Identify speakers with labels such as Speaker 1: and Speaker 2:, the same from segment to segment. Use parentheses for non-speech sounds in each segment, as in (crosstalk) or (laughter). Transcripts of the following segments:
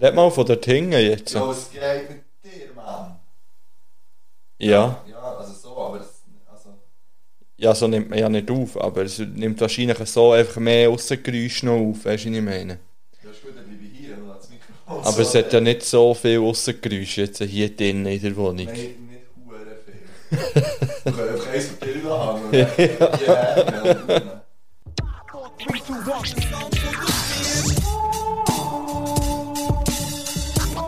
Speaker 1: Red mal von dort hinten jetzt.
Speaker 2: Ja, es geht mit dir, Mann.
Speaker 1: Ja.
Speaker 2: Ja, also so, aber das, also,
Speaker 1: Ja, so nimmt man ja nicht auf, aber es nimmt wahrscheinlich so einfach mehr Aussengeräusche noch auf, weißt du, was ich meine?
Speaker 2: ja, ist gut, dann bleibe ich hier und lasse das Mikrofon.
Speaker 1: Aber es hat ja nicht so viel Aussengeräusche jetzt hier drinnen in der Wohnung.
Speaker 2: Nein, nicht Huren viel. Wir können einfach eins mit dir überhangen. Ja. genau.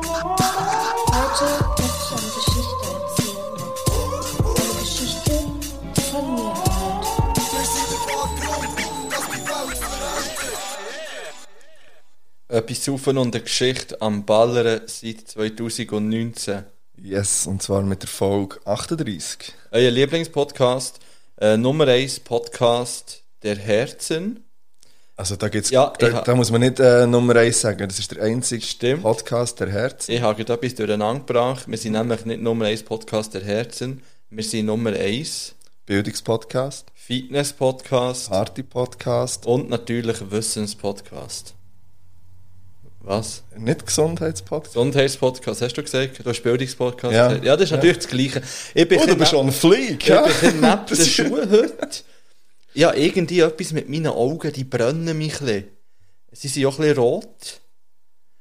Speaker 3: Heute möchte ich eine Geschichte erzählen. Eine Geschichte, die von mir handelt.
Speaker 1: Etwas Saufen und eine Geschichte am Ballern seit 2019.
Speaker 2: Yes, und zwar mit der Folge 38.
Speaker 1: Euer Lieblingspodcast, äh, Nummer 1 Podcast der Herzen.
Speaker 2: Also da gibt's,
Speaker 1: Ja, ich
Speaker 2: da,
Speaker 1: hab-
Speaker 2: da muss man nicht äh, Nummer 1 sagen, das ist der einzige
Speaker 1: Stimmt.
Speaker 2: Podcast der Herzen.
Speaker 1: Ich habe gerade etwas durcheinander gebracht. Wir sind nämlich nicht Nummer 1 Podcast der Herzen, wir sind Nummer 1
Speaker 2: Bildungspodcast,
Speaker 1: Fitness-Podcast
Speaker 2: Party-Podcast,
Speaker 1: und natürlich Wissenspodcast. Was?
Speaker 2: nicht Gesundheitspodcast.
Speaker 1: Gesundheitspodcast, hast du gesagt? Du hast Bildungspodcast
Speaker 2: Ja.
Speaker 1: gesagt. Ja, das ist natürlich das Gleiche. Ich bin
Speaker 2: Oh, du
Speaker 1: ein-
Speaker 2: bist on fleek,
Speaker 1: Ich
Speaker 2: ja?
Speaker 1: bin
Speaker 2: (laughs)
Speaker 1: ein bisschen neben den Schuhen heute. Ja, irgendwie etwas mit meinen Augen, die brennen mich ein bisschen. Sie sind auch ein bisschen rot.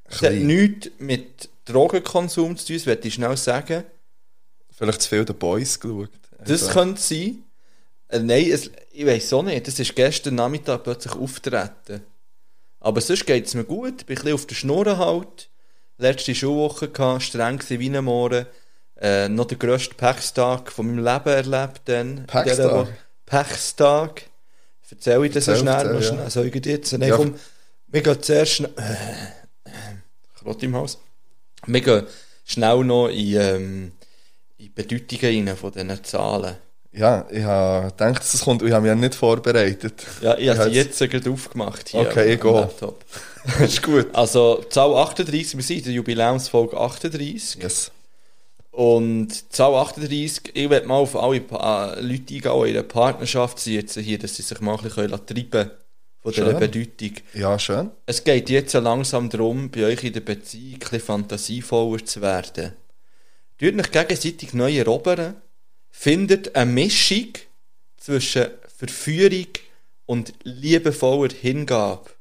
Speaker 1: Es hat
Speaker 2: Klein.
Speaker 1: nichts mit Drogenkonsum zu tun, das werde ich schnell sagen.
Speaker 2: Vielleicht zu viel The Boys geschaut.
Speaker 1: Das
Speaker 2: Also,
Speaker 1: könnte sein. Äh, nein, es, ich weiß auch nicht. Das ist gestern Nachmittag plötzlich auftreten. Aber sonst geht es mir gut. Bin ein bisschen auf der Schnur halt. Letzte Schulwoche gehabt, streng gewesen wie ein Morgen. Äh, noch den grössten Pechstag von meinem Leben erlebt dann.
Speaker 2: Pechstag?
Speaker 1: In dieser Woche. Pechstag. Erzähl ich das so
Speaker 2: Erzähl,
Speaker 1: schnell.
Speaker 2: erzähl,
Speaker 1: noch
Speaker 2: ja.
Speaker 1: schnell. Soll ich jetzt? Nein,
Speaker 2: Ja.
Speaker 1: komm. Wir gehen zuerst schnell... Krott im Haus. Wir gehen schnell noch in, ähm, in Bedeutungen rein von diesen Zahlen.
Speaker 2: Ja, ich habe gedacht, dass es kommt und ich habe mich ja
Speaker 1: (laughs)
Speaker 2: nicht vorbereitet.
Speaker 1: Ja, ich habe sie
Speaker 2: Ja,
Speaker 1: Also jetzt gerade aufgemacht hier.
Speaker 2: Okay,
Speaker 1: am
Speaker 2: ich gehe.
Speaker 1: Laptop.
Speaker 2: das ist gut.
Speaker 1: Also, die Zahl 38, wir sind in der Jubiläumsfolge 38.
Speaker 2: Yes.
Speaker 1: Und die Zahl 38, ich werde mal auf alle pa äh, Leute eingehen, die in der Partnerschaft sind jetzt hier, dass sie sich mal ein bisschen treiben können von dieser
Speaker 2: Schön.
Speaker 1: Bedeutung.
Speaker 2: Ja, schön.
Speaker 1: Es geht jetzt so langsam darum, bei euch in der Beziehung ein bisschen fantasievoller zu werden. Tut euch gegenseitig neu erobern, findet eine Mischung zwischen Verführung und liebevoller Hingabe,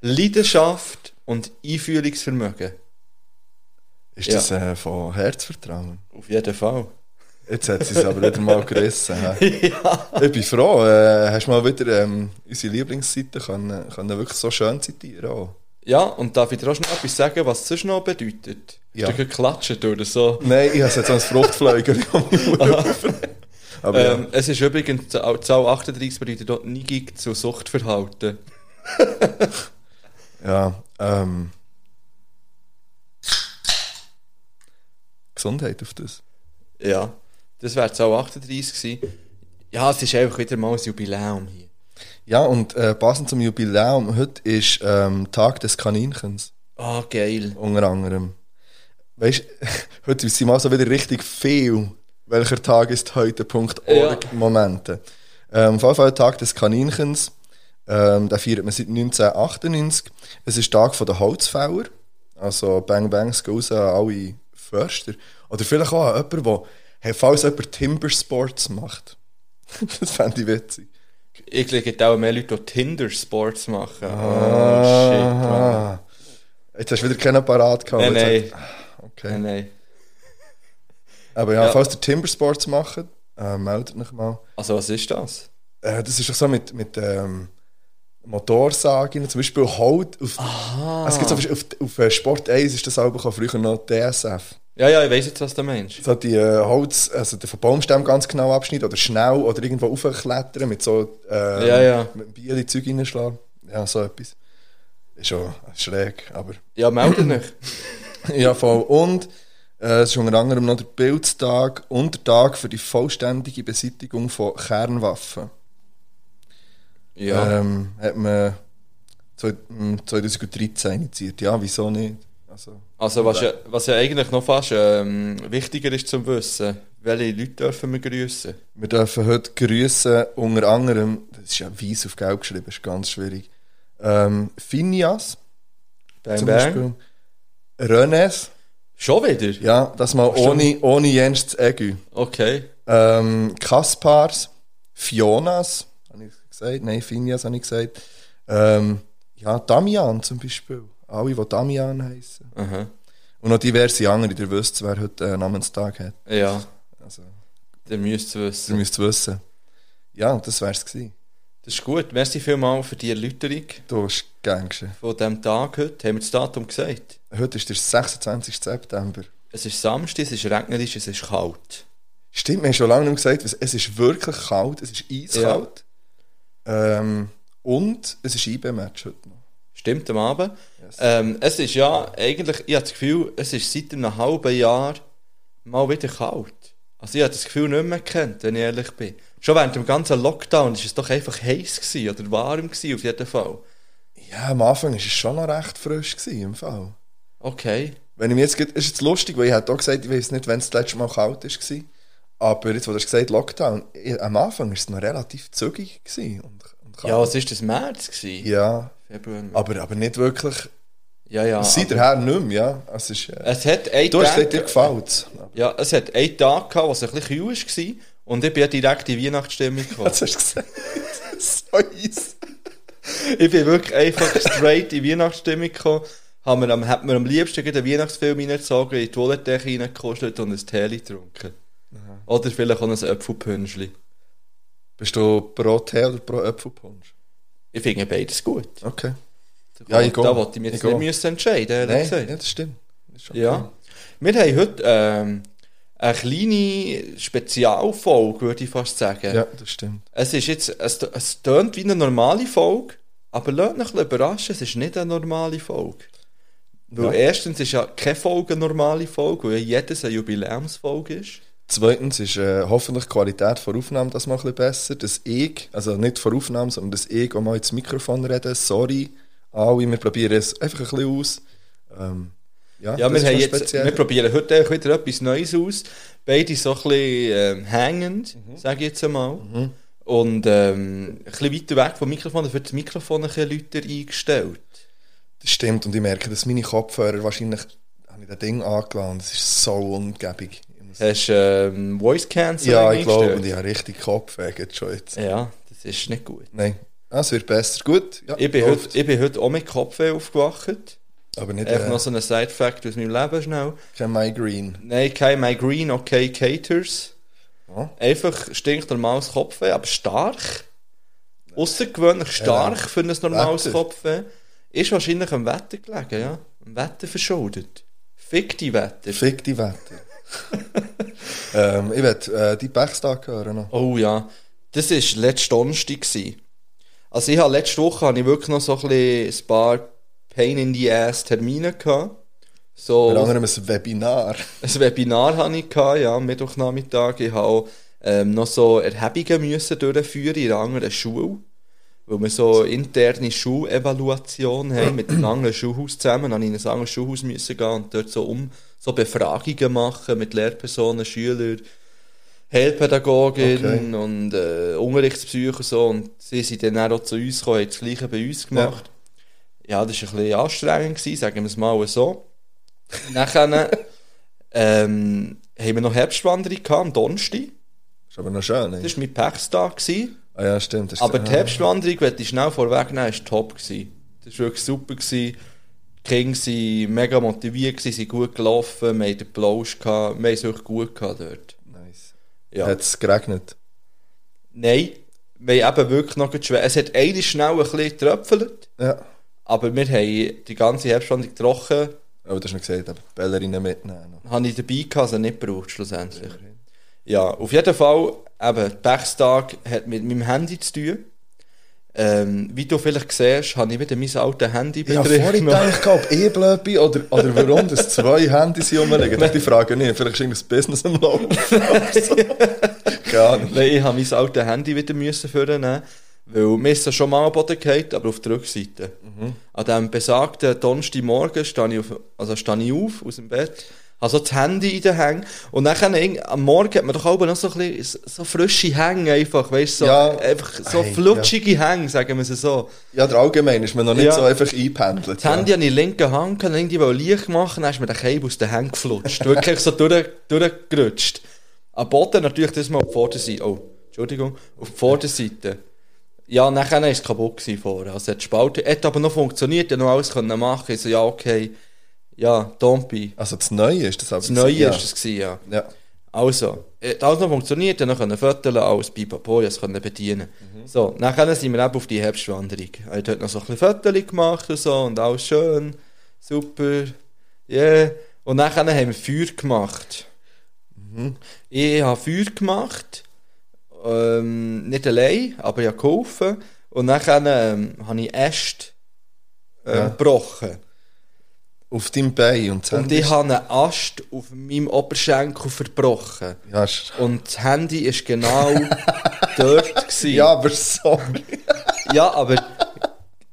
Speaker 1: Leidenschaft und Einfühlungsvermögen.
Speaker 2: Ist
Speaker 1: Ja.
Speaker 2: das äh, von Herzvertrauen?
Speaker 1: Auf jeden Fall.
Speaker 2: Jetzt hat sie es aber wieder mal gerissen. hä?
Speaker 1: (laughs) ja.
Speaker 2: Ich bin froh, äh, hast du mal wieder ähm, unsere Lieblingsseite können, können wirklich so schön zitieren. Auch.
Speaker 1: ja, und darf ich dir auch schon etwas sagen, was das noch bedeutet?
Speaker 2: Ja.
Speaker 1: Hast du geklatscht oder so?
Speaker 2: Nein, ich habe es jetzt als Fruchtfleuger. (laughs)
Speaker 1: (laughs)
Speaker 2: aber
Speaker 1: Ähm, es ist übrigens, die Zahl 38 bedeutet dort Neigung zu Suchtverhalten.
Speaker 2: ja, ja ähm, Gesundheit auf das.
Speaker 1: Ja, das wäre jetzt auch 38 gewesen. Ja, es ist einfach wieder mal ein Jubiläum hier.
Speaker 2: Ja, und äh, passend zum Jubiläum, heute ist ähm, Tag des Kaninchens,
Speaker 1: Ah, geil.
Speaker 2: unter anderem. Weißt (laughs) du, heute sind mal so wieder richtig viel, welcher Tag ist heute, Punkt org, Momente. Ähm, auf jeden Fall Tag des Kaninchens, ähm, den feiert man seit 1998. Es ist Tag von der Holzfäller, also Bang Bangs gehen raus an alle Förster. Oder vielleicht auch an jemanden, der, hey, falls jemand Timbersports macht. (laughs) das fände ich witzig.
Speaker 1: Ich glaube, auch mehr Leute, die Tinder-Sports machen. Oh, shit.
Speaker 2: Ah. Jetzt hast du wieder keinen parat gehabt.
Speaker 1: Nein,
Speaker 2: Jetzt
Speaker 1: nein,
Speaker 2: hat- Okay.
Speaker 1: nein, nein.
Speaker 2: Aber ja,
Speaker 1: Ja.
Speaker 2: falls ihr Timbersports macht, äh, meldet euch mal.
Speaker 1: Also, was ist das?
Speaker 2: Äh, das ist doch so mit, mit ähm, Motorsagen, zum Beispiel Holt. Auf, es gibt so, auf, auf, auf äh, Sport 1 ist das auch gekommen, früher noch DSF.
Speaker 1: Ja, ja, ich weiss jetzt, was du meinst.
Speaker 2: So die äh, Holz, also den vom Baumstamm ganz genau abschneiden oder schnell oder irgendwo raufklettern mit so äh,
Speaker 1: Ja, ja.
Speaker 2: mit dem Bier in die Zeug reinschlagen. Ja, so etwas. Ist schon schräg, aber...
Speaker 1: Ja, melde
Speaker 2: (clears throat)
Speaker 1: nicht.
Speaker 2: (laughs) Ja, voll. Und äh, es ist unter anderem noch der Bildstag und der Tag für die vollständige Beseitigung von Kernwaffen.
Speaker 1: Ja.
Speaker 2: Ähm, hat man zwei- m, 2013 initiiert. Ja, wieso nicht? Also,
Speaker 1: Also, was ja, was ja eigentlich noch fast ähm, wichtiger ist zum Wissen, welche Leute dürfen wir grüßen?
Speaker 2: wir dürfen heute grüßen, unter anderem, das ist ja weiß auf gelb geschrieben, ist ganz schwierig, ähm, Finjas
Speaker 1: Bang,
Speaker 2: zum
Speaker 1: bang.
Speaker 2: Beispiel, Rönes.
Speaker 1: Schon wieder?
Speaker 2: Ja, das mal ohne, ohne Jens zu Egü.
Speaker 1: Okay.
Speaker 2: Ähm, Kaspars, Fionas, habe ich gesagt. Nein, Finjas habe ich gesagt. Ähm, ja, Damian zum Beispiel. Alle, die Damian heißen.
Speaker 1: Aha.
Speaker 2: Und noch diverse andere, ihr wisst, wer heute äh, Namenstag hat.
Speaker 1: Ja,
Speaker 2: Also,
Speaker 1: der müsst ihr
Speaker 2: ihr
Speaker 1: wissen.
Speaker 2: müsst es wissen. Ja, das wär's gewesen.
Speaker 1: Das ist gut. Merci vielmals für die Erläuterung
Speaker 2: Du hast gern geschehen.
Speaker 1: von diesem Tag heute. Haben wir das Datum gesagt?
Speaker 2: Heute ist der 26. September.
Speaker 1: Es ist Samstag, es ist regnerisch, es ist kalt.
Speaker 2: Stimmt, wir haben schon lange nicht mehr gesagt, was- es ist wirklich kalt, es ist eiskalt. Ähm, und es ist IB-Match heute noch.
Speaker 1: Stimmt am Abend.
Speaker 2: Yes.
Speaker 1: Ähm, es ist ja eigentlich, ich habe das Gefühl, es ist seit einem halben Jahr mal wieder kalt. Also ich habe das Gefühl nicht mehr gekannt, wenn ich ehrlich bin. Schon während dem ganzen Lockdown war es doch einfach heiß gewesen, oder warm gewesen, auf jeden Fall.
Speaker 2: Ja, am Anfang war es schon noch recht frisch gewesen, im Fall.
Speaker 1: Okay.
Speaker 2: Wenn ich mir jetzt, geht- ist jetzt lustig, weil ich hätte auch gesagt, ich weiß nicht, wenn es das letzte Mal kalt war. Aber jetzt, wo du hast gesagt Lockdown, ich, am Anfang war es noch relativ zügig. Gewesen und,
Speaker 1: Ja, also-
Speaker 2: und kalt.
Speaker 1: was ist das März gewesen?
Speaker 2: ja
Speaker 1: Februar.
Speaker 2: aber, aber nicht wirklich.
Speaker 1: Ja, ja.
Speaker 2: Seither nicht mehr, ja. Es ist, äh,
Speaker 1: Es hat einen
Speaker 2: du hast
Speaker 1: Tag-
Speaker 2: gesagt, dir gefällt es.
Speaker 1: Ja, es hat einen Tag gehabt, was ein bisschen kühl war und ich bin ja direkt in die
Speaker 2: (laughs)
Speaker 1: Weihnachtsstimmung gekommen.
Speaker 2: Das hast du gesagt. so eis.
Speaker 1: ich bin wirklich einfach straight in die Weihnachtsstimmung gekommen. Haben wir am, hat mir am liebsten gleich einen Weihnachtsfilm reingezogen, in die Toilette reingekostet und ein Tee getrunken. Oder vielleicht auch ein Apfelpünschli.
Speaker 2: Bist du pro Tee oder pro Apfelpunsch?
Speaker 1: Ich finde beides gut.
Speaker 2: Okay.
Speaker 1: Da
Speaker 2: Ja, ich
Speaker 1: Da
Speaker 2: gehe.
Speaker 1: wollte ich mich jetzt
Speaker 2: Ich
Speaker 1: nicht
Speaker 2: gehe.
Speaker 1: müssen entscheiden, ehrlich
Speaker 2: Nein,
Speaker 1: gesagt.
Speaker 2: ja, das stimmt. Das ist okay.
Speaker 1: Ja. Wir haben heute ähm, eine kleine Spezialfolge, würde ich fast sagen.
Speaker 2: Ja, das stimmt.
Speaker 1: Es ist jetzt, es, es tönt wie eine normale Folge, aber lasst euch ein bisschen überraschen, es ist nicht eine normale Folge. Weil
Speaker 2: Ja.
Speaker 1: erstens ist ja keine Folge eine normale Folge, weil jedes eine Jubiläumsfolge ist.
Speaker 2: Zweitens ist äh, hoffentlich die Qualität der Aufnahme das mal ein bisschen besser. Dass ich, also nicht vor Aufnahme, sondern dass ich auch mal ins Mikrofon rede. Sorry, alle, wir probieren es einfach ein bisschen aus. Ähm, ja,
Speaker 1: Ja,
Speaker 2: das
Speaker 1: wir,
Speaker 2: ist
Speaker 1: haben
Speaker 2: schon
Speaker 1: jetzt,
Speaker 2: speziell.
Speaker 1: wir probieren heute eigentlich wieder etwas Neues aus. Beide so ein bisschen ähm, hängend,
Speaker 2: Mhm.
Speaker 1: sage ich jetzt einmal. Und ähm, ein bisschen weiter weg vom Mikrofon, dafür das Mikrofon ein bisschen lauter eingestellt.
Speaker 2: Das stimmt und ich merke, dass meine Kopfhörer wahrscheinlich, habe ich das Ding angeladen, das ist so ungebig. Ich muss-
Speaker 1: Hast du ähm, Voice Cancel
Speaker 2: Ja, ich glaube, und
Speaker 1: eingestellt?
Speaker 2: ich habe richtig Kopfweh jetzt schon jetzt.
Speaker 1: Ja, das ist nicht gut.
Speaker 2: Nein, ah, es wird besser. Gut, ja,
Speaker 1: Ich bin,
Speaker 2: läuft.
Speaker 1: heute, ich bin heute auch mit Kopfweh aufgewacht.
Speaker 2: Aber nicht
Speaker 1: Einfach
Speaker 2: äh,
Speaker 1: noch so ein Side-Fact aus meinem Leben schnell.
Speaker 2: kein Migraine.
Speaker 1: Nein, kein Migraine, okay, Caters.
Speaker 2: Ja.
Speaker 1: Einfach stinkt normales Kopfweh, aber stark. Außergewöhnlich stark für ein normales
Speaker 2: Wetter.
Speaker 1: Kopfweh. Ist wahrscheinlich am Wetter gelegen, ja. Am Wetter verschuldet. Fick die Wetter.
Speaker 2: Fick die (laughs) Wette. ähm, ich werde äh, die Bechstag hören noch.
Speaker 1: Oh ja, das war letzte Donnerstag. gewesen. Also ich habe letzte Woche habe ich wirklich noch so ein, bisschen ein paar Pain in the Ass Termine gehabt. So,
Speaker 2: Unter anderem um ein Webinar.
Speaker 1: Ein Webinar hatte ich, ja, am Mittwochnachmittag. Ich habe auch, ähm, noch so Erhebungen müssen durchführen in einer anderen Schule. Weil wir so interne Schulevaluation haben mit einem anderen Schulhaus zusammen. Dann musste ich in ein anderes Schulhaus müssen gehen und dort so, um, so Befragungen machen mit Lehrpersonen, Schülern, Heilpädagogin und äh, Unterrichtspsyche und so. Und sie sind dann auch zu uns gekommen, haben das Gleiche bei uns gemacht. Ja, das war ein bisschen anstrengend, gewesen, sagen wir es mal so. (laughs) Nachher ähm, haben wir noch Herbstwanderung gehabt, am Donnerstag.
Speaker 2: Ist aber noch schön,
Speaker 1: Das
Speaker 2: nicht?
Speaker 1: war mein Pechstag. gewesen.
Speaker 2: Ah ja, stimmt. das ist-
Speaker 1: Aber die
Speaker 2: ah.
Speaker 1: Herbstwanderung, wenn ich schnell vorwegnehmen, war top. Gewesen. Das war wirklich super. Gewesen. Die Kinder waren mega motiviert, gewesen, sind gut gelaufen, wir hatten den Plausch, gehabt, wir haben es wirklich gut gehabt dort.
Speaker 2: Nice.
Speaker 1: Ja.
Speaker 2: Hat es geregnet?
Speaker 1: Nein, wir haben eben wirklich noch schwer. Es hat eine schnell ein bisschen getröpfelt,
Speaker 2: Ja.
Speaker 1: aber wir haben die ganze Herbstwanderung trocken,
Speaker 2: Aber du hast noch gesagt, aber die Bellerinnen mitnehmen. noch.
Speaker 1: habe ich dabei gehabt, also nicht gebraucht schlussendlich. Ja, auf jeden Fall, eben, Pechstag hat mit meinem Handy zu tun. Ähm, wie du vielleicht siehst, habe ich wieder mein altes Handy
Speaker 2: Ich habe vorhin
Speaker 1: genommen.
Speaker 2: gedacht, ob ich blöd bin oder, oder warum das zwei Handys hier rumliegen. Ich dachte, die Frage nicht. Vielleicht ist irgendein Business am Laufen. oder so. (laughs) Keine Ahnung.
Speaker 1: Nein, ich habe mein altes Handy wieder müssen vornehmen, weil mir ist es schon mal am Boden gefallen, aber auf der Rückseite. An diesem besagten Donnerstagmorgen stehe ich auf, also stehe ich auf aus dem Bett, Habe so das Handy in den Hängen. Und dann kann ich, am Morgen hat man doch auch noch so, ein bisschen, so frische Hänge einfach, weißt du, so,
Speaker 2: Ja.
Speaker 1: einfach so
Speaker 2: Hey,
Speaker 1: flutschige Hänge, sagen wir es so.
Speaker 2: Ja, der allgemein ist man noch nicht
Speaker 1: Ja.
Speaker 2: so einfach eingependelt.
Speaker 1: Das Handy habe ich in der linken Hand, gehabt, irgendwie wollte ich Licht machen, dann ist mir der Kabel aus den Händen geflutscht. Wirklich so durch, durchgerutscht. Am Boden natürlich das mal auf die Vorderseite. Oh, Entschuldigung, auf die Vorderseite. Ja, nachher war es kaputt gewesen vorher. Also hat Spalte, hat aber noch funktioniert, hat noch alles können machen. Ich so, ja, okay. Ja, Dompi.
Speaker 2: Also das Neue ist das aber.
Speaker 1: Das Neue
Speaker 2: ja.
Speaker 1: ist es gewesen, ja.
Speaker 2: Ja.
Speaker 1: Also, äh, hat alles noch funktioniert, dann können Viertel alles bei Papo, ich konnte bedienen.
Speaker 2: Mhm.
Speaker 1: So, nachher sind wir eben auf die Herbstwanderung. Er hat heute noch so ein bisschen Viertel gemacht und so und alles schön, super, yeah. Und nachher haben wir Feuer gemacht.
Speaker 2: Mhm.
Speaker 1: Ich habe Feuer gemacht, ähm, nicht allein, aber ich habe geholfen. Und nachher ähm, habe ich Äste ähm,
Speaker 2: Ja.
Speaker 1: gebrochen.
Speaker 2: Auf deinem Bein und das
Speaker 1: Und
Speaker 2: Handy
Speaker 1: ich
Speaker 2: ist-
Speaker 1: habe einen Ast auf meinem Oberschenkel verbrochen.
Speaker 2: Ja, ist-
Speaker 1: Und das Handy war
Speaker 2: (laughs)
Speaker 1: genau dort. Gewesen.
Speaker 2: ja, aber sorry.
Speaker 1: ja, aber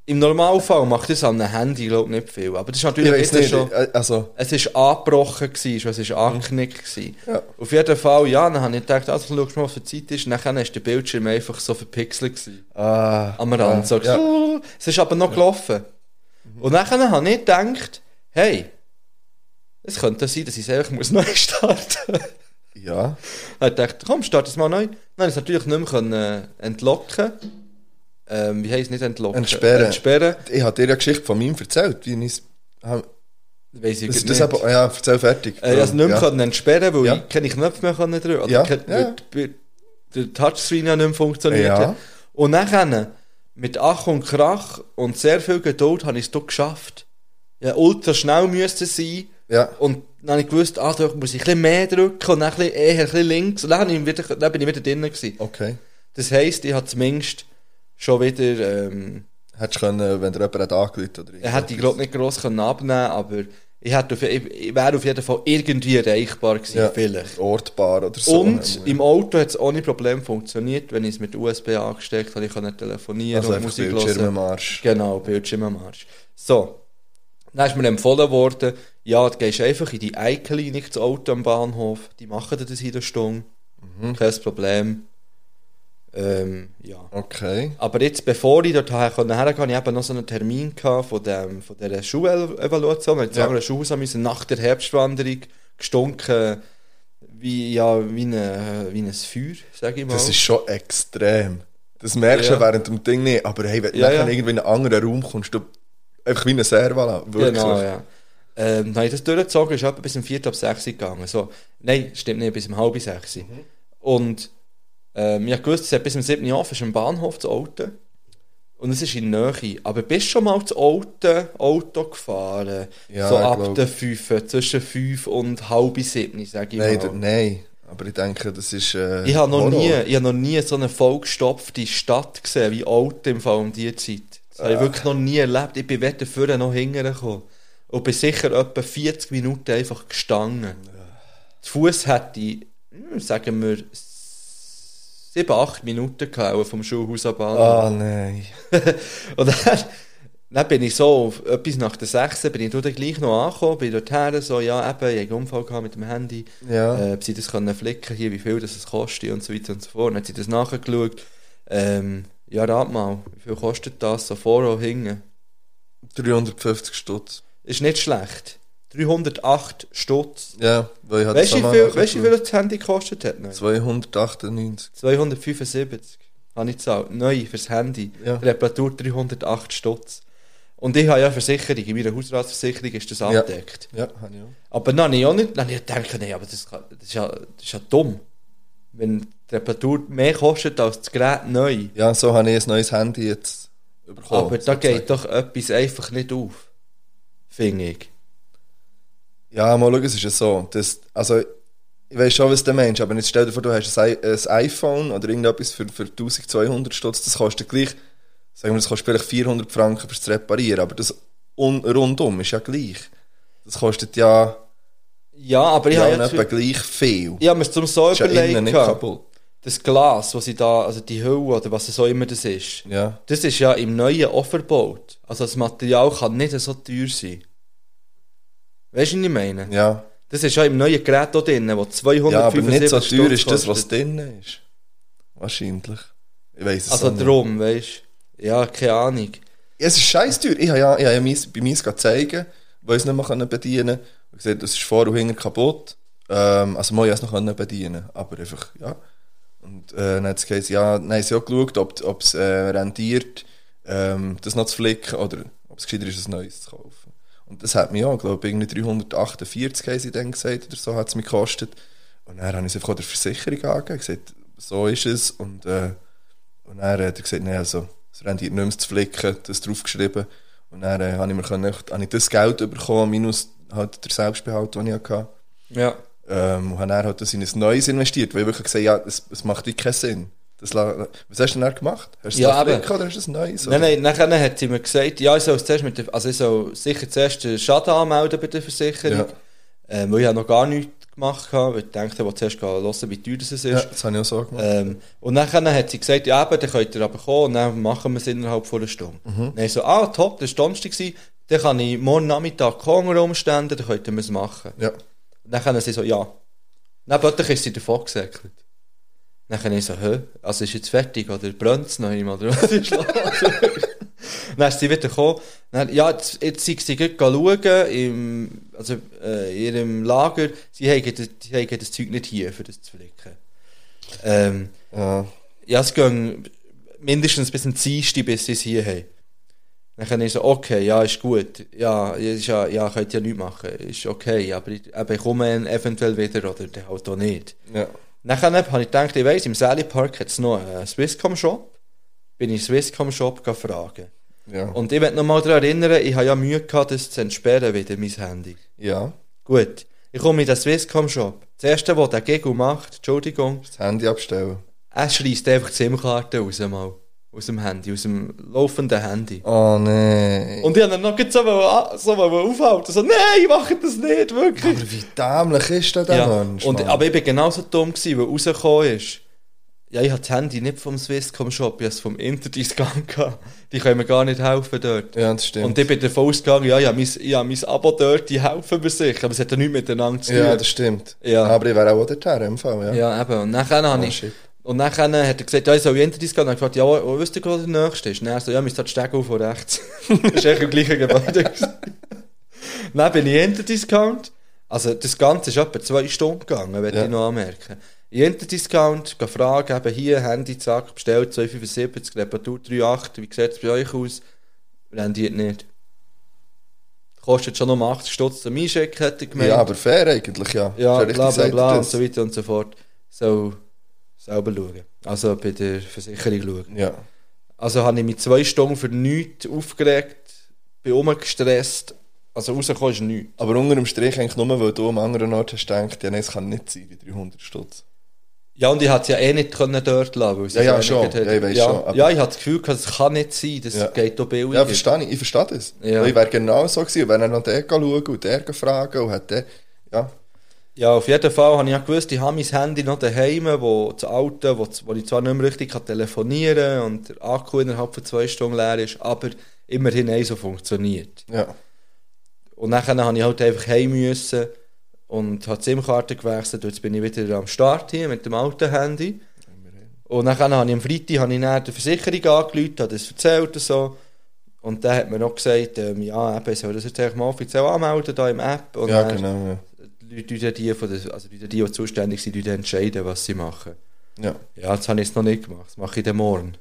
Speaker 1: im Normalfall macht das an einem Handy glaub, nicht viel. Aber das ist
Speaker 2: Ich
Speaker 1: natürlich
Speaker 2: weiß
Speaker 1: wieder
Speaker 2: nicht.
Speaker 1: schon.
Speaker 2: äh, Also,
Speaker 1: Es war angebrochen, gewesen, es war angeknickt. Gewesen.
Speaker 2: Ja.
Speaker 1: Auf jeden Fall, ja, dann habe ich gedacht, also, schau mal, was für Zeit ist. Und dann war der Bildschirm einfach so verpixelt. Gewesen.
Speaker 2: ah,
Speaker 1: Am Rand. So,
Speaker 2: ja. Mhm.
Speaker 1: Es ist aber noch gelaufen. Und dann habe ich gedacht, hey, es könnte sein, dass ich es einfach muss neu starten muss.
Speaker 2: ja.
Speaker 1: Er dachte, komm, start es mal neu. Dann konnte ich es natürlich nicht mehr können, äh, entlocken. Ähm, wie heisst es nicht entlocken?
Speaker 2: Entsperren.
Speaker 1: Entsperren.
Speaker 2: Ich habe dir ja Geschichte von meinem erzählt. Wie ich, das,
Speaker 1: Weiss ich
Speaker 2: das
Speaker 1: nicht.
Speaker 2: das eben, ja, erzähl fertig.
Speaker 1: äh, ich konnte es nicht mehr
Speaker 2: ja.
Speaker 1: können entsperren, weil
Speaker 2: Ja.
Speaker 1: ich keine Knöpfe mehr können drücken konnte.
Speaker 2: Ja,
Speaker 1: Oder kein-
Speaker 2: ja.
Speaker 1: weil die- weil Der Touchscreen ja nicht mehr funktioniert.
Speaker 2: Ja.
Speaker 1: Und dann, mit Ach und Krach und sehr viel Geduld, habe ich es doch geschafft. Ja, ultra schnell müsste es sein.
Speaker 2: Ja.
Speaker 1: Und dann habe ich gewusst, ah, da muss ich ein bisschen mehr drücken und dann ein bisschen eher ein bisschen links. Und dann, habe ich wieder, dann bin ich wieder drinnen. gewesen.
Speaker 2: Okay.
Speaker 1: Das heisst, ich habe zumindest schon wieder. Ähm,
Speaker 2: Hättest du können, äh, wenn dir jemand hat angerufen oder
Speaker 1: er hätte ich glaube nicht gross können abnehmen aber ich, hätte auf, ich, ich wäre auf jeden Fall irgendwie erreichbar gewesen,
Speaker 2: Ja.
Speaker 1: vielleicht.
Speaker 2: Ortbar oder so.
Speaker 1: Und im Auto hat es ohne Problem funktioniert, wenn ich es mit USB angesteckt habe, ich konnte telefonieren
Speaker 2: also
Speaker 1: und
Speaker 2: einfach
Speaker 1: Musik hören.
Speaker 2: Bildschirmenmarsch.
Speaker 1: Genau, Bildschirm am Arsch. So. Dann ist mir empfohlen worden, ja, du gehst einfach in die Eiklinik, das Auto am Bahnhof, die machen dir das in der Stunde,
Speaker 2: Mhm.
Speaker 1: kein Problem. Ähm, ja.
Speaker 2: Okay.
Speaker 1: Aber jetzt, bevor ich dort herkam, konnte, ich eben noch so einen Termin gehabt von, dem, von dieser Schulevaluation. Wir
Speaker 2: Ja.
Speaker 1: haben ja. Schuhhaus müssen nach der Herbstwanderung gestunken wie, ja, wie, eine, wie ein Feuer, sage ich mal.
Speaker 2: Das ist schon extrem. Das merkst du
Speaker 1: Ja.
Speaker 2: während dem Ding nicht. Aber hey, wenn du
Speaker 1: Ja,
Speaker 2: nachher
Speaker 1: ja.
Speaker 2: irgendwie in einen anderen Raum kommst, du einfach wie eine Servala. Wirklich.
Speaker 1: Genau, ja. Ähm, dann habe ich das durchgezogen, ist etwa bis um 4 ab 6 Uhr gegangen. So, nein, stimmt nicht, bis um halb 6 Uhr.
Speaker 2: Mhm.
Speaker 1: Und ähm, ich habe gewusst, es hat bis um 7 Uhr auf, ist am Bahnhof zu Alten. Und es ist in der Nähe. Aber bist du schon mal zu Alten Auto gefahren?
Speaker 2: Ja,
Speaker 1: so
Speaker 2: ich
Speaker 1: ab
Speaker 2: glaub.
Speaker 1: den 5, zwischen 5 und halb 7, sage ich
Speaker 2: Nein,
Speaker 1: mal.
Speaker 2: da- nein. Aber ich denke, das ist. äh,
Speaker 1: Genau. Ich habe noch,
Speaker 2: Horror.
Speaker 1: nie, ich habe noch nie so eine vollgestopfte Stadt gesehen, wie Alten im Fall um diese Zeit. Das habe ich wirklich noch nie erlebt. Ich bin weder vorne noch hinten gekommen. Und bin sicher etwa 40 Minuten einfach gestanden. Zu Fuß hätte ich, hm, sagen wir, 7, 8 Minuten gehauen vom Schulhaus ab an.
Speaker 2: Ah, nein.
Speaker 1: (laughs) Und dann, dann bin ich so, auf etwas nach der 6. bin ich dort gleich noch angekommen, bin dort her, so, ja, eben, ich habe einen Unfall gehabt mit dem Handy
Speaker 2: Ja.
Speaker 1: äh, ob sie das können flicken hier, wie viel das es kostet und so weiter und so fort. Dann hat sie das nachgeschaut. Ähm, ja, rat mal, wie viel kostet das so vor und hinten?
Speaker 2: 350 Stutz.
Speaker 1: Ist nicht schlecht. 308 Stutz.
Speaker 2: Ja, weil ich hatte
Speaker 1: Weißt du, wie viel, weißt du, wie viel das Handy gekostet hat? Neu?
Speaker 2: 298.
Speaker 1: 275 habe ich gezahlt. Neu fürs Handy.
Speaker 2: Ja.
Speaker 1: Reparatur 308 Stutz. Und ich habe ja Versicherung, in meiner Hausratsversicherung ist das abgedeckt.
Speaker 2: Ja, habe ich auch.
Speaker 1: Aber dann habe ich auch nicht, dann habe ich gedacht, nee, aber das, kann- das, ist ja, das ist ja dumm. Wenn die Reparatur mehr kostet als das Gerät neu.
Speaker 2: Ja, so habe ich ein neues Handy jetzt bekommen.
Speaker 1: aber da
Speaker 2: sozusagen.
Speaker 1: geht doch etwas einfach nicht auf. Finde ich.
Speaker 2: Ja, mal schauen, es ist ja so. Das, also, ich weiß schon, was du meinst, aber jetzt stell dir vor, du hast ein, I- ein iPhone oder irgendetwas für, für 1200 Stutz, das kostet gleich, sagen wir, das kostet vielleicht 400 Franken fürs Reparieren, aber das un, rundum ist ja gleich. Das kostet ja,
Speaker 1: Ja, aber ich
Speaker 2: ja,
Speaker 1: habe
Speaker 2: ja
Speaker 1: jetzt,
Speaker 2: etwa gleich viel.
Speaker 1: ich habe mir zum so
Speaker 2: ist ja innen
Speaker 1: überlegt,
Speaker 2: nicht
Speaker 1: gehabt,
Speaker 2: kaputt.
Speaker 1: das Glas, was ich da, also die Hülle oder was es auch immer das ist,
Speaker 2: Ja.
Speaker 1: das ist ja im neuen auch verbaut. Also das Material kann nicht so teuer sein. Weißt du, was ich meine?
Speaker 2: Ja,
Speaker 1: Das ist ja im neuen Gerät auch drin, wo 275
Speaker 2: Ja, aber nicht so teuer ist das,
Speaker 1: kostet.
Speaker 2: was drin ist. Wahrscheinlich. Ich weiß es
Speaker 1: Also
Speaker 2: auch nicht.
Speaker 1: drum, weißt du. Ja, keine Ahnung.
Speaker 2: Ja, es ist scheiß teuer. Ich habe ja, ich habe ja meins, bei mir zeigen, weil ich es nicht mehr können bedienen konnte. Ich gesagt, das ist vor und hinten kaputt. Ähm, also man es noch können bedienen, aber einfach, ja. Und äh, dann hat es gesagt, ja, dann haben sie auch geschaut, ob ob es äh, rentiert, ähm, das noch zu flicken oder ob es gescheiter ist, ein neues zu kaufen. Und das hat mich auch, glaube ich, irgendwie 348 haben sie dann gesagt oder so hat es mich gekostet. Und dann habe ich es einfach auch der Versicherung angegeben, gesagt, so ist es und äh, und dann hat er gesagt, nein, also, es rendiert nicht mehr zu flicken, das draufgeschrieben. Und dann äh, habe ich mir können, habe ich das Geld bekommen, minus halt der Selbstbehalt, den ich hatte.
Speaker 1: Ja.
Speaker 2: Ähm, und habe dann halt das in ein neues investiert, weil ich wirklich gesagt habe, ja, es, es macht wie keinen Sinn. Das, la- was hast du denn dann gemacht? Hast du
Speaker 1: Ja,
Speaker 2: das
Speaker 1: eben.
Speaker 2: flicken oder hast du das Neues?
Speaker 1: Nein, nein, nachher hat sie mir gesagt, ja, ich soll, zuerst mit der, also ich soll sicher zuerst den Schaden anmelden bei der Versicherung.
Speaker 2: Ja.
Speaker 1: Ähm, weil ich habe noch gar nichts gemacht habe, weil ich dachte, ich will zuerst gehen hören, wie teuer das ist.
Speaker 2: Ja, das habe ich auch so gemacht.
Speaker 1: Ähm, und dann hat sie gesagt, ja, eben, dann könnt ihr aber kommen und dann machen wir es innerhalb von einer Stunde. Dann ich so, ah, top, das war Donnerstag, gewesen. dann kann ich morgen Nachmittag kommen unter Umständen, dann könnten wir es machen.
Speaker 2: Ja.
Speaker 1: Und dann haben sie so, ja. Dann plötzlich ist sie davon gesäckelt. Dann habe ich so, hä, also ist jetzt fertig oder brennt es noch immer oder was ist los? (laughs) dann ist sie wieder gekommen. Dann, ja, jetzt, jetzt sind sie gerade schauen, im, also äh, in ihrem Lager, sie haben, das- sie haben das Zeug nicht hier, für das zu flicken. Ähm,
Speaker 2: Ja.
Speaker 1: ja, es ging mindestens bis zum Dienstag, bis sie es hier haben. Dann habe ich so, okay, ja, ist gut. Ja, ist ja, ja könnt ja nichts machen. Ist okay, aber ich, eben, ich komme eventuell wieder oder dann halt auch nicht.
Speaker 2: Ja.
Speaker 1: Nachher habe ich gedacht, ich weiss, im Sally Park hat es noch einen Swisscom-Shop. Bin ich Swisscom-Shop fragen.
Speaker 2: Ja.
Speaker 1: Und ich möchte noch mal daran erinnern, ich habe ja Mühe gehabt, das zu entsperren wieder, mein Handy.
Speaker 2: ja.
Speaker 1: Gut, ich komme in den Swisscom-Shop. Das erste, was der Gegel macht, Entschuldigung,
Speaker 2: Das Handy abstellen.
Speaker 1: er schreist einfach die SIM-Karte raus, mal. Aus dem Handy, aus dem laufenden Handy.
Speaker 2: Oh nein.
Speaker 1: Und ich habe dann noch gleich so, wollen a- so wollen aufhalten. So, nein, mach das nicht, wirklich.
Speaker 2: aber wie dämlich ist denn der
Speaker 1: Ja.
Speaker 2: Mensch?
Speaker 1: Und,
Speaker 2: Mann?
Speaker 1: aber ich war genauso dumm, gewesen, weil rausgekommen ist. Ja, ich habe das Handy nicht vom Swisscom-Shop, ich habe es vom Interdiscount gehabt. Die können mir gar nicht helfen dort.
Speaker 2: ja, das stimmt.
Speaker 1: Und ich bin davon ausgegangen, ja, ich habe mein, ich habe mein Abo dort, die helfen mir sicher. Aber es hat ja nichts miteinander zu tun.
Speaker 2: ja, das stimmt.
Speaker 1: Ja.
Speaker 2: Aber ich wäre auch der im Fall, ja.
Speaker 1: Ja, eben. Und nachher habe
Speaker 2: Oh,
Speaker 1: ich.
Speaker 2: shit.
Speaker 1: Und nachher hat er gesagt, ja, ich soll hinter dich gehen. Und ich gefragt, ja, wo, wo wisst ihr, wo der nächste ist? Und er so, ja, wir sind die Steg auf von rechts. (laughs) das ist echt im gleichen Gebäude. (laughs) gewesen. dann bin ich hinter Discount. Also, das Ganze ist etwa zwei Stunden gegangen, würde
Speaker 2: Ja.
Speaker 1: ich noch anmerken. In hinter Discount, gehe fragen, eben hier, Handy, zack, bestellt, 275, Reparatur 3,8, wie sieht es bei euch aus? Rendiert nicht. Kostet schon noch 80 Stutz zum Einschicken, hätte ich gemeint.
Speaker 2: Ja, aber fair eigentlich, ja.
Speaker 1: Ja,
Speaker 2: Ist richtig
Speaker 1: bla bla
Speaker 2: gesagt,
Speaker 1: bla und
Speaker 2: das-
Speaker 1: so weiter und so fort. So selber schauen. Also bei der Versicherung schauen.
Speaker 2: Ja.
Speaker 1: Also habe ich mich zwei Stunden für nichts aufgeregt, bin rumgestresst. Also rausgekommen ist nichts.
Speaker 2: Aber unter dem Strich eigentlich nur, weil du am anderen Ort hast gedacht, ja, nein, es kann nicht sein, die 300 Stutz.
Speaker 1: Ja, und ich hatte es ja eh nicht können dort lassen weil sie
Speaker 2: Ja,
Speaker 1: es
Speaker 2: ja,
Speaker 1: nicht
Speaker 2: schon.
Speaker 1: gehabt hat.
Speaker 2: Ja, ich weiss
Speaker 1: ja.
Speaker 2: schon, aber-
Speaker 1: ja, ich hatte das Gefühl, gehabt, es kann nicht sein, das
Speaker 2: Ja.
Speaker 1: geht doch billig.
Speaker 2: Ja, verstehe ich, ich verstehe das.
Speaker 1: Ja.
Speaker 2: Weil Ich wäre genau so gewesen, wenn er noch der schauen und der fragen und hat der. Ja,
Speaker 1: Ja, auf jeden Fall habe ich ja gewusst, ich habe mein Handy noch daheim, wo das alte, wo, wo ich zwar nicht mehr richtig kann telefonieren kann und der Akku innerhalb von zwei Stunden leer ist, aber immerhin eins, so funktioniert.
Speaker 2: ja.
Speaker 1: Und dann habe ich halt einfach heim müssen und habe die SIM-Karte gewechselt. Jetzt bin ich wieder am Start hier mit dem alten Handy. Und dann habe ich am Freitag habe ich dann die Versicherung angerufen, habe das erzählt und so. Und dann hat mir noch gesagt, ähm, ja, eben, ich soll das jetzt einfach mal offiziell anmelden da im App. Und
Speaker 2: ja,
Speaker 1: dann
Speaker 2: genau. Ja.
Speaker 1: die Leute, die, die, von der, also die, die, die zuständig sind, die entscheiden, was sie machen.
Speaker 2: ja.
Speaker 1: Ja, das habe ich jetzt noch nicht gemacht. Das mache ich dann morgen.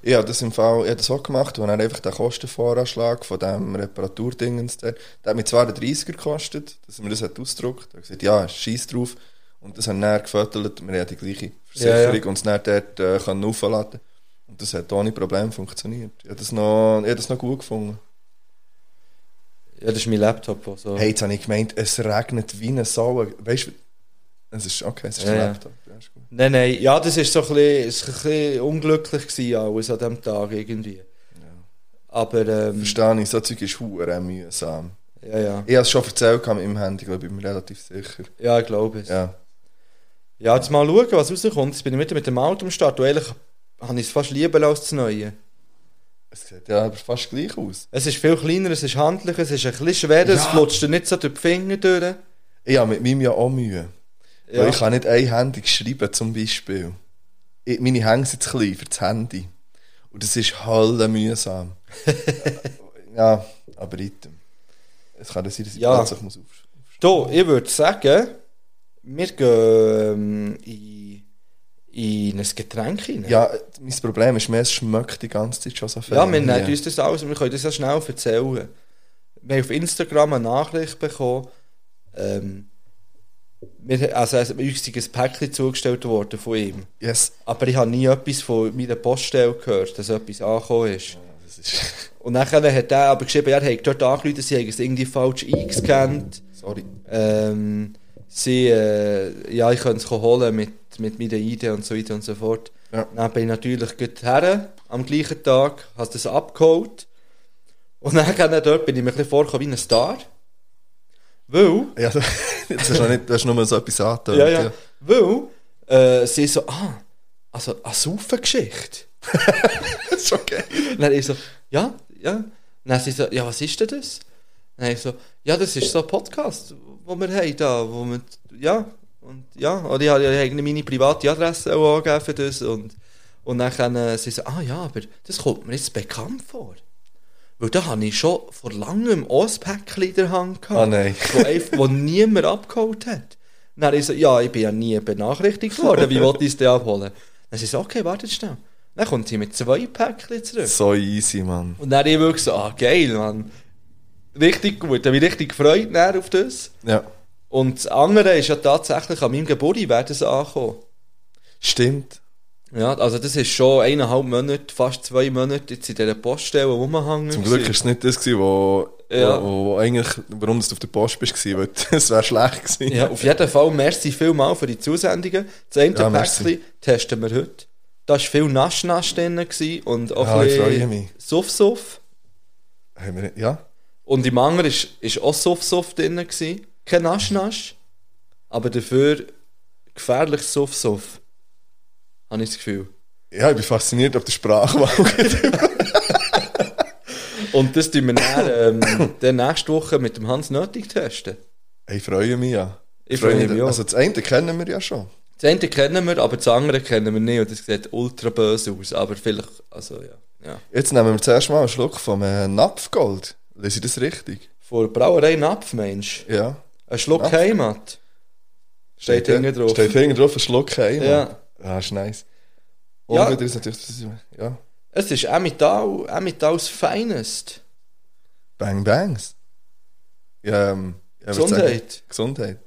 Speaker 2: Ich habe das im Fall ich habe das auch gemacht, wo er einfach den Kostenvoranschlag von dem Reparaturdingens der, der hat mich zwar einen 30er gekostet, dass er mir das hat ausgedruckt hat. gesagt, ja, scheiß drauf. Und das haben wir dann gefördert, wir haben die gleiche Versicherung
Speaker 1: Ja, ja.
Speaker 2: und es dann dort äh, können aufladen Und das hat ohne Problem funktioniert. Ich habe das noch, ich habe das noch gut gefunden.
Speaker 1: Ja, das ist mein Laptop. der so.
Speaker 2: Hey, jetzt habe ich gemeint, es regnet wie eine Sau. Weißt du, es ist okay, es ist
Speaker 1: Ja,
Speaker 2: ein
Speaker 1: ja.
Speaker 2: Laptop. Ja, ist gut.
Speaker 1: Nein, nein, ja, das war so ein bisschen, ist ein bisschen unglücklich gewesen, alles an diesem Tag irgendwie. Aber, ähm,
Speaker 2: Verstehe ich, so Zeug ist hure mühsam.
Speaker 1: ja, ja,
Speaker 2: Ich habe es schon erzählt gehabt mit meinem Handy, glaube ich, bin mir relativ sicher.
Speaker 1: ja, ich glaube es. Ja.
Speaker 2: Ja.
Speaker 1: jetzt mal schauen, was rauskommt. Jetzt bin ich wieder mit dem Auto am Start. Und ehrlich, habe ich es fast lieber als das Neue.
Speaker 2: Es sieht ja aber fast gleich aus.
Speaker 1: Es ist viel kleiner, es ist handlicher, es ist ein bisschen schwerer, es
Speaker 2: Ja.
Speaker 1: flutscht dir nicht so durch die Finger durch.
Speaker 2: Ich habe mit meinem ja auch Mühe.
Speaker 1: Ja.
Speaker 2: Weil ich kann nicht einhändig schreiben, zum Beispiel. Ich, meine Hände sind zu klein für das Handy. Und das ist hölle mühsam.
Speaker 1: (laughs)
Speaker 2: ja, aber item. Es kann ja sein, dass ich
Speaker 1: Ja.
Speaker 2: plötzlich muss aufsch- aufsch-
Speaker 1: So, ich würde sagen, wir gehen ähm, in, in ein Getränk hinein.
Speaker 2: Ja, äh, mein Problem ist mehr, es schmeckt die ganze Zeit schon so viel.
Speaker 1: ja wir nehmen uns das alles und wir können das ja schnell erzählen. Wir haben auf Instagram eine Nachricht bekommen. Ähm, wir, also, also, uns ist ein Päckchen zugestellt worden von ihm.
Speaker 2: Yes.
Speaker 1: Aber ich habe nie etwas von meiner Poststelle gehört, dass etwas angekommen ist.
Speaker 2: Das ist...
Speaker 1: Und dann hat er aber geschrieben, er hat dort angerufen, sie haben es irgendwie falsch eingescannt.
Speaker 2: Sorry.
Speaker 1: Ähm, sie, äh, ja, ich könnte es holen mit, mit meiner Idee und so weiter und so fort.
Speaker 2: Ja.
Speaker 1: Dann bin ich natürlich gut her, am gleichen Tag, habe das abgeholt. Und dann dort bin ich mir ein bisschen vorgekommen wie ein Star. Weil,
Speaker 2: (laughs) Ja, du, das ist noch nicht, du hast nur so etwas angetönt.
Speaker 1: ja, ja, weil, äh, sie so, ah, also eine Saufengeschichte.
Speaker 2: Das (laughs) ist okay.
Speaker 1: (laughs) Dann ich so, ja, ja. Dann sie so, ja, was ist denn das? Dann ich so, ja, das ist so ein Podcast, wo wir haben da, wo wir, ja, und ja, oder ich habe ja irgendwie meine private Adresse auch angegeben für das und, und dann können sie so, ah ja, aber das kommt mir jetzt bekannt vor. Weil da habe ich schon vor langem auch ein Päckchen in der Hand gehabt,
Speaker 2: Ah, nein.
Speaker 1: wo, einfach, wo niemand abgeholt hat. Dann ich so, ja, ich bin ja nie benachrichtigt worden, wie wollte ich es denn abholen? Dann sie so, okay, wartet schnell. Dann kommt sie mit zwei Päckchen zurück.
Speaker 2: So easy, Mann.
Speaker 1: Und dann ich wirklich so, ah, geil, Mann. Richtig gut, da habe ich richtig gefreut dann auf das.
Speaker 2: Ja.
Speaker 1: Und das andere ist ja tatsächlich, an meinem Geburtstag wäre das angekommen.
Speaker 2: Stimmt.
Speaker 1: Ja, also das ist schon eineinhalb Monate, fast zwei Monate jetzt in dieser Poststelle rumhängen.
Speaker 2: Zum Glück war es nicht das, gewesen, wo,
Speaker 1: Ja.
Speaker 2: wo, wo eigentlich, warum du auf der Post bist, gewesen, weil (laughs) es wäre schlecht gewesen.
Speaker 1: Ja, auf jeden Fall, merci vielmal für die Zusendungen. Das eine
Speaker 2: Ja, merci.
Speaker 1: Päckchen testen wir heute. Da war viel Nasch-Nasch drin gewesen und auch
Speaker 2: Ja,
Speaker 1: ein
Speaker 2: ich freue
Speaker 1: bisschen
Speaker 2: mich.
Speaker 1: Suff-Suff.
Speaker 2: Haben wir nicht- ja.
Speaker 1: Und im anderen war auch Suff-Suff drin. Gewesen. Kein Nasch-Nasch, aber dafür gefährliches Suff-Suff. Habe ich das Gefühl.
Speaker 2: ja, ich bin fasziniert auf
Speaker 1: (laughs)
Speaker 2: der Sprachwahl.
Speaker 1: Und das tun wir dann, ähm, dann nächste Woche mit dem Hans Nötig testen.
Speaker 2: ich freue mich ja.
Speaker 1: Ich freue mich auch.
Speaker 2: Also das eine kennen wir ja schon.
Speaker 1: Das eine kennen wir, aber das andere kennen wir nicht. Und das sieht ultra böse aus. Aber vielleicht, also ja. ja.
Speaker 2: Jetzt nehmen wir zuerst mal einen Schluck vom äh, Napfgold. Lese ich das richtig?
Speaker 1: Vor Brauerei Napf, Mensch.
Speaker 2: Ja.
Speaker 1: Ein Schluck
Speaker 2: Napf?
Speaker 1: Heimat. Steht hinten drauf.
Speaker 2: Steht hinten drauf, ein Schluck heim.
Speaker 1: Ja.
Speaker 2: Ah, ist nice. Und
Speaker 1: Ja.
Speaker 2: wieder ist natürlich, ja,
Speaker 1: Es ist Emmental, Emmentals Finest.
Speaker 2: Bang Bangs. Ja, ähm, ja, was
Speaker 1: Gesundheit.
Speaker 2: sagen? Gesundheit.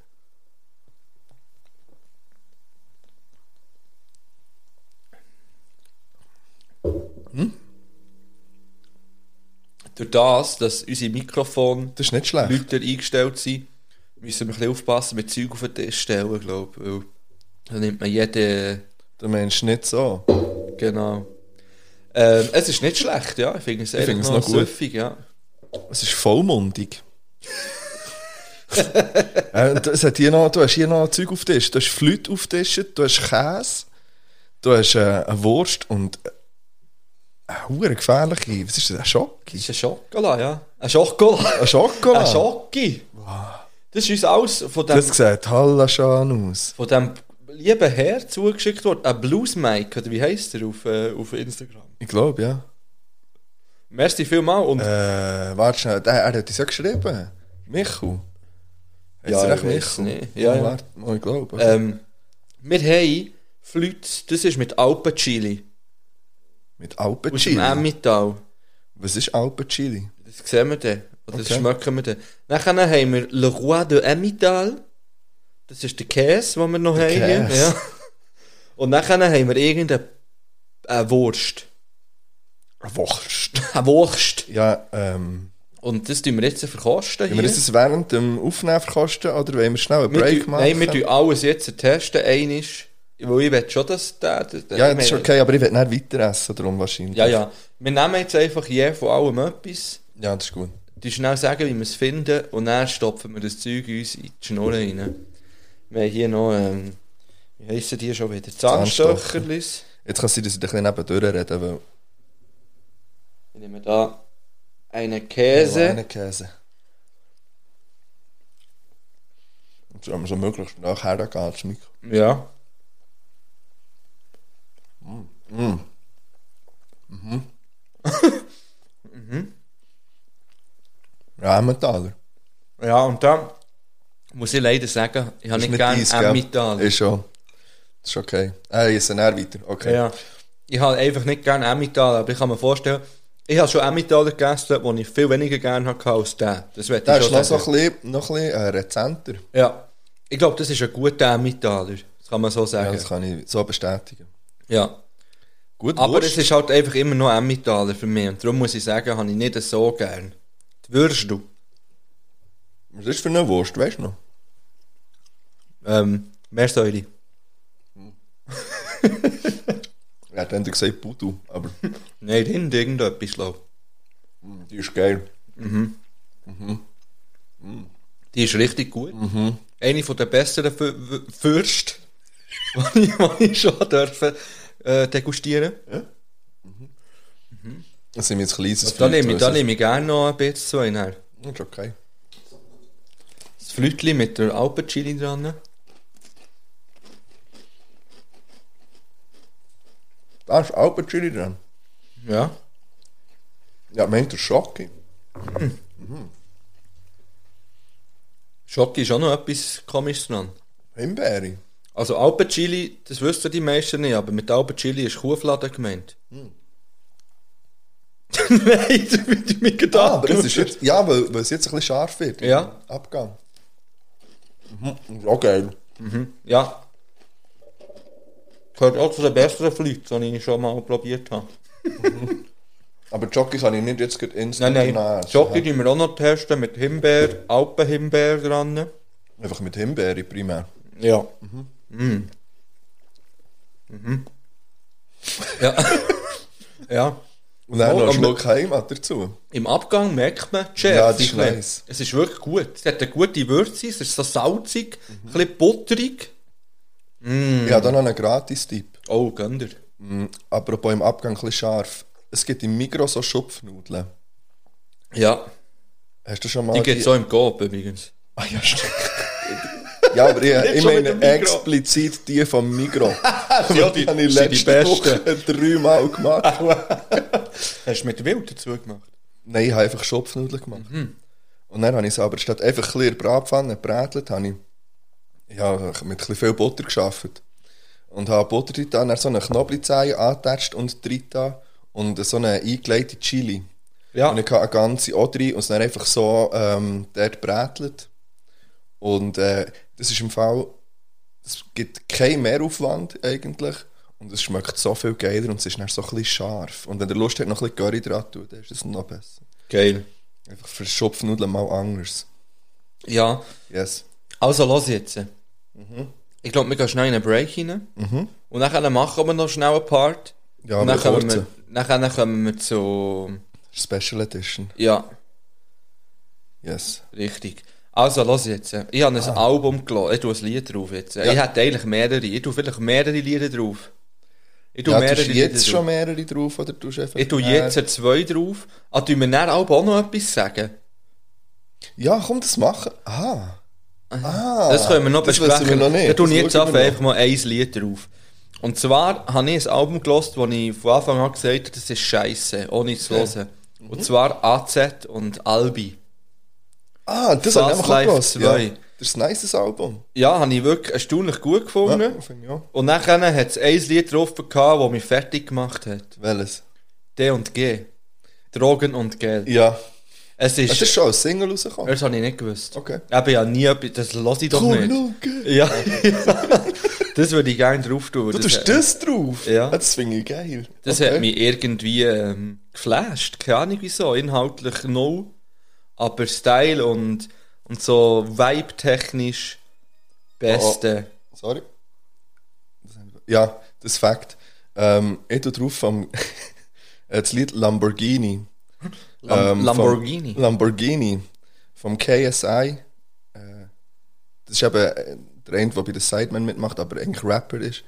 Speaker 1: Durch das, dass unsere Mikrofon
Speaker 2: Das ist nicht schlecht.
Speaker 1: Leute eingestellt sind, müssen wir ein bisschen aufpassen mit Zeug auf den Tisch stellen, glaube ich. Weil Dann nimmt man jeden...
Speaker 2: Du meinst nicht so.
Speaker 1: Genau. Ähm, es ist nicht schlecht, ja. Ich finde es eigentlich
Speaker 2: finde es
Speaker 1: noch,
Speaker 2: noch gut.
Speaker 1: süffig, ja.
Speaker 2: Es ist vollmundig. (laughs) äh, und es hat hier noch, du hast hier noch Zeug auf Tisch. Du hast Flüte auf Tisch, du hast Käse, du hast äh, eine Wurst und äh, eine hure gefährliche. Was ist das? Ein Schocke?
Speaker 1: Das ist ein Schokolade, ja. Ein Schokolade. (laughs)
Speaker 2: Ein Schokolade?
Speaker 1: Ein Schoki. Das ist uns alles von dem,
Speaker 2: Ah. Das sieht Hallaschan aus.
Speaker 1: von dem lieben Herr zugeschickt worden. Ein Blues Mike, oder wie heisst er auf, äh, auf Instagram?
Speaker 2: Ich glaube, ja.
Speaker 1: Merci vielmals und
Speaker 2: Äh, warte schnell, der, er hat es ja geschrieben. Michu. Hat
Speaker 1: Ja,
Speaker 2: er recht,
Speaker 1: ich weiss nicht. Ja,
Speaker 2: Ja,
Speaker 1: ja.
Speaker 2: Warte, oh, ich glaube. Okay.
Speaker 1: ähm, wir haben Flüte, das ist mit Alpenchili.
Speaker 2: Mit
Speaker 1: Aus dem
Speaker 2: Alpenchili.
Speaker 1: Emmental.
Speaker 2: Was ist Alpenchili?
Speaker 1: Das sehen wir dann. Oder das
Speaker 2: Okay.
Speaker 1: schmecken wir dann. Nachher haben wir Le Roi de Emmental. Das ist der Käse, den wir noch haben. hier.
Speaker 2: Käse.
Speaker 1: Ja. Und nachher haben wir irgendeine eine Wurst.
Speaker 2: (laughs) Eine Wurst.
Speaker 1: Eine Wurst.
Speaker 2: Ja, ähm.
Speaker 1: Und das tun wir jetzt verkosten.
Speaker 2: Wollen wir
Speaker 1: hier.
Speaker 2: das jetzt während dem Aufnehmen verkosten oder wollen wir schnell einen
Speaker 1: Wir
Speaker 2: Break
Speaker 1: tun-
Speaker 2: machen?
Speaker 1: Nein, wir tun alles jetzt testen. Einisch. Weil ich will schon, dass der. der- der-
Speaker 2: ja,
Speaker 1: ich
Speaker 2: das ist
Speaker 1: meine-
Speaker 2: okay, aber ich werde nicht weiter essen, darum wahrscheinlich.
Speaker 1: Ja, ja. Wir nehmen jetzt einfach je von allem etwas.
Speaker 2: Ja, das ist gut.
Speaker 1: die schnell sagen, wie wir es finden und dann stopfen wir das Zeug uns in die Schnur rein. Wir haben hier noch, ähm, wie heissen die schon wieder? Zahnstocherlis.
Speaker 2: Jetzt kann es sein, dass ich dich ein bisschen nebendurch reden weil
Speaker 1: Wir nehmen da einen
Speaker 2: Oh,
Speaker 1: Käse.
Speaker 2: einen Käse. Sollen wir so möglichst nachher gehen, zum Mikro.
Speaker 1: Ja.
Speaker 2: Ja, Emmentaler.
Speaker 1: Ja, und da muss ich leider sagen, ich habe
Speaker 2: Ist
Speaker 1: nicht gerne
Speaker 2: deins, gell?
Speaker 1: Emmentaler.
Speaker 2: Ist schon. Ist okay. Ah, jetzt dann er weiter. Okay.
Speaker 1: Ja. Ich habe einfach nicht gerne Emmentaler, aber ich kann mir vorstellen, ich habe schon Emmentaler gegessen, die ich viel weniger gerne hatte als den. Das werde
Speaker 2: Der
Speaker 1: ich
Speaker 2: ist
Speaker 1: schon
Speaker 2: noch,
Speaker 1: sagen.
Speaker 2: so ein bisschen, noch ein bisschen äh, rezenter.
Speaker 1: Ja. Ich glaube, das ist ein guter Emmentaler. Das kann man so
Speaker 2: Ja,
Speaker 1: sagen.
Speaker 2: das kann ich so bestätigen.
Speaker 1: ja.
Speaker 2: Gut,
Speaker 1: Aber
Speaker 2: Wurst.
Speaker 1: es ist halt einfach immer noch Emmentaler für mich. Und darum muss ich sagen, habe ich nicht so gern. Die Würst du?
Speaker 2: Was ist für eine Wurst, weißt du noch?
Speaker 1: Ähm, mehr Säure.
Speaker 2: Ja, dann hätte ich gesagt Pudu, aber
Speaker 1: Nein, Rind, irgendetwas, glaube
Speaker 2: die ist geil.
Speaker 1: Die ist richtig gut. Eine von der besseren Fü- Wü- Würst, (laughs) die ich, die ich schon dürfen äh, degustieren.
Speaker 2: Das sind jetzt kleines
Speaker 1: Da nehme, ich,
Speaker 2: Fleisch,
Speaker 1: da
Speaker 2: das ist-
Speaker 1: nehme ich gerne noch ein bisschen so ein. her.
Speaker 2: Ist okay.
Speaker 1: Das Flütli mit der Alpenchili dran.
Speaker 2: Da Ah, ist Alpenchili dran.
Speaker 1: Ja.
Speaker 2: Ja, meint der Schocke.
Speaker 1: Schoki ist auch noch etwas komisches dran.
Speaker 2: Himbeere.
Speaker 1: Also Alpenchili, das wissen die meisten nicht, aber mit Alpenchili ist Kuhfladen gemeint.
Speaker 2: Hm.
Speaker 1: (laughs) Nein, das bin ich mir gedacht.
Speaker 2: Ah, aber das ist jetzt, ja, weil, weil es jetzt ein bisschen scharf wird.
Speaker 1: Ja.
Speaker 2: Abgang. Mhm. Ist auch geil.
Speaker 1: Ja. Gehört auch zu den besseren Flüchten, die ich schon mal probiert habe.
Speaker 2: Aber Jockey kann ich nicht jetzt gerade
Speaker 1: Nein,
Speaker 2: instant
Speaker 1: nein.
Speaker 2: essen.
Speaker 1: Schoki die wir auch noch testen mit Himbeer, Alpenhimbeer dran.
Speaker 2: Einfach mit Himbeere primär.
Speaker 1: Ja. Mhm. Mhm. Ja. (laughs) ja.
Speaker 2: Und dann
Speaker 1: Oh,
Speaker 2: noch einen
Speaker 1: aber- Mhm.
Speaker 2: Schluck Heimat dazu.
Speaker 1: Im Abgang merkt man, Chef,
Speaker 2: Ja, das
Speaker 1: ich
Speaker 2: ist
Speaker 1: meine,
Speaker 2: nice.
Speaker 1: es ist wirklich gut. Es hat eine gute Würze, es ist so salzig, ein bisschen butterig.
Speaker 2: Ich habe da noch einen Gratis-Tipp.
Speaker 1: Oh, gönn dir.
Speaker 2: Mhm. Apropos im Abgang ein bisschen scharf. Es gibt im Migros so Schupfnudeln.
Speaker 1: Ja,
Speaker 2: Hast du schon mal
Speaker 1: Ah, die geht so im Coop übrigens.
Speaker 2: Ah, ja, stimmt. ja, aber ich, ich
Speaker 1: schon mit dem
Speaker 2: meine
Speaker 1: Migros.
Speaker 2: explizit die vom Migros.
Speaker 1: (laughs) Ja,
Speaker 2: die habe ich
Speaker 1: sind die
Speaker 2: letzte
Speaker 1: besten.
Speaker 2: Woche (laughs) dreimal gemacht.
Speaker 1: Hast du mit Wild dazu gemacht?
Speaker 2: Nein, ich habe einfach Schopfnudeln gemacht.
Speaker 1: Mhm.
Speaker 2: Und dann habe ich es aber statt einfach ein bisschen in der Bratpfanne gebrätelt, habe ich ja, mit ein bisschen viel Butter geschafft. Und habe Butter drin getan, dann so eine Knoblauchzehe angetatscht und drin getan und so eine eingelegte Chili.
Speaker 1: Ja.
Speaker 2: Und ich habe eine ganze auch drin und es dann einfach so ähm, dort gebrätelt. Und äh, das ist im Fall, es gibt keinen Mehraufwand eigentlich. Und es schmeckt so viel geiler und es ist dann so ein bisschen scharf. Und wenn der Lust hat, noch ein bisschen Curry dran zu tun, dann ist es noch besser.
Speaker 1: Geil.
Speaker 2: Einfach für Schopfnudeln mal anders.
Speaker 1: Ja, Mhm.
Speaker 2: Yes.
Speaker 1: also los jetzt. Ich glaube, wir gehen schnell in einen Break rein. Und dann machen wir noch schnell einen Part.
Speaker 2: Ja,
Speaker 1: und
Speaker 2: aber
Speaker 1: dann kommen, Mhm. wir,
Speaker 2: kurzen.
Speaker 1: dann kommen wir zu...
Speaker 2: Special Edition.
Speaker 1: Ja,
Speaker 2: Yes.
Speaker 1: Richtig. Also, los jetzt. Ich habe ein
Speaker 2: Ah.
Speaker 1: Album gelassen. Ich tue ein Lied drauf jetzt. Ich hätte eigentlich mehrere. Ich tue vielleicht mehrere Lieder drauf. Ich tue
Speaker 2: Ja,
Speaker 1: mehrere
Speaker 2: tust du jetzt
Speaker 1: Lieder
Speaker 2: schon
Speaker 1: drauf.
Speaker 2: mehrere drauf oder tust du einfach...
Speaker 1: Ich tue jetzt zwei drauf. Ah, tun wir dann auch noch etwas sagen?
Speaker 2: Ja, komm, das machen. Ah. Ah.
Speaker 1: Das können wir noch
Speaker 2: das
Speaker 1: besprechen.
Speaker 2: wissen wir noch nicht.
Speaker 1: Dann tue
Speaker 2: Das
Speaker 1: ich jetzt
Speaker 2: schauen
Speaker 1: einfach,
Speaker 2: wir
Speaker 1: einfach mal ein Lied drauf. Und zwar habe ich ein Album gehört, wo ich von Anfang an gesagt habe, das ist scheiße, ohne es zu hören.
Speaker 2: Mhm.
Speaker 1: Und zwar AZ und Albi.
Speaker 2: noch. Ah, das
Speaker 1: Fast
Speaker 2: habe ich
Speaker 1: Life
Speaker 2: einfach
Speaker 1: 2.
Speaker 2: Ja. Das ist ein nices Album.
Speaker 1: Ja, habe ich wirklich erstaunlich gut gefunden.
Speaker 2: Ja, finde ich auch.
Speaker 1: Und nachher hat es ein Lied drauf, gehabt, das mich fertig gemacht hat.
Speaker 2: Welches?
Speaker 1: D und G. Drogen und Geld.
Speaker 2: Ja.
Speaker 1: Es
Speaker 2: Es
Speaker 1: ist...
Speaker 2: ist schon als Single rausgekommen.
Speaker 1: Das habe ich nicht gewusst.
Speaker 2: Okay.
Speaker 1: Eben ja nie etwas... Das lasse ich doch nicht.
Speaker 2: Du
Speaker 1: Ja. (laughs) das würde ich gerne drauf tun. das
Speaker 2: tust
Speaker 1: hat-
Speaker 2: das drauf? Ah,
Speaker 1: Ja.
Speaker 2: Das finde ich geil.
Speaker 1: Das
Speaker 2: Okay.
Speaker 1: hat mich irgendwie ähm, geflasht. Keine Ahnung wieso. Inhaltlich no. Aber Style und, und so vibe-technisch beste.
Speaker 2: Sorry. Das haben wir- Ja, das ist Fakt. Ähm, ich tue drauf vom (laughs) äh, das Lied Lamborghini.
Speaker 1: Lam
Speaker 2: ähm,
Speaker 1: Lamborghini.
Speaker 2: Vom, Lamborghini. Vom KSI. Äh, das ist eben äh, der eine, der bei den Sidemen mitmacht, aber eigentlich Rapper ist.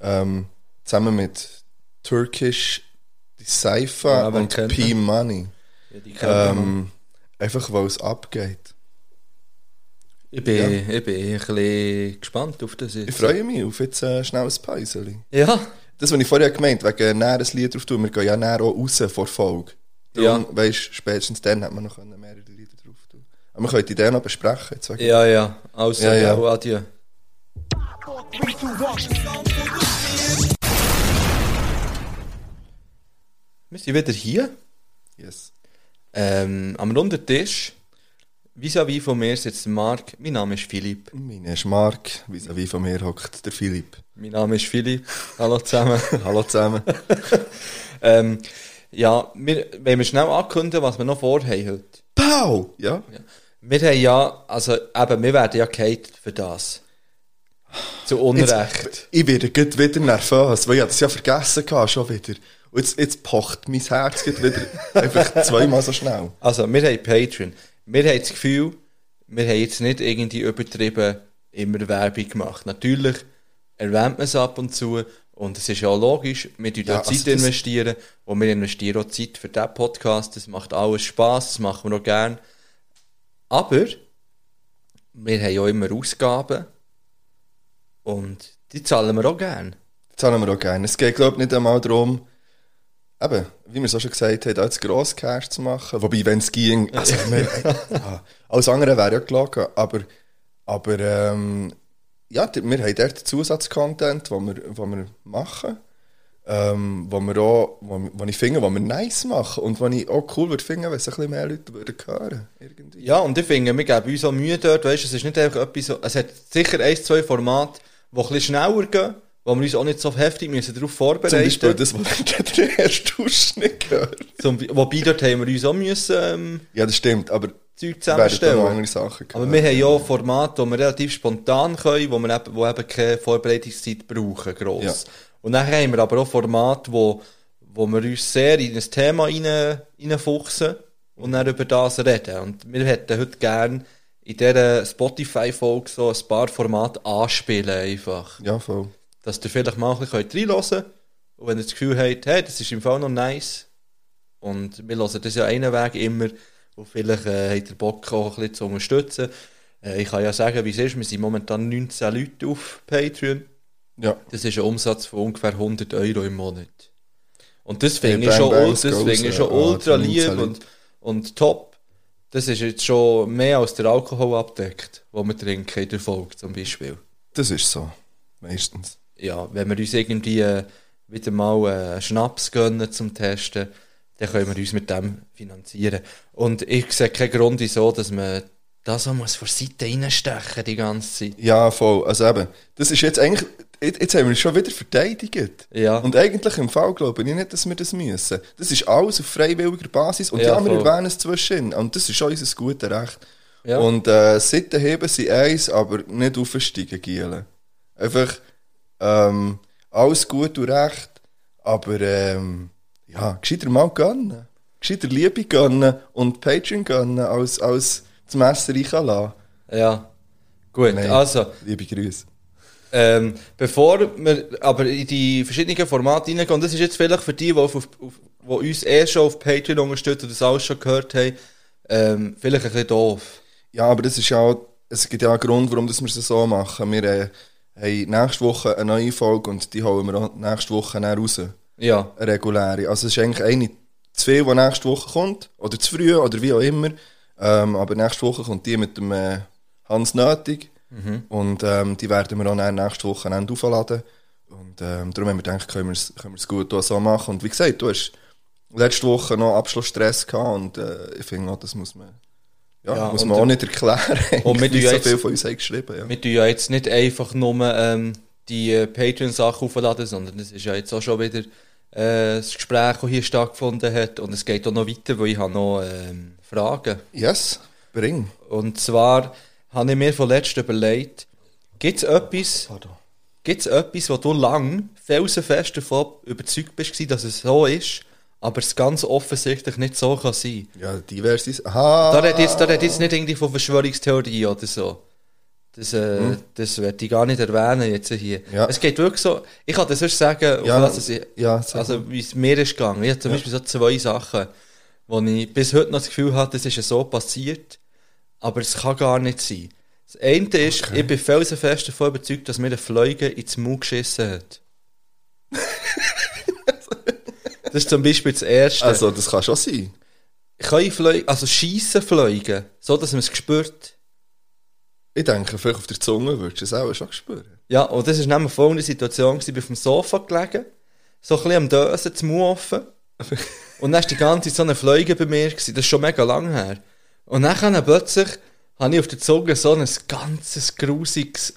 Speaker 2: Ähm, zusammen mit Turkish
Speaker 1: Ja,
Speaker 2: Cypher
Speaker 1: aber
Speaker 2: und
Speaker 1: kennt
Speaker 2: P Money.
Speaker 1: ja, die kennt man.
Speaker 2: Ähm, einfach weil es abgeht.
Speaker 1: Ich bin, ich bin ein bisschen gespannt auf das jetzt.
Speaker 2: Ich freue mich auf jetzt äh, schnell ein Päuschen.
Speaker 1: Ja.
Speaker 2: Das, was ich vorher gemeint habe, wegen näher ein Lied drauf tun, wir gehen ja näher auch raus vor Folge. Darum, ja. weisst, spätestens dann hat man noch können mehrere Lieder drauf tun. Aber wir können die dann noch besprechen. Jetzt wegen
Speaker 1: Ja, ja. Also,
Speaker 2: Ja, ja.
Speaker 1: ciao, adieu. Wir sind wieder hier.
Speaker 2: Yes.
Speaker 1: Ähm, am runden Tisch. Vis-à-vis von mir sitzt Marc. Mein Name ist Philipp.
Speaker 2: Mein ist Marc, vis-à-vis von mir hockt der Philipp.
Speaker 1: Mein Name ist Philipp. Hallo zusammen.
Speaker 2: Hallo zusammen.
Speaker 1: ähm, (laughs) ja, wir wollen wir schnell ankündigen, was wir noch vorhaben heute.
Speaker 2: Pow! Ja?
Speaker 1: Wir haben ja, also eben, wir werden ja gehatet für das. Zu Unrecht.
Speaker 2: Jetzt, ich werde gerade wieder nervös, weil ich hab das ja vergessen hatte, schon wieder. Und jetzt, jetzt pocht mein Herz gerade wieder einfach zweimal so schnell.
Speaker 1: Also, wir haben Patreon. Wir haben das Gefühl, wir haben jetzt nicht irgendwie übertrieben immer Werbung gemacht. Natürlich erwähnt man es ab und zu und es ist ja auch logisch, wir tun
Speaker 2: Ja,
Speaker 1: ja, Zeit
Speaker 2: also das-
Speaker 1: investieren und wir investieren auch Zeit für diesen Podcast. Das macht alles Spass, das machen wir auch gerne. Aber wir haben ja immer Ausgaben und die zahlen wir auch gerne.
Speaker 2: Das haben wir auch gerne. Es geht, glaube ich, nicht einmal darum, eben, wie wir es auch schon gesagt haben, als gross Cash zu machen. Wobei, wenn es
Speaker 1: (laughs)
Speaker 2: ging, also, wir, ja, alles andere wäre ja gelogen. Aber, aber ähm, ja, d- wir haben dort Zusatzcontent, den wir, wo wir machen. Ähm, wo, wir auch, wo, wo ich finde, wo wir nice machen und wo ich auch cool würde finden, wenn es ein bisschen mehr Leute würden hören irgendwie.
Speaker 1: Ja, und ich finde, wir geben uns auch Mühe dort, weißt, es ist nicht einfach etwas, so- es hat sicher ein, zwei Formate, die ein bisschen schneller gehen, wo wir uns auch nicht so heftig müssen darauf
Speaker 2: Zum Beispiel
Speaker 1: vorbereiten
Speaker 2: das, was ich (laughs) den ersten Ausschnitt gehört
Speaker 1: Zum Wobei, dort haben wir uns auch müssen, ähm,
Speaker 2: Ja, das stimmt, aber
Speaker 1: Zeug
Speaker 2: werden auch
Speaker 1: zusammenstellen.
Speaker 2: andere Sachen gehört.
Speaker 1: Aber wir haben ja auch Formate, die wir relativ spontan können, wo wir eben, wo eben keine Vorbereitungszeit brauchen, gross.
Speaker 2: Ja.
Speaker 1: Und dann haben wir aber auch Formate, wo, wo wir uns sehr in ein Thema rein- reinfuchsen und dann über das reden. Und wir hätten heute gerne in dieser Spotify-Folge so ein paar Formate anspielen einfach.
Speaker 2: ja, voll.
Speaker 1: Dass ihr vielleicht mal ein bisschen könnt reinhören könnt. Und wenn ihr das Gefühl habt, hey, das ist im Fall noch nice. Und wir hören das ja einen Weg immer. Und vielleicht äh, habt ihr Bock auch ein bisschen zu unterstützen. Äh, ich kann ja sagen, wie es ist. Wir sind momentan 19 Leute auf Patreon.
Speaker 2: Ja.
Speaker 1: Das ist ein Umsatz von ungefähr 100 Euro im Monat. Und das
Speaker 2: Hey,
Speaker 1: finde ich
Speaker 2: bang,
Speaker 1: schon,
Speaker 2: bang,
Speaker 1: ul- das
Speaker 2: es geht
Speaker 1: finde
Speaker 2: raus,
Speaker 1: ich schon
Speaker 2: ja. Ah,
Speaker 1: ultra
Speaker 2: die
Speaker 1: lieb
Speaker 2: 19 Leute.
Speaker 1: und, und top. Das ist jetzt schon mehr als der Alkohol abdeckt, den wir trinken in der Folge zum Beispiel.
Speaker 2: Das ist so. Meistens.
Speaker 1: Ja, wenn wir uns irgendwie äh, wieder mal äh, einen Schnaps gönnen zum Testen, dann können wir uns mit dem finanzieren. Und ich sehe keinen Grund, wieso, dass man das auch muss von Seite reinstechen die ganze Zeit.
Speaker 2: Ja, voll. Also eben, das ist jetzt eigentlich, jetzt, jetzt haben wir es schon wieder verteidigt.
Speaker 1: Ja.
Speaker 2: Und eigentlich im Fall glaube ich nicht, dass wir das müssen. Das ist alles auf freiwilliger Basis und ja,
Speaker 1: Ja,
Speaker 2: wir
Speaker 1: voll.
Speaker 2: erwähnen es zwischen. Und das ist schon unser gutes Recht.
Speaker 1: Ja.
Speaker 2: Und äh, Sitten heben sie eins, aber nicht aufsteigen, Gielen. Einfach, ähm, alles gut und recht, aber ähm, ja, gescheiter mal gönnen. Gescheiter Liebe gönnen und Patreon gönnen, als, als das Messer reinlassen.
Speaker 1: Ja. Gut,
Speaker 2: Nein.
Speaker 1: also.
Speaker 2: Liebe Grüße.
Speaker 1: Ähm, bevor wir aber in die verschiedenen Formate hineingehen, das ist jetzt vielleicht für die, die, auf, auf, auf- die uns eh schon auf Patreon unterstützen und das alles schon gehört haben, ähm, vielleicht ein bisschen doof.
Speaker 2: Ja, aber das ist ja auch, es gibt ja einen Grund, warum das wir es so machen. Wir äh, haben nächste Woche eine neue Folge und die holen wir auch nächste Woche dann raus.
Speaker 1: Ja,
Speaker 2: Eine reguläre. Also es ist eigentlich eine zu viel, die nächste Woche kommt. Oder zu früh, oder wie auch immer. Ähm, aber nächste Woche kommt die mit dem äh, Hans Nötig.
Speaker 1: Mhm.
Speaker 2: Und ähm, die werden wir auch dann nächste Woche dann aufladen. Und ähm, darum haben wir gedacht, können wir es, können wir es gut auch so machen. Und wie gesagt, du hast letzte Woche noch Abschlussstress gehabt und äh, ich finde auch, das muss man, ja,
Speaker 1: Ja,
Speaker 2: muss
Speaker 1: und-
Speaker 2: man auch nicht erklären.
Speaker 1: (laughs) Und wir
Speaker 2: wie
Speaker 1: tun
Speaker 2: so
Speaker 1: jetzt-
Speaker 2: viel von uns haben geschrieben. Ja.
Speaker 1: wir tun ja jetzt nicht einfach nur ähm, die äh, Patreon-Sachen aufladen, sondern es ist ja jetzt auch schon wieder äh, das Gespräch, das hier stattgefunden hat und es geht auch noch weiter, weil ich habe noch ähm, Fragen.
Speaker 2: Yes, bring.
Speaker 1: Und zwar habe ich mir von letztem überlegt, gibt es etwas...
Speaker 2: Pardon.
Speaker 1: Gibt es etwas, wo du lang felsenfest davon überzeugt bist, gewesen, dass es so ist, aber es ganz offensichtlich nicht so kann sein?
Speaker 2: Ja, diverses. Aha!
Speaker 1: Da redet jetzt, da redet jetzt nicht irgendwie von Verschwörungstheorie oder so. Das, äh, das werde ich gar nicht erwähnen jetzt hier.
Speaker 2: Hm. Ja.
Speaker 1: Es geht wirklich so, ich kann das sonst sagen, auf
Speaker 2: Ja,
Speaker 1: was es,
Speaker 2: ja, sag
Speaker 1: also wie es mir ist gegangen. Ich habe zum Beispiel so zwei Sachen, wo ich bis heute noch das Gefühl habe, das ist ja so passiert, aber es kann gar nicht sein. Das eine ist, ich bin felsenfest davon überzeugt, dass mir eine Fliege ins Maul geschissen
Speaker 2: (laughs)
Speaker 1: hat. das ist zum Beispiel das Erste.
Speaker 2: Also, das kann schon sein.
Speaker 1: Können Fliegen, also schiessen Fliegen, so dass man es spürt.
Speaker 2: Ich denke, vielleicht auf der Zunge würdest du es auch schon spüren.
Speaker 1: Ja, und das war nämlich folgende Situation. gewesen. Ich bin auf dem Sofa gelegen, so ein bisschen am Dösen, zum Mund offen. (laughs)
Speaker 2: (laughs)
Speaker 1: Und dann war die ganze Zeit so eine Fliege bei mir. Gewesen. Das ist schon mega lang her. Und dann kam plötzlich habe ich auf der Zunge so ein ganzes grusiges,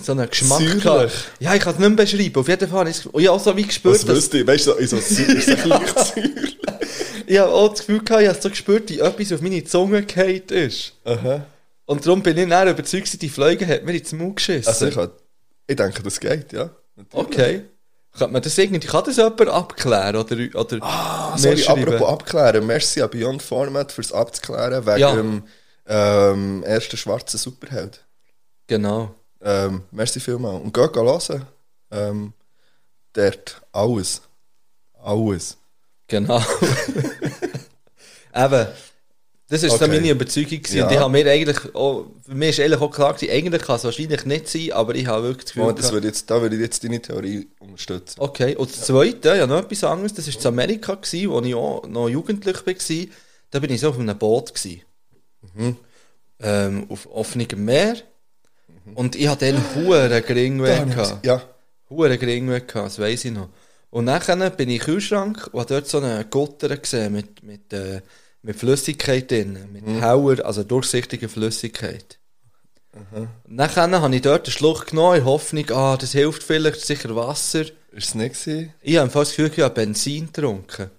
Speaker 1: so einen Geschmack
Speaker 2: Säuerlich.
Speaker 1: gehabt. Ja, ich kann es nicht mehr beschreiben. Auf jeden Fall habe ich es und ich habe auch so wie
Speaker 2: Das
Speaker 1: gespürt, dass
Speaker 2: wüsste ich, weißt du, so, in so Säure,
Speaker 1: (laughs)
Speaker 2: so leicht Säure.
Speaker 1: ich habe auch das Gefühl gehabt, ich habe so gespürt, wie etwas auf meine Zunge gefallen ist.
Speaker 2: Aha.
Speaker 1: Und darum bin ich dann überzeugt, gewesen, die Fliege hat mir ins Maul geschissen.
Speaker 2: Also, ich, kann, ich denke, das geht, ja. Natürlich.
Speaker 1: Okay. Könnte man das irgendwie, kann das jemand abklären? Oder, oder
Speaker 2: Ah, Sorry,
Speaker 1: mehr schreiben?
Speaker 2: apropos abklären. Merci an Beyond Format fürs Abzuklären wegen
Speaker 1: Ja.
Speaker 2: dem ähm, ersten schwarzen Superheld.
Speaker 1: Genau.
Speaker 2: Ähm, merci vielmals. Und geht hören. Ähm, dort alles. Alles.
Speaker 1: Genau. (laughs) Eben. Das war so
Speaker 2: Okay.
Speaker 1: meine Überzeugung. gewesen.
Speaker 2: Ja.
Speaker 1: Und ich habe mir eigentlich, auch, für mich ist eigentlich auch klar gewesen, eigentlich kann es wahrscheinlich nicht sein, aber ich habe wirklich das Gefühl,
Speaker 2: Moment, das
Speaker 1: gehabt-
Speaker 2: würde jetzt, da würde ich jetzt deine Theorie unterstützen.
Speaker 1: Okay, und das Zweite, ja noch etwas anderes, das war in Amerika, gewesen, wo ich auch noch jugendlich war. Da bin ich so auf einem Boot. gsi
Speaker 2: Mhm.
Speaker 1: Ähm, auf offenem Meer. Und ich hatte dann hohen Geringweg. gehabt.
Speaker 2: Ja.
Speaker 1: Huren gering weg, gehabt, das weiss ich noch. Und nachher bin ich im Kühlschrank und habe dort so einen Gutter gesehen mit, mit, äh, mit Flüssigkeit drin, mit Hauer, also durchsichtiger Flüssigkeit. Und nachher habe ich dort einen Schluck genommen, in der Hoffnung, ah, das hilft vielleicht, sicher Wasser.
Speaker 2: Ist es nicht gewesen?
Speaker 1: Ich habe fast das Gefühl, ich habe Benzin getrunken.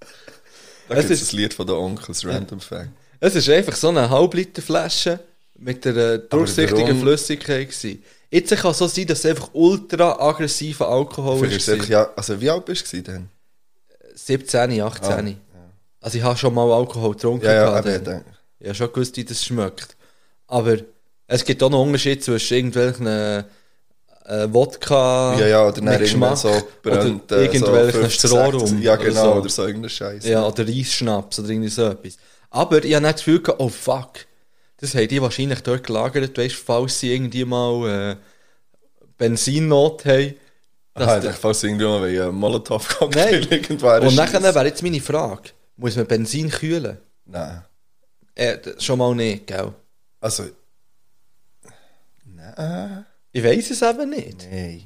Speaker 2: Da
Speaker 1: Es
Speaker 2: gibt es
Speaker 1: ist-
Speaker 2: ein Lied von den Onkels, Random Fact.
Speaker 1: Es ist einfach so eine Halbliterflasche mit der äh, durchsichtigen
Speaker 2: warum?
Speaker 1: Flüssigkeit. Gewesen. Jetzt kann es so sein, dass es einfach ultra aggressiver Alkohol
Speaker 2: Vielleicht ist
Speaker 1: ist.
Speaker 2: es einfach, ja, also wie alt bist du denn?
Speaker 1: 17, 18.
Speaker 2: Ah, ja.
Speaker 1: Also ich habe schon mal Alkohol getrunken.
Speaker 2: Ja, ah, ja,
Speaker 1: gehabt
Speaker 2: eben, ich
Speaker 1: dann.
Speaker 2: denke.
Speaker 1: ich habe schon gewusst, wie das schmeckt. Aber es gibt auch noch einen Unterschied zwischen irgendwelchen äh, äh, Wodka
Speaker 2: Ja, ja, oder
Speaker 1: mit
Speaker 2: dann irgendwann
Speaker 1: Geschmack
Speaker 2: so brennt.
Speaker 1: oder
Speaker 2: äh,
Speaker 1: irgendwelchen
Speaker 2: 50,
Speaker 1: Strohrum.
Speaker 2: Ja, genau,
Speaker 1: so.
Speaker 2: oder so irgendein Scheiß.
Speaker 1: Ja, oder Reisschnaps oder irgendwie so etwas. Aber ich habe nicht das Gefühl, gehabt, oh fuck, das haben die wahrscheinlich dort gelagert, weißt, falls sie irgendwie mal äh, Benzinnot haben. dass
Speaker 2: Aha, Ah, ich
Speaker 1: der-
Speaker 2: dachte, falls irgendwie mal wie ein
Speaker 1: Nein.
Speaker 2: (laughs) Molotov-Cocktail irgendwann
Speaker 1: Und
Speaker 2: schießt.
Speaker 1: nachher wäre jetzt meine Frage, muss man Benzin kühlen?
Speaker 2: Nein.
Speaker 1: Äh, d- schon mal nicht, gell?
Speaker 2: Also. Nein.
Speaker 1: Ich weiß es eben nicht.
Speaker 2: Nein.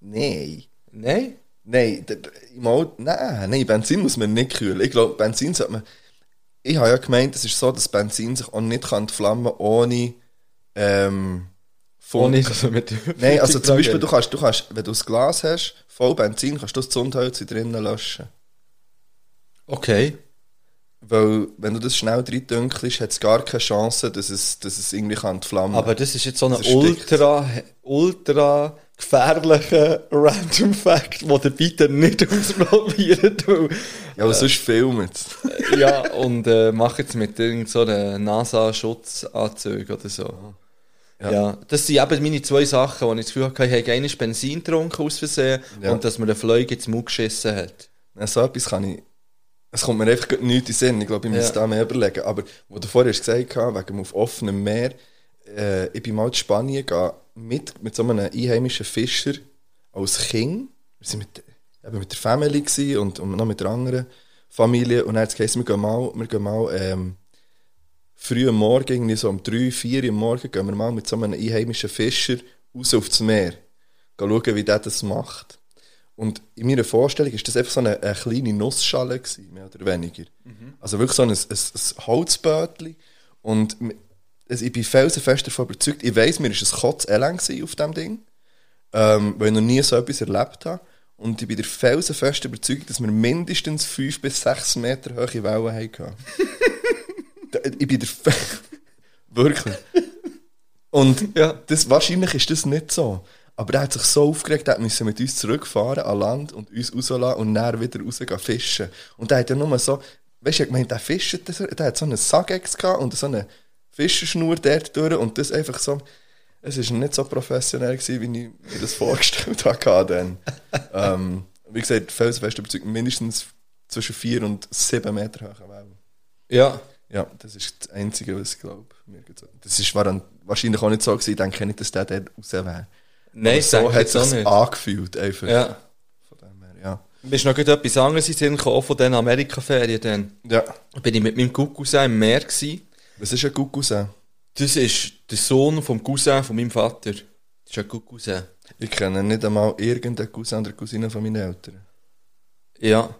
Speaker 2: Nein.
Speaker 1: Nein?
Speaker 2: Nein, der- der- im Auto, nein, nein, Benzin muss man nicht kühlen. Ich glaube, Benzin sollte man. Ich habe ja gemeint, es ist so, dass Benzin sich auch nicht kann entflammen kann, ohne. Ähm, Funk.
Speaker 1: Ohne, dass man mit
Speaker 2: Nein, also
Speaker 1: (laughs)
Speaker 2: zum Beispiel, du kannst, du kannst, wenn du ein Glas hast, voll Benzin, kannst du das Zündholz in drinnen löschen.
Speaker 1: Okay.
Speaker 2: Weil, wenn du das schnell rein dünkelst, hat es gar keine Chance, dass es, dass es irgendwie kann entflammen
Speaker 1: Aber das ist jetzt so ein
Speaker 2: Das erstickt.
Speaker 1: ultra, ultra gefährlicher Random Fact, den ihr bitte nicht (laughs) ausprobiert. weil-
Speaker 2: Ja, aber sonst filmen
Speaker 1: ja, und äh, mach jetzt mit irgendeiner NASA-Schutzanzug oder so. Ja.
Speaker 2: Ja.
Speaker 1: das sind eben meine zwei Sachen, wo ich das Gefühl hatte, ich habe einmal Benzin getrunken aus Versehen
Speaker 2: Ja.
Speaker 1: und dass mir eine Fliege ins Mund geschissen hat.
Speaker 2: Ja, so etwas kann ich. Es kommt mir einfach grad nichts in den Sinn. Ich glaube, ich muss
Speaker 1: Ja.
Speaker 2: da mehr überlegen. Aber, wo du vorher hast gesagt hast, wegen dem auf offenem Meer, äh, ich bin mal in Spanien gegangen, mit, mit so einem einheimischen Fischer als Kind. Wir waren mit, eben mit der Family gewesen und, und noch mit der anderen Familie. Und dann hat es geheißen, wir gehen mal, wir gehen mal ähm, früh am Morgen, irgendwie so um 3, 4 Uhr am Morgen, gehen wir mal mit so einem einheimischen Fischer raus aufs Meer. Gehen schauen, wie der das macht. Und in meiner Vorstellung war das einfach so eine, eine kleine Nussschale, gewesen, mehr oder weniger. Also wirklich so ein, ein, ein Holzbötchen. Und m- es- ich bin felsenfest davon überzeugt, ich weiss, mir war ein Kotzelend gewesen auf diesem Ding, ähm, weil ich noch nie so etwas erlebt habe. Und ich bin der felsenfest überzeugt, dass wir mindestens 5 bis 6 Meter hohe Wellen hatten. Da- ich bin der Fe (laughs) Wirklich. Und
Speaker 1: Ja.
Speaker 2: das, wahrscheinlich ist das nicht so. Aber er hat sich so aufgeregt, er musste mit uns zurückfahren an Land und uns rauslassen und dann wieder rausgehen fischen. Und er hat ja nur so, weißt du, ich meine, der Fischer, der, der hat so einen Sagex gehabt und so eine Fischerschnur dort durch und das einfach so. Es war nicht so professionell, gewesen, wie ich mir das vorgestellt (laughs) habe. Dann. ähm, wie gesagt, felsenfest überzeugt, mindestens zwischen 4 und 7 Meter hoch. Wow.
Speaker 1: Ja.
Speaker 2: Ja, das ist das Einzige, was ich glaube. mir gezo- Das ist waran- wahrscheinlich auch nicht so gewesen. Ich denke nicht, dass der dort raus wäre.
Speaker 1: Nein,
Speaker 2: So hat
Speaker 1: es
Speaker 2: es sich angefühlt, einfach.
Speaker 1: Ja.
Speaker 2: Von dem her, ja.
Speaker 1: Mir ist noch gerade etwas anderes in den Sinn gekommen, auch von diesen Amerika-Ferien dann.
Speaker 2: Ja.
Speaker 1: Da bin ich mit meinem Cousin im Meer gewesen.
Speaker 2: Was ist ein Guckusen?
Speaker 1: Das ist der Sohn vom Cousin von meinem Vater. Das ist ein Cousin.
Speaker 2: Ich kenne nicht einmal irgendeinen Cousin oder Cousine von meinen Eltern.
Speaker 1: Ja.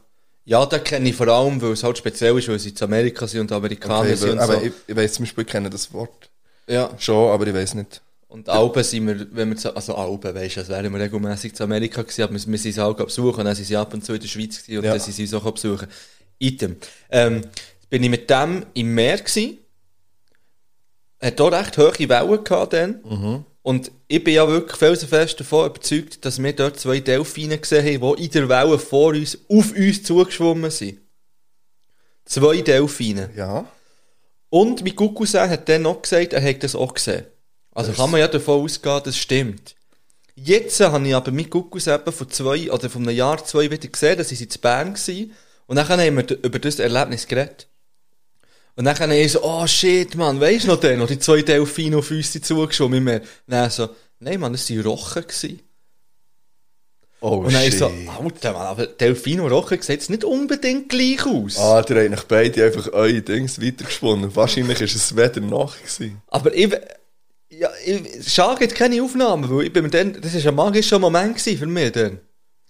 Speaker 1: Ja, den kenne ich vor allem, weil es halt speziell ist, weil sie zu Amerika sind und Amerikaner
Speaker 2: Okay,
Speaker 1: sind.
Speaker 2: aber
Speaker 1: und
Speaker 2: aber
Speaker 1: so.
Speaker 2: ich, ich weiß zum Beispiel, ich kenne das Wort
Speaker 1: ja.
Speaker 2: schon, aber ich weiß nicht.
Speaker 1: Und Alben sind wir, wenn wir zu, also Alben, weißt du, als wären wir regelmäßig zu Amerika gewesen, aber wir, wir sind es auch besuchen, und dann sind sie ab und zu in der Schweiz gewesen, und
Speaker 2: Ja.
Speaker 1: dann sind sie uns auch besuchen. Item. Ähm, bin ich mit dem im Meer gewesen, hat auch recht hohe Wellen gehabt dann, und ich bin ja wirklich felsenfest davon überzeugt, dass wir dort zwei Delfine gesehen haben, die in der Welle vor uns, auf uns zugeschwommen sind. Zwei Delfine.
Speaker 2: Ja.
Speaker 1: Und mein Cousin hat dann noch gesagt, er hätte das auch gesehen. Also kann man ja davon ausgehen, das stimmt. Jetzt habe ich aber meinen Cousin eben von zwei oder von einem Jahr zwei wieder gesehen, dass sie in Bern waren. Und dann haben wir d- über das Erlebnis geredet. Und dann habe ich so, oh shit, Mann, weisst du noch den? Und die zwei Delfine auf uns sind zugeschwommen im Meer. Und dann so, nein, Mann, das waren Rochen. Gewesen.
Speaker 2: Oh,
Speaker 1: Und dann
Speaker 2: shit.
Speaker 1: ich so, Alter, Mann, aber Delfine und Rochen sehen jetzt nicht unbedingt gleich aus.
Speaker 2: Ah, ihr habt euch beide einfach eure Dings weitergesponnen. Wahrscheinlich war es weder Nacht. Gewesen.
Speaker 1: Aber ich, ja, ich, Schar gibt keine Aufnahmen, weil ich bin mir dann, das war ein magischer Moment gewesen für mich dann.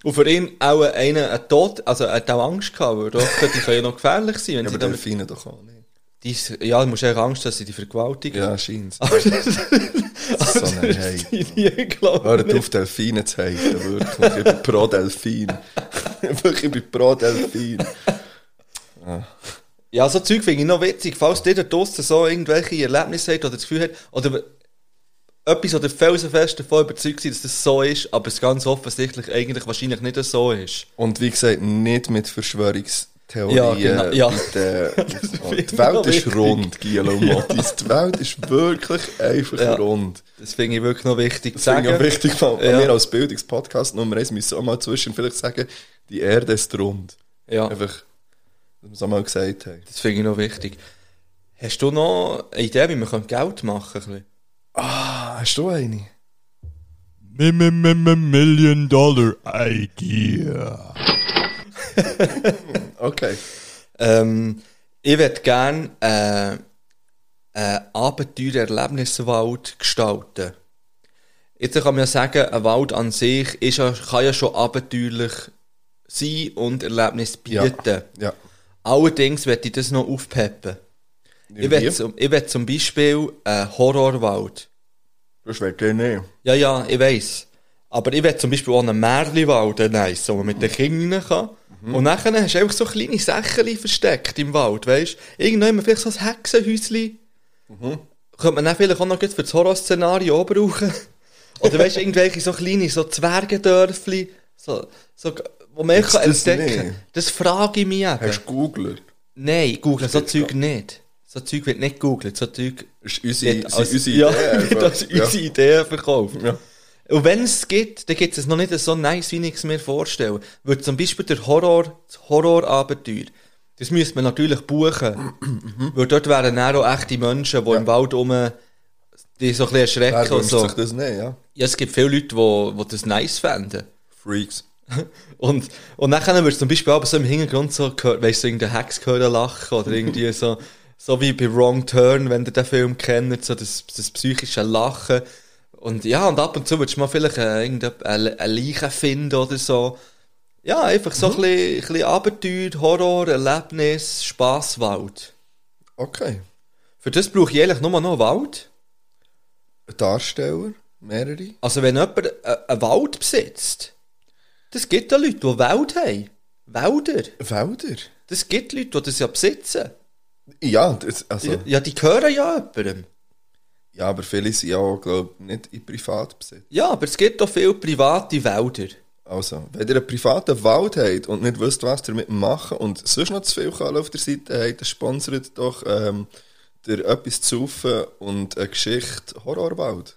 Speaker 1: Und für ihn auch einer ein Tod, also er hat auch Angst gehabt, weil Rochen, die können ja noch gefährlich sein. Wenn
Speaker 2: Ja,
Speaker 1: sie
Speaker 2: aber
Speaker 1: damit,
Speaker 2: Delfine doch auch nicht.
Speaker 1: dies, ja, du musst eigentlich Angst haben, dass sie die vergewaltigen.
Speaker 2: Ja, Oh scheint's.
Speaker 1: Aber (laughs) das
Speaker 2: So
Speaker 1: ist (laughs)
Speaker 2: eine Hate.
Speaker 1: die nie glaubt.
Speaker 2: Hört auf, Ah, Delfine zu haten, wirklich. Ich bin pro Delfin. (laughs) Wirklich, ich bin pro Delfin.
Speaker 1: Ja, so Zeug finde ich noch witzig. Falls ihr da draussen so irgendwelche Erlebnisse habt oder das Gefühl habt, oder etwas oder felsenfest davon überzeugt seid, dass das so ist, aber es ganz offensichtlich eigentlich wahrscheinlich nicht so ist.
Speaker 2: Und wie gesagt, nicht mit Verschwörungstheorien.
Speaker 1: Ja, genau, ja.
Speaker 2: bitte.
Speaker 1: (laughs) finde
Speaker 2: die
Speaker 1: ich
Speaker 2: Welt
Speaker 1: noch
Speaker 2: ist
Speaker 1: wichtig.
Speaker 2: rund, Gilo und Matthias. Die Welt ist wirklich einfach
Speaker 1: Ja.
Speaker 2: rund.
Speaker 1: Das finde ich wirklich noch wichtig zu
Speaker 2: Das finde ich auch
Speaker 1: sagen.
Speaker 2: wichtig, weil
Speaker 1: Ja.
Speaker 2: wir als Bildungspodcast Nummer 1 müssen auch mal zwischen vielleicht sagen, die Erde ist rund.
Speaker 1: Ja,
Speaker 2: Einfach, dass wir es auch mal gesagt haben.
Speaker 1: das finde ich noch wichtig. Hast du noch eine Idee, wie man könnte Geld machen könnte?
Speaker 2: Ah, hast du eine?
Speaker 4: M- m- m- m- Million dollar idea.
Speaker 2: Okay.
Speaker 1: Ähm, ich würde gerne äh, einen Abenteuer-Erlebniswald gestalten. Jetzt kann man ja sagen, ein Wald an sich ist ja, kann ja schon abenteuerlich sein und Erlebnis
Speaker 2: Ja.
Speaker 1: bieten.
Speaker 2: Ja.
Speaker 1: Allerdings werde ich das noch aufpeppen. Ich
Speaker 2: Wie?
Speaker 1: werde zum, ich will zum Beispiel einen Horrorwald.
Speaker 2: Das wäre dir nicht.
Speaker 1: Ja, ja, ich weiss. Aber ich will zum Beispiel auch einen Märliwald, einen nice, wo man mit den Kindern kann.
Speaker 2: Mhm.
Speaker 1: Und nachher hast du einfach so kleine Sächen versteckt im Wald, weißt du? Irgendwann vielleicht so ein Hexenhäuschen.
Speaker 2: Mhm.
Speaker 1: Könnte man dann vielleicht auch noch gleich für das Horrorszenario auch
Speaker 2: (laughs)
Speaker 1: brauchen. Oder weißt du, irgendwelche so kleine so Zwergendörfli, so, so, wo man
Speaker 2: Gibt's
Speaker 1: kann
Speaker 2: das
Speaker 1: entdecken
Speaker 2: nicht?
Speaker 1: Das frage ich mich eben.
Speaker 2: Hast du gegoogelt?
Speaker 1: Nein, googeln so
Speaker 2: Gibt's
Speaker 1: Zeug nicht. So Zeug wird nicht googelt, so Zeug
Speaker 2: Das ist unsere,
Speaker 1: wird
Speaker 2: sind
Speaker 1: als-
Speaker 2: unsere
Speaker 1: (laughs) ja,
Speaker 2: Idee.
Speaker 1: wird als
Speaker 2: einfach.
Speaker 1: unsere Idee verkauft.
Speaker 2: Ja.
Speaker 1: Und wenn es gibt, dann gibt es noch nicht so nice, wie ich es mir vorstelle. Weil zum Beispiel der Horror, das Horrorabenteuer, das müsste man natürlich buchen.
Speaker 2: Mhm.
Speaker 1: weil dort wären dann auch echte Menschen, die im Wald rum die so ein bisschen
Speaker 2: Wer
Speaker 1: erschrecken und
Speaker 2: wünscht
Speaker 1: so.
Speaker 2: sich das nicht, ja?
Speaker 1: Ja, es gibt viele Leute, die, die das nice fänden.
Speaker 2: Freaks.
Speaker 1: Und, und dann würdest du zum Beispiel aber so im Hintergrund so, gehört- weißt du, irgendein Hex hören lachen oder irgendwie so, so wie bei Wrong Turn, wenn ihr den Film kennt, so das, das psychische Lachen. Und ja, und ab und zu würdest du mal vielleicht äh, irgendeine eine Leiche finden oder so. Ja, einfach so ein bisschen, ein bisschen Abenteuer, Horror, Erlebnis, Spass, Wald.
Speaker 2: Okay.
Speaker 1: Für das brauche ich eigentlich nur noch Wald.
Speaker 2: Ein Darsteller, mehrere.
Speaker 1: Also wenn jemand äh, einen Wald besitzt, das gibt ja Leute, die Wald haben. Wälder.
Speaker 2: Wälder.
Speaker 1: Das gibt Leute, die das ja besitzen.
Speaker 2: Ja, das, also,
Speaker 1: Ja,
Speaker 2: ja.
Speaker 1: ja, die gehören ja jemandem.
Speaker 2: aber viele sind ja auch, glaube ich, nicht in Privatbesitz.
Speaker 1: Ja, aber es gibt doch viele private Wälder.
Speaker 2: Also, wenn ihr einen privaten Wald habt und nicht wisst, was ihr damit machen und sonst noch zu viel Kohle auf der Seite habt, dann sponsert doch ähm, der etwas zu saufen und eine Geschichte
Speaker 1: (laughs)
Speaker 2: Horrorwald.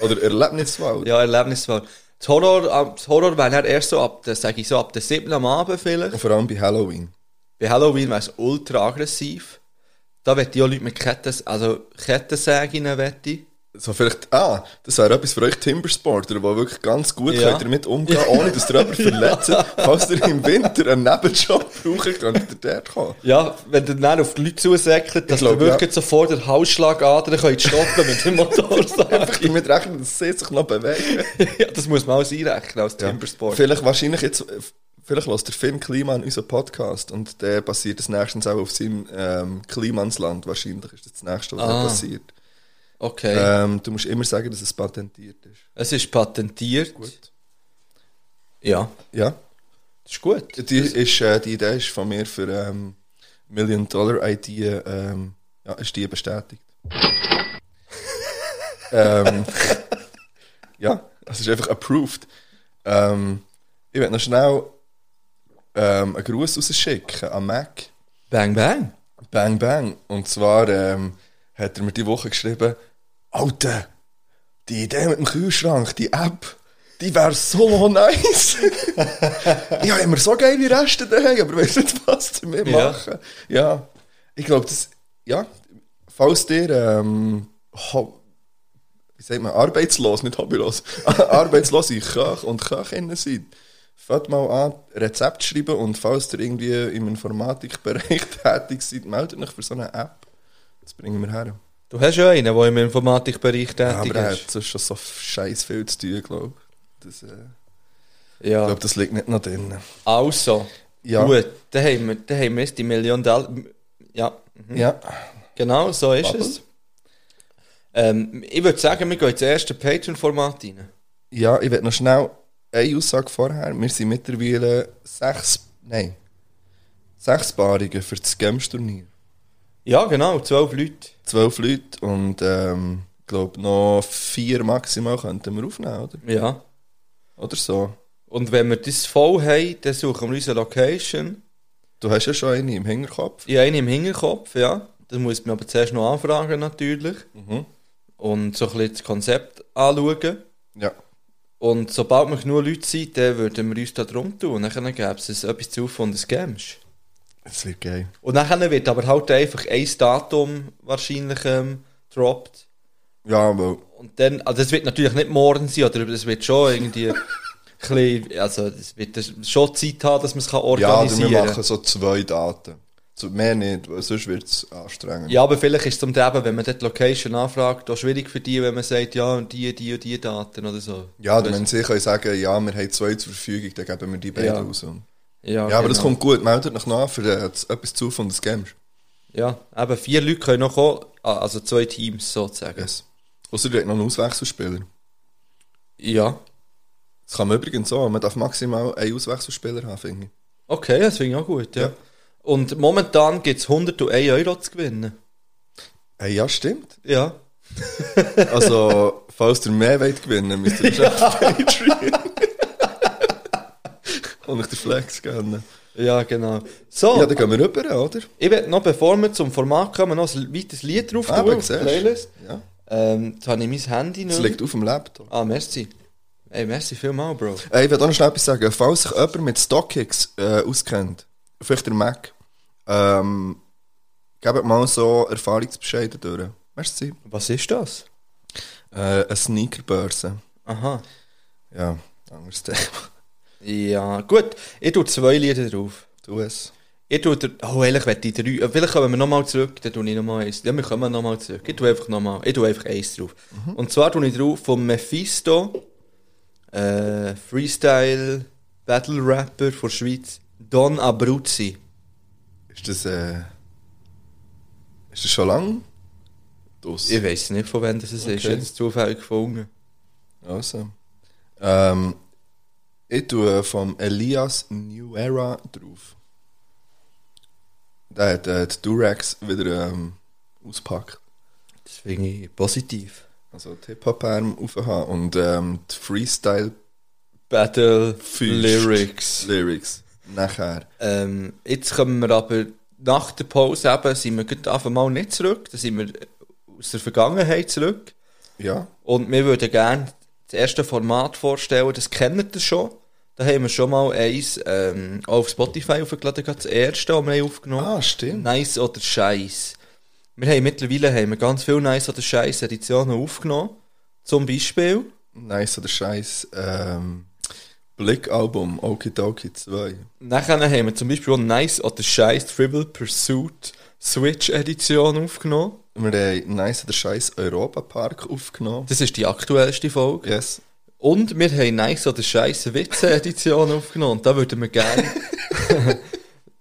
Speaker 2: Oder Erlebniswald.
Speaker 1: Ja, Erlebniswald. Das Horror, äh, das Horror wäre dann erst so ab, der, sag ich so, ab der 7. am Abend vielleicht.
Speaker 2: Und vor allem bei Halloween.
Speaker 1: Bei Halloween wäre es ultra aggressiv. Da wette ich auch Leute mit Ketten, also Kettensägen wette ich.
Speaker 2: So vielleicht, ah, das wäre etwas für euch Timbersportler, die wirklich ganz gut
Speaker 1: Ja.
Speaker 2: könnt damit umgehen ohne dass ihr
Speaker 1: (laughs)
Speaker 2: jemanden verletzt. Falls ihr im Winter einen Nebenjob brauchen könnt ihr dort kommen.
Speaker 1: Ja, wenn du dann auf die Leute zusäckelt, dass
Speaker 2: glaub,
Speaker 1: du wirklich sofort den Halsschlagader könnt stoppen mit dem (laughs) Motorsack.
Speaker 2: Ich damit rechnen, dass sie sich noch bewegen.
Speaker 1: ja, das muss man alles einrechnen als Timbersport.
Speaker 2: Vielleicht wahrscheinlich jetzt, vielleicht lässt der Finn Kliman unseren Podcast und der passiert das nächstens auch auf seinem ähm, Klimansland. Wahrscheinlich ist das das nächste, was
Speaker 1: Ah.
Speaker 2: da passiert.
Speaker 1: Okay.
Speaker 2: Ähm, du musst immer sagen, dass es patentiert ist.
Speaker 1: Es ist patentiert. Ja,
Speaker 2: Ja.
Speaker 1: das ist gut.
Speaker 2: Die, ist, äh, die Idee ist von mir für ähm, Million Dollar Idee, ähm, ja, ist die bestätigt. ähm, ja, es ist einfach approved. Ähm, ich werde noch schnell ähm, einen Gruß rausschicken an Mac.
Speaker 1: Bang, bang.
Speaker 2: Bang Bang. Und zwar ähm, hat er mir die Woche geschrieben, Alter, die Idee mit dem Kühlschrank, die App, die wäre so (laughs) nice. ich habe immer so geile Reste daheim, aber weiss nicht, was damit
Speaker 1: Ja.
Speaker 2: machen. Ja, ich glaube, das, ja, falls dir, ähm, ho- wie sagt man, arbeitslos, nicht hobbylos, (laughs) arbeitslose Köche und Köchinnen sind, Fahrt mal an, Rezept schreiben und falls ihr irgendwie im Informatikbereich (laughs) tätig seid, meldet euch für so eine App. Das bringen wir her.
Speaker 1: Du hast ja einen, der im Informatikbereich
Speaker 2: Ja,
Speaker 1: tätig
Speaker 2: aber er hat
Speaker 1: ist.
Speaker 2: sonst schon so scheiß viel zu tun, glaube ich. Das, äh, ich
Speaker 1: Ja.
Speaker 2: glaube, das liegt nicht noch drin.
Speaker 1: Also,
Speaker 2: Ja.
Speaker 1: gut, dann haben, wir, dann haben wir jetzt die Million Dollar. Ja, mhm.
Speaker 2: Ja.
Speaker 1: genau, so ist
Speaker 2: Bubble.
Speaker 1: es. Ähm, ich würde sagen, wir gehen ins erste Patreon-Format rein.
Speaker 2: Ja, ich werde noch schnell eine Aussage vorher. Wir sind mittlerweile sechs, nein, sechs Paarungen für das Games-Turnier.
Speaker 1: Ja, genau, zwölf Leute.
Speaker 2: Zwölf Leute und ähm, ich glaube, noch vier maximal könnten wir aufnehmen, oder?
Speaker 1: Ja.
Speaker 2: Oder so.
Speaker 1: Und wenn wir das voll haben, dann suchen wir uns eine Location.
Speaker 2: Du hast ja schon eine im Hinterkopf.
Speaker 1: Ich habe eine im Hinterkopf, ja. Dann muss man aber zuerst noch anfragen, natürlich.
Speaker 2: Mhm.
Speaker 1: Und so ein bisschen das Konzept anschauen.
Speaker 2: Ja.
Speaker 1: Und sobald wir genug Leute sind, dann würden wir uns da drum tun. Und dann gäbe es etwas zu auf und ein Games.
Speaker 2: Es wird geil.
Speaker 1: Und dann wird aber halt einfach ein Datum wahrscheinlich ähm, gedroppt.
Speaker 2: Ja, aber
Speaker 1: Und dann, also das wird natürlich nicht morgen sein, oder das wird schon
Speaker 2: (laughs)
Speaker 1: irgendwie ein bisschen, also das wird das schon Zeit haben, dass man es kann
Speaker 2: ja, oder wir
Speaker 1: organisieren kann.
Speaker 2: machen so zwei Daten. So, mehr nicht, weil sonst wird es anstrengend.
Speaker 1: Ja, aber vielleicht ist es um die eben, wenn man dort die Location anfragt, auch schwierig für die, wenn man sagt, ja, und die, die und die Daten oder so.
Speaker 2: ja
Speaker 1: Weißt
Speaker 2: oder wenn sie können sagen, ja, wir haben zwei zur Verfügung, dann geben wir die beiden
Speaker 1: Ja.
Speaker 2: raus. Ja,
Speaker 1: du? Ja,
Speaker 2: aber das
Speaker 1: genau.
Speaker 2: kommt gut. Meldet euch nach für äh, das- etwas zu von den Games.
Speaker 1: Ja, eben vier Leute können noch kommen, ah, also zwei Teams sozusagen.
Speaker 2: Yes. Außer ihr habt noch einen Auswechselspieler.
Speaker 1: Ja.
Speaker 2: Das kann man übrigens auch. Man darf maximal einen Auswechselspieler haben, finde ich.
Speaker 1: Okay, das finde ich auch gut, ja.
Speaker 2: Ja.
Speaker 1: Und momentan gibt es 101 Euro zu gewinnen.
Speaker 2: Hey, Äh, ja, stimmt.
Speaker 1: Ja.
Speaker 2: Also, (laughs) falls ihr mehr wollt gewinnen, müsst (laughs) ihr schon auf Patreon. (laughs) Und euch den Flex gönnen.
Speaker 1: Ja, genau. So,
Speaker 2: Ja, dann gehen wir rüber, oder?
Speaker 1: ich werde noch, bevor wir zum Format kommen, noch ein weiteres Lied drauf
Speaker 2: Ah,
Speaker 1: tun
Speaker 2: aber
Speaker 1: auf die
Speaker 2: siehst.
Speaker 1: Playlist.
Speaker 2: Ja.
Speaker 1: Ähm, jetzt habe ich mein Handy
Speaker 2: Es
Speaker 1: noch.
Speaker 2: liegt auf dem Laptop.
Speaker 1: Ah, merci. Ey, merci vielmal, Bro.
Speaker 2: Äh, ich will auch noch schnell etwas sagen. Falls sich jemand mit StockX äh, auskennt, vielleicht der Mac, ähm, gebt mal so Erfahrungsbescheide durch. Merci.
Speaker 1: Was ist das?
Speaker 2: Äh, eine Sneakerbörse.
Speaker 1: Aha.
Speaker 2: Ja, anderes Thema. (laughs)
Speaker 1: Ja, gut. Ich tue zwei Lieder drauf.
Speaker 2: Du es.
Speaker 1: Ich tue der, oh, ehrlich, wenn die drei, vielleicht kommen wir nochmal zurück, dann tue ich nochmal eins. Ja, wir kommen nochmal zurück. Ich tue einfach nochmal, ich tue einfach eins drauf. Und zwar tue ich drauf von Mephisto, äh, Freestyle, Battle Rapper von Schweiz, Don Abruzzi.
Speaker 2: Ist das, äh, ist das schon lang? Dus.
Speaker 1: Ich weiß nicht, von wem das ist, ist jetzt zufällig gefunden.
Speaker 2: Also. Ähm, ich tue vom Elias New Era drauf. Der hat äh, die Durex wieder ähm, auspackt.
Speaker 1: Das finde ich positiv.
Speaker 2: Also die Hip-Hop-Arm aufhaben und ähm, die Freestyle-Lyrics.
Speaker 1: Battle
Speaker 2: Fürst.
Speaker 1: Lyrics.
Speaker 2: Nachher.
Speaker 1: Ähm, jetzt kommen wir aber nach der Pause eben, sind wir gerade einfach mal nicht zurück, da sind wir aus der Vergangenheit zurück.
Speaker 2: Ja.
Speaker 1: Und wir würden gerne das erste Format vorstellen, das kennt ihr schon. Da haben wir schon mal eins ähm, auch auf Spotify aufgeladen, gerade das erste, das wir haben aufgenommen haben.
Speaker 2: Ah, stimmt.
Speaker 1: Nice oder Scheiß. Wir haben mittlerweile haben wir ganz viele nice oder scheiß Editionen aufgenommen. Zum Beispiel.
Speaker 2: Nice oder scheiß. Ähm, Blick-Album, Okidoki 2.
Speaker 1: Nachher haben wir zum Beispiel auch Nice oder Scheiß Triple Pursuit Switch Edition aufgenommen.
Speaker 2: Wir haben Nice oder scheiß Europa-Park aufgenommen.
Speaker 1: Das ist die aktuellste Folge.
Speaker 2: Yes.
Speaker 1: Und wir haben Nice oder Scheiß Witze Edition (laughs) aufgenommen. Und da würden wir (laughs) gerne.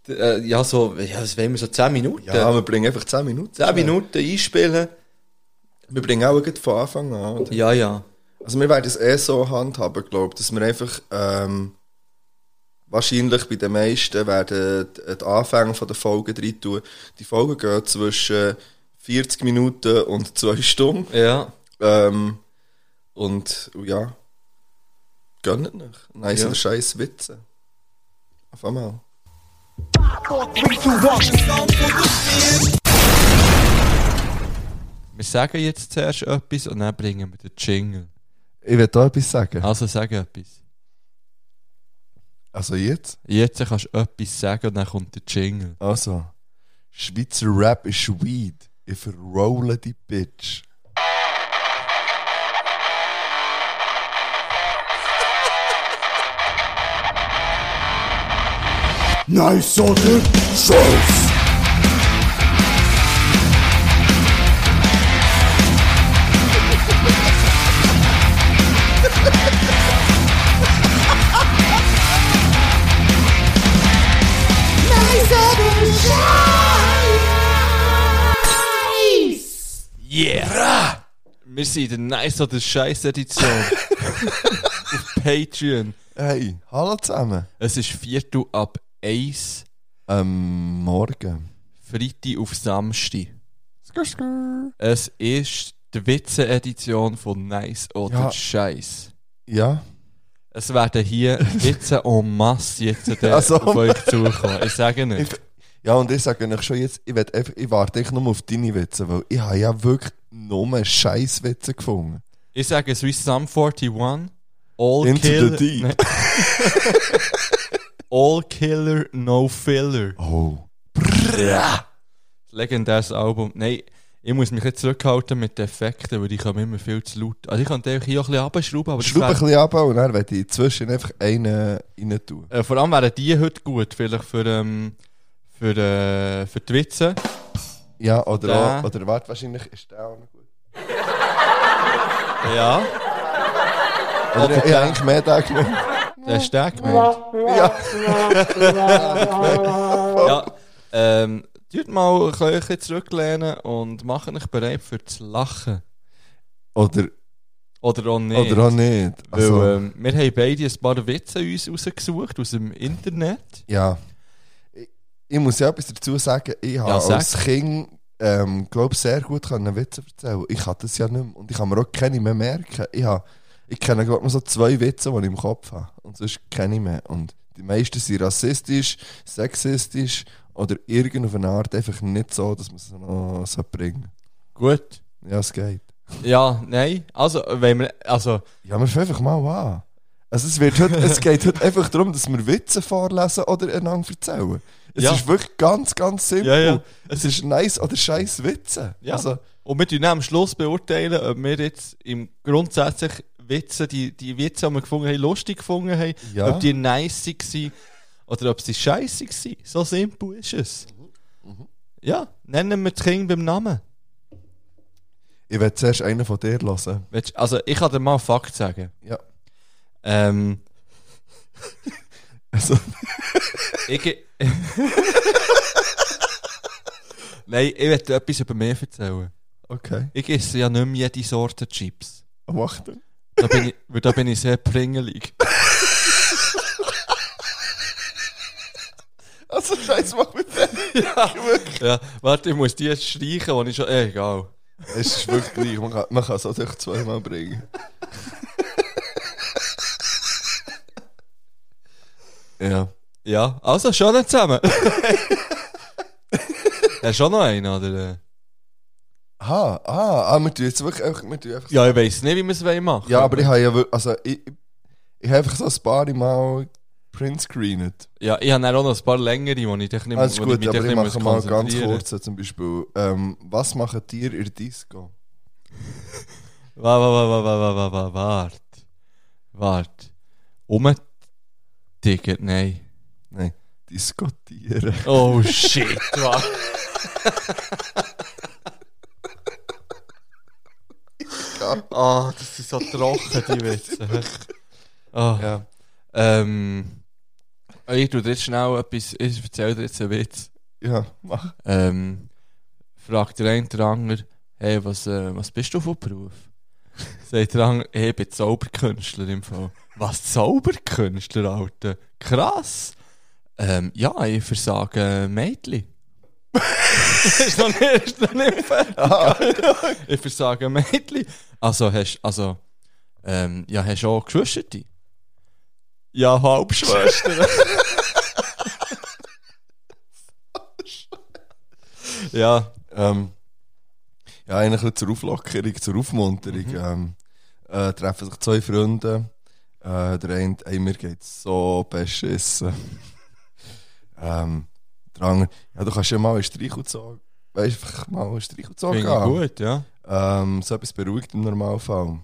Speaker 1: äh, ja, so, ja, was wollen wir so 10 Minuten?
Speaker 2: Ja, wir bringen einfach 10 Minuten.
Speaker 1: 10 Minuten einspielen.
Speaker 2: Wir bringen auch gleich von Anfang an. Oder?
Speaker 1: Ja, ja.
Speaker 2: Also wir werden es eh so handhaben, glaube ich, dass wir einfach ähm, wahrscheinlich bei den meisten werden die- die Anfänge von der Folgen rein tun. Die Folgen gehen zwischen 40 Minuten und 2 Stunden.
Speaker 1: Ja.
Speaker 2: Ähm, und ja, gönnt nicht. Nice
Speaker 1: Ja.
Speaker 2: oder scheiß Witze. Auf einmal.
Speaker 1: Wir sagen jetzt zuerst etwas und dann bringen wir den Jingle.
Speaker 2: Ich will da etwas sagen.
Speaker 1: Also sag etwas.
Speaker 2: Also jetzt?
Speaker 1: Jetzt kannst du etwas sagen und dann kommt der Jingle.
Speaker 2: Also. Schweizer Rap ist weed. Ich verrolle die Bitch.
Speaker 5: Nice oder Scheiß.
Speaker 3: Nice oder Scheiß!
Speaker 1: Yeah! Wir sind in der Nice oder Scheiß (laughs) Edition. Auf Patreon.
Speaker 2: Hey, hallo zusammen.
Speaker 1: Es ist Viertel ab 1,
Speaker 2: Ähm, morgen.
Speaker 1: Freitag auf Samstag. Es ist die Witze-Edition von Nice oder
Speaker 2: Ja.
Speaker 1: Scheiß.
Speaker 2: Ja.
Speaker 1: Es werden
Speaker 2: (laughs)
Speaker 1: hier Witze en masse jetzt
Speaker 2: Also,
Speaker 1: auf euch zukommen. Ich sage nicht.
Speaker 2: Ich- Ja, und ich sage euch schon jetzt, ich, werd einfach, ich warte echt nur auf deine Witze, weil ich habe ja wirklich nur Scheißwitze gefunden.
Speaker 1: Ich sage Swiss Sum 41. All
Speaker 2: Into
Speaker 1: Killer.
Speaker 2: the Deep.
Speaker 1: Nein. All Killer, No Filler.
Speaker 2: Oh.
Speaker 1: Legendäres Album. Nein, ich muss mich jetzt zurückhalten mit den Effekten, weil die kommen immer viel zu laut. Also ich kann den hier auch ein bisschen runterschrauben, aber das
Speaker 2: Schraub ein
Speaker 1: wär-
Speaker 2: bisschen ab und dann werde ich inzwischen einfach einen rein tun.
Speaker 1: Äh, vor allem wären die heute gut, vielleicht für, ähm, für, äh, für die Witze.
Speaker 2: Ja, oder,
Speaker 1: Da.
Speaker 2: auch, oder warte, wahrscheinlich ist der auch noch gut.
Speaker 1: Ja,
Speaker 2: Oder ich habe eigentlich mehr da genommen.
Speaker 1: der ist der gemeint.
Speaker 2: Ja.
Speaker 1: Ja, ähm, tut mal euch jetzt zurücklehnen und macht euch bereit für das Lachen.
Speaker 2: Oder,
Speaker 1: Oder auch nicht.
Speaker 2: oder auch nicht.
Speaker 1: Weil,
Speaker 2: Also,
Speaker 1: ähm, wir haben beide ein paar Witze uns rausgesucht aus dem Internet.
Speaker 2: Ja. Ich, ich muss ja etwas dazu sagen. Ich habe
Speaker 1: sag.
Speaker 2: als Kind, ähm, glaube sehr gut können Witze erzählen. Ich kann das ja nicht mehr. Und ich kann mir auch keine mehr merken. Ich, habe, ich kenne, glaube ich, so zwei Witze, die ich im Kopf habe. Und sonst kenne ich mehr. Und die meisten sind rassistisch, sexistisch oder irgendeine Art einfach nicht so, dass man sie noch so bringen
Speaker 1: Gut.
Speaker 2: Ja, es geht.
Speaker 1: Ja, nein. Also, wenn wir, also,
Speaker 2: Ja, wir fangen einfach mal an. Also es, wird heute, es geht heute einfach darum, dass wir Witze vorlesen oder einander erzählen. Es
Speaker 1: Ja.
Speaker 2: ist wirklich ganz, ganz simpel.
Speaker 1: Ja, ja.
Speaker 2: Es ist nice oder scheiß Witze.
Speaker 1: Ja.
Speaker 2: Also,
Speaker 1: und wir tun dann am Schluss beurteilen, ob wir jetzt im grundsätzlich Witze, die, die Witze, die wir gefunden haben, lustig gefunden haben,
Speaker 2: Ja.
Speaker 1: ob die nice waren oder ob sie scheiße waren. So simpel ist es.
Speaker 2: Mhm.
Speaker 1: Ja, nennen wir das Kind beim Namen.
Speaker 2: ich werde zuerst einen von dir hören.
Speaker 1: Willst- Also, ich kann dir mal einen Fakt sagen.
Speaker 2: Ja.
Speaker 1: Ähm,
Speaker 2: (laughs) Also,
Speaker 1: (laughs) Ich. ge- (laughs) Nein, ich werde etwas über mich erzählen.
Speaker 2: okay.
Speaker 1: Ich esse ja nicht mehr jede Sorte Chips.
Speaker 2: Oh, Achtung.
Speaker 1: Da bin ich, weil da bin ich sehr pringelig.
Speaker 2: Also scheiß mach mit dem.
Speaker 1: Ja, warte, ich muss die jetzt streichen, die ich schon. eh, Egal.
Speaker 2: Es ist wirklich gleich. Man kann, man kann es auch durch zweimal bringen. ja.
Speaker 1: Ja, also schon nicht zusammen. Hast du schon noch einen, oder?
Speaker 2: Ah, ah, ah, wir tun jetzt wirklich einfach, wir tun einfach
Speaker 1: Ja, ich weiß nicht, wie wir es machen wollen.
Speaker 2: Ja, aber ich habe ja wirklich, also ich, ich habe einfach so ein paar Mal Print screened.
Speaker 1: Ja, ich habe dann auch noch ein paar längere, wo ich dich nicht
Speaker 2: Alles
Speaker 1: wo
Speaker 2: gut,
Speaker 1: mich
Speaker 2: aber
Speaker 1: dich
Speaker 2: ich
Speaker 1: nicht
Speaker 2: mache
Speaker 1: muss
Speaker 2: mal ganz
Speaker 1: konzentrieren.
Speaker 2: kurz zum Beispiel. Ähm, was machen Tiere in der Disco?
Speaker 1: Wa, wa, wa, wa, wa, wa, wa, wa, wart. Wart. Umticket, nein.
Speaker 2: Nein, diskutieren. (laughs)
Speaker 1: Oh shit, wart. Ah, das sind so trocken, die Witze. Ah,
Speaker 2: Ja.
Speaker 1: ähm, ich tu dir jetzt schnell etwas, ich erzähle dir jetzt einen Witz.
Speaker 2: Ja, mach.
Speaker 1: Ähm, fragt der eine den anderen, hey, was, äh, was bist du von Beruf? (laughs) Sagt der andere, hey, ich bin Zauberkünstler im Fall. Was, Zauberkünstler, Alter? Krass! Ähm, ja, ich versage Mädchen. (laughs) ist noch nicht, ist noch nicht fertig. Ah. (laughs) ich versage Mädchen. Also, hast, also, ähm, ja, hast du auch Geschwister? Ja, Halbschwestern. ja.
Speaker 2: Ähm, ja, eigentlich auch zur Auflockerung, zur Aufmunterung.
Speaker 1: Mhm.
Speaker 2: Ähm, äh, treffen sich zwei Freunde. Äh, der eine, ey, mir geht's so beschissen. (laughs) ähm, der andere, ja, du kannst ja mal einen Streichel zogen. Weißt du, einfach mal einen Streichel zogen.
Speaker 1: Finde ich gut, ja.
Speaker 2: Ähm, so etwas beruhigt im Normalfall.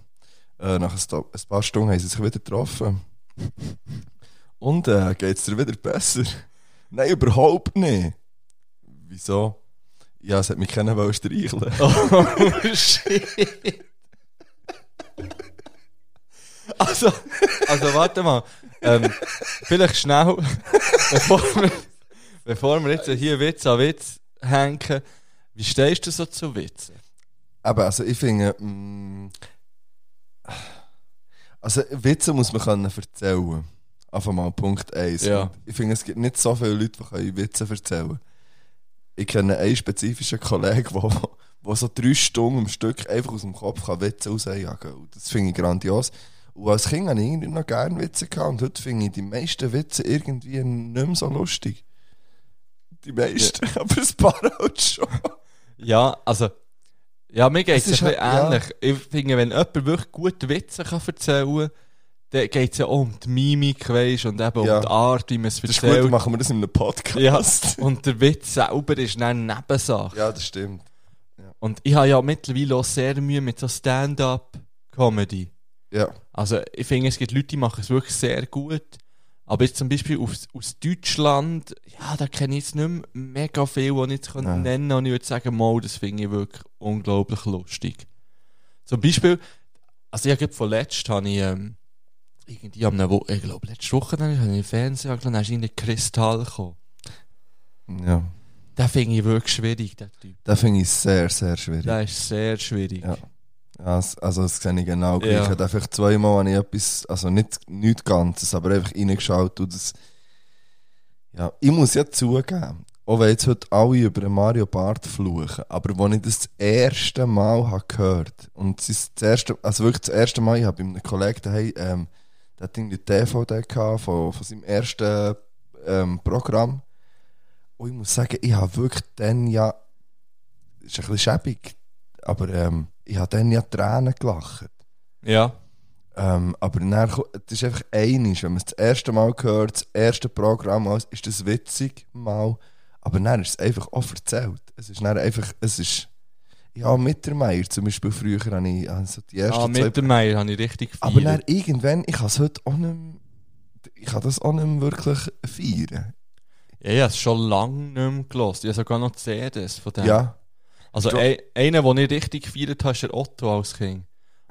Speaker 2: Äh, nach ein, Sta- ein paar Stunden haben sie sich wieder getroffen. Und äh, geht es dir wieder besser? Nein, überhaupt nicht. Wieso? Ja, es hat mich keiner wollen streicheln.
Speaker 1: Oh, shit. Also, also warte mal. Ähm, vielleicht schnell, bevor wir, bevor wir jetzt hier Witz an Witz hängen, wie stehst du so zu Witzen?
Speaker 2: Aber also ich finde, mm, also Witze muss man können erzählen. Einfach mal Punkt 1.
Speaker 1: Ja.
Speaker 2: Ich finde, es gibt nicht so viele Leute, die können Witze erzählen Ich kenne einen spezifischen Kollegen, der wo so drei Stunden am Stück einfach aus dem Kopf kann Witze rausjagen kann. Und Das finde ich grandios. Und als Kind habe ich irgendwie noch gerne Witze gehabt. Und heute finde ich die meisten Witze irgendwie nicht mehr so lustig. Die meisten, (laughs) aber ein paar halt schon.
Speaker 1: Ja, also, ja, mir geht es ein
Speaker 2: Es ist
Speaker 1: bisschen
Speaker 2: halt-
Speaker 1: ähnlich. Ich finde, wenn jemand wirklich gute Witze kann erzählen kann, dann geht es ja auch um die Mimik, weißt und eben
Speaker 2: Ja.
Speaker 1: um die Art, wie man es
Speaker 2: Das ist gut, dann
Speaker 1: erzählt.
Speaker 2: machen wir das in einem Podcast.
Speaker 1: Ja, und der Witz selber ist dann Nebensache.
Speaker 2: Ja, das stimmt.
Speaker 1: Und ich habe ja mittlerweile auch sehr Mühe mit so Stand-up-Comedy.
Speaker 2: Ja.
Speaker 1: Also ich finde, es gibt Leute, die machen es wirklich sehr gut. Aber jetzt zum Beispiel aus, aus Deutschland, ja, da kenne ich jetzt nicht mehr mega viel, die ich jetzt könnte
Speaker 2: Nein.
Speaker 1: nennen Und ich würde sagen, mal, das finde ich wirklich unglaublich lustig. Zum Beispiel, also ich habe von letzt habe ich, ähm, irgendwie am Wo ich glaube, letzte Woche dann habe ich im Fernsehen angeschaut, dann ist irgendwie Kristall gekommen.
Speaker 2: ja.
Speaker 1: Den finde ich wirklich schwierig, der Typ.
Speaker 2: Das finde ich sehr, sehr schwierig.
Speaker 1: Der ist sehr schwierig.
Speaker 2: Ja. Ja, es- also das sehe ich genau
Speaker 1: Ja.
Speaker 2: gleich. Ich habe einfach zweimal habe ich etwas, also nicht, nicht Ganzes, aber einfach reingeschaut. Und das, ja, ich muss ja zugeben, auch wenn jetzt heute alle über den Mario Barth fluchen, aber als ich das, das erste Mal habe gehört und es ist das erste, also wirklich das erste Mal, ich habe bei einem Kollegen daheim, ähm, der hat irgendwie die DVD gehabt von, von seinem ersten ähm, Programm. Und ich muss sagen, ich habe wirklich dann ja, ist ein bisschen schäbig, aber ähm, ich habe dann ja Tränen gelacht.
Speaker 1: ja.
Speaker 2: Ähm, aber dann, ko- es ist einfach einig, wenn man es das erste Mal hört, das erste Programm, alles, ist das witzig mal, aber dann ist es einfach auch erzählt. Es ist dann einfach, es ist, ja, Mittermeier zum Beispiel, früher habe ich also die ersten
Speaker 1: Ah,
Speaker 2: zwei...
Speaker 1: Mittermeier habe ich richtig
Speaker 2: aber
Speaker 1: gefeiert.
Speaker 2: dann irgendwann, ich kann es heute auch nicht mehr, ich kann das auch nicht mehr wirklich feiern.
Speaker 1: Ja, ich habe es schon lange nicht mehr gehört. Ich habe sogar noch die CDs von dem.
Speaker 2: Ja,
Speaker 1: also
Speaker 2: Du-
Speaker 1: ein, einer, den ich richtig gefeiert habe, ist der Otto als Kind.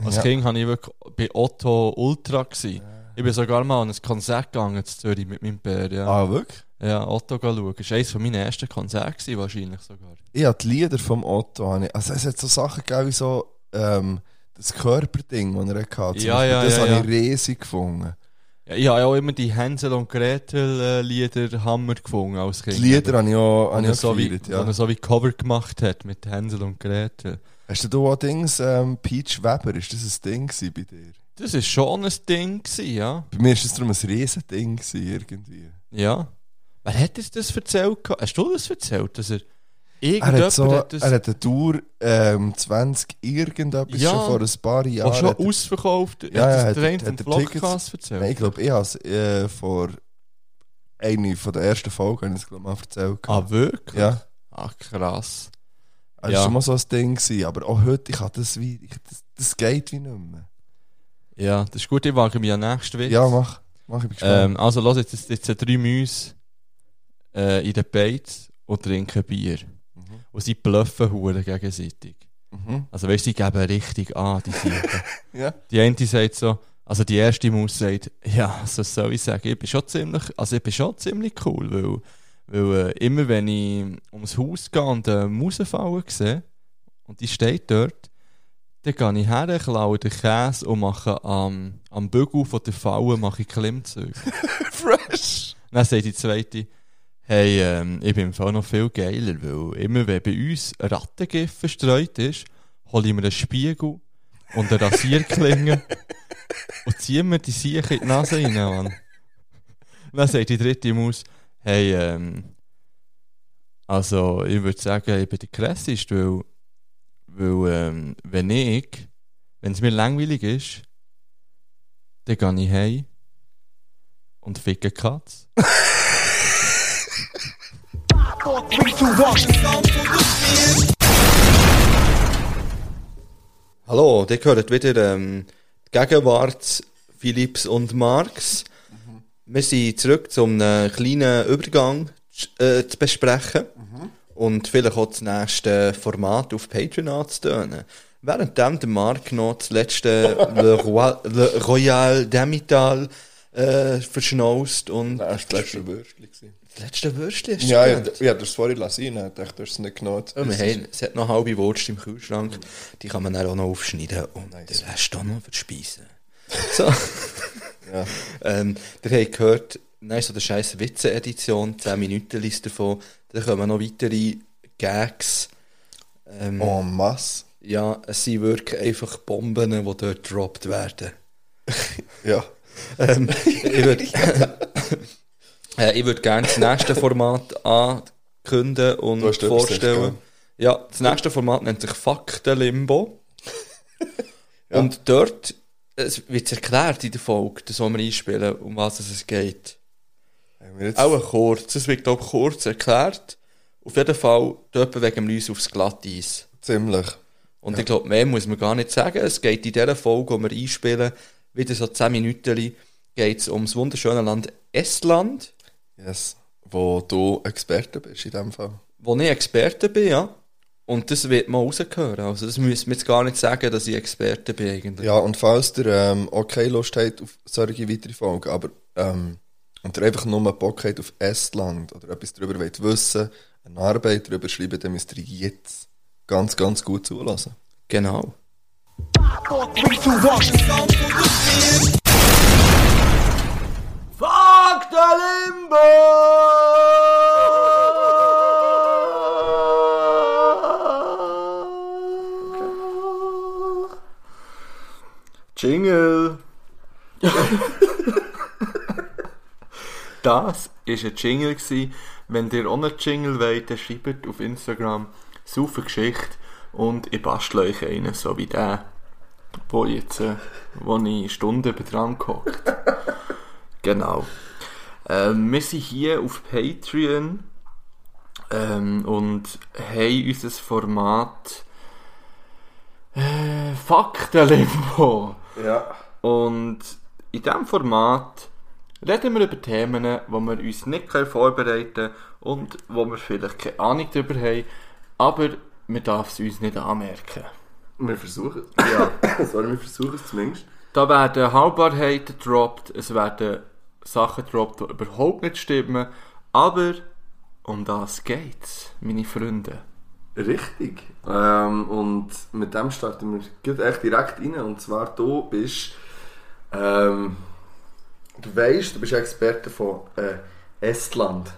Speaker 1: Als
Speaker 2: Ja.
Speaker 1: Kind war ich wirklich bei Otto Ultra. Gewesen. Ich bin sogar mal an ein Konzert gegangen in Zürich mit meinem Bär. Ja,
Speaker 2: ah wirklich?
Speaker 1: ja Otto gehen schauen. Das war eines meiner ersten Konzerte gewesen, wahrscheinlich sogar.
Speaker 2: Ich habe die Lieder vom Otto, habe ich- also es hat so Sachen gegeben, wie so ähm, das Körperding, das er hatte. zum
Speaker 1: Ja,
Speaker 2: Beispiel,
Speaker 1: ja,
Speaker 2: das
Speaker 1: ja,
Speaker 2: habe
Speaker 1: ja.
Speaker 2: ich riesig gefunden.
Speaker 1: Ja, ich habe ja auch immer die Hänsel und Gretel-Lieder Hammer gefunden als Kind.
Speaker 2: Die Lieder habe ich auch,
Speaker 1: die
Speaker 2: habe ich
Speaker 1: er,
Speaker 2: auch
Speaker 1: so wie,
Speaker 2: gefeiert,
Speaker 1: die er
Speaker 2: ja.
Speaker 1: so wie Cover gemacht hat mit Hänsel und Gretel.
Speaker 2: Hast du da auch Dings, ähm, Peach Weber, ist das ein Ding gewesen bei dir?
Speaker 1: Das war schon ein Ding, gewesen, ja.
Speaker 2: Bei mir ist das darum ein riesen Ding gewesen, irgendwie.
Speaker 1: Ja. Wer hat uns das erzählt? gehabt? Hast du das erzählt? Dass er
Speaker 2: Er
Speaker 1: irgendjemand
Speaker 2: hat, so,
Speaker 1: hat das
Speaker 2: er hat eine Tour ähm, 20 irgendetwas
Speaker 1: Ja.
Speaker 2: schon vor ein paar
Speaker 1: auch
Speaker 2: Jahren.
Speaker 1: schon
Speaker 2: hat er-
Speaker 1: ausverkauft.
Speaker 2: Ja,
Speaker 1: hat
Speaker 2: ja,
Speaker 1: das
Speaker 2: hat-
Speaker 1: der eine
Speaker 2: hat
Speaker 1: vom
Speaker 2: er
Speaker 1: Podcast erzählt?
Speaker 2: Nein, ich glaube, ich habe es äh, vor eine von der ersten Folgen, habe ich es glaube ich mal erzählt.
Speaker 1: Ah, wirklich?
Speaker 2: Ja,
Speaker 1: Ah, krass. Ja.
Speaker 2: das war Also schon mal so ein Ding, gewesen, aber auch heute, ich kann das wie, ich, das, das geht wie nicht mehr.
Speaker 1: Ja, das ist gut, ich wage mich ja nächsten Witz.
Speaker 2: Ja, mach, mach, ich bin gespannt.
Speaker 1: Ähm, also, los jetzt, jetzt, jetzt sind drei Mäuse äh, in den Beiz und trinken Bier.
Speaker 2: Mhm.
Speaker 1: Und sie bluffen Huren gegenseitig.
Speaker 2: Mhm.
Speaker 1: Also, weißt du, sie geben richtig an, die Sieben.
Speaker 2: (laughs) Ja.
Speaker 1: Die eine sagt so, also die erste Maus sagt, ja, so soll ich sagen, ich bin schon ziemlich, also ich bin schon ziemlich cool, weil, weil äh, immer wenn ich ums Haus gehe und eine Maus fallen sehe und die steht dort, dann gehe ich her, klaue den Käse und mache am, am Bügel von der Falle mache ich Klimmzüge.
Speaker 2: Fresh!
Speaker 1: Dann sagt die zweite, hey, ähm, ich bin im Fall noch viel geiler, weil immer wenn bei uns Rattengift verstreut ist, hole ich mir einen Spiegel und eine Rasierklinge und ziehe mir die Sieche in die Nase rein, Mann. Dann sagt die dritte Maus, hey, ähm, also ich würde sagen, ich bin der krasseste, weil, weil ähm, wenn ich, wenn es mir langweilig ist, dann gehe ich heim und ficke Katz. Hallo, ihr hört wieder ähm, die Gegenwart Philips und Marx. Wir sind zurück, um einen kleinen Übergang zu- äh, zu besprechen und vielleicht auch das nächste Format auf Patreon anzutönen. Währenddem der Marc noch das letzte Le, Roi, Le Royal Demital äh, verschnaust und
Speaker 2: Nein, das war das letzte Würstchen.
Speaker 1: das letzte Würstchen ist
Speaker 2: Ja, ja,
Speaker 1: gegönnt.
Speaker 2: ja, das vorhin lassen, ich dachte, du hast es nicht genommen.
Speaker 1: Ja, wir haben, es hat noch halbe Wurst im Kühlschrank, die kann man dann auch noch aufschneiden und
Speaker 2: Nice.
Speaker 1: den Rest auch noch verspeisen. (laughs) So.
Speaker 2: Ja.
Speaker 1: ähm, ihr habt gehört, nein, so der scheiß Witze-Edition, 10 Minuten Liste davon, da kommen noch weitere Gags. Ähm,
Speaker 2: Oh, Mass.
Speaker 1: Ja, es sind wirklich einfach Bomben, die dort gedroppt werden.
Speaker 2: Ja.
Speaker 1: Ähm, ich würde (laughs) äh, ich würd gerne das nächste Format ankünden und
Speaker 2: Du hast etwas gesagt,
Speaker 1: vorstellen. Ja, das nächste Format nennt sich Faktenlimbo. Und dort es wird erklärt in der Folge, das wollen wir einspielen, um was es geht.
Speaker 2: Haben wir jetzt
Speaker 1: Auch kurz, es wird glaube kurz erklärt. Auf jeden Fall, dort bewegen wir uns aufs Glatteis.
Speaker 2: ziemlich.
Speaker 1: Und ich glaube, mehr muss man gar nicht sagen. Es geht in dieser Folge, die wir einspielen, wieder so 10 Minuten, geht es ums wunderschöne Land Estland,
Speaker 2: Yes. Wo du Experte bist in dem Fall.
Speaker 1: wo ich Experte bin, ja. Und das wird mal rausgehören. Also das müssen wir jetzt gar nicht sagen, dass ich Experte bin eigentlich.
Speaker 2: Ja, und falls ihr ähm, okay Lust habt auf solche weitere Folgen, aber ähm, und ihr einfach nur Bock habt auf Estland oder etwas darüber wollt wissen, eine Arbeit darüber schreiben, dann müsst ihr jetzt ganz, ganz gut zulassen.
Speaker 1: Genau.
Speaker 6: Jingle.
Speaker 1: Das war ein Jingle. Gewesen. Wenn ihr ohne Jingle wollt, dann schreibt auf Instagram «Saufe Geschichte» und ich bastle euch einen, so wie der, wo, jetzt, äh, wo ich Stunden dran gehockt (laughs) Genau. Ähm, wir sind hier auf Patreon ähm, und haben unser Format äh, «Faktenlimbo».
Speaker 2: Ja.
Speaker 1: Und in diesem Format reden wir über Themen, die wir uns nicht können vorbereiten können und wo wir vielleicht keine Ahnung darüber haben, aber man darf es uns nicht anmerken.
Speaker 6: Wir versuchen es. Ja. (coughs) Sorry, wir versuchen es zumindest.
Speaker 1: Da werden Haltbarheiten gedroppt, es werden Sachen gedroppt, die überhaupt nicht stimmen, aber um das geht's, meine Freunde.
Speaker 6: Richtig. Ähm, und mit dem starten wir gleich echt direkt rein. Und zwar du bist. Ähm, du weißt, du bist Experte von äh, Estland.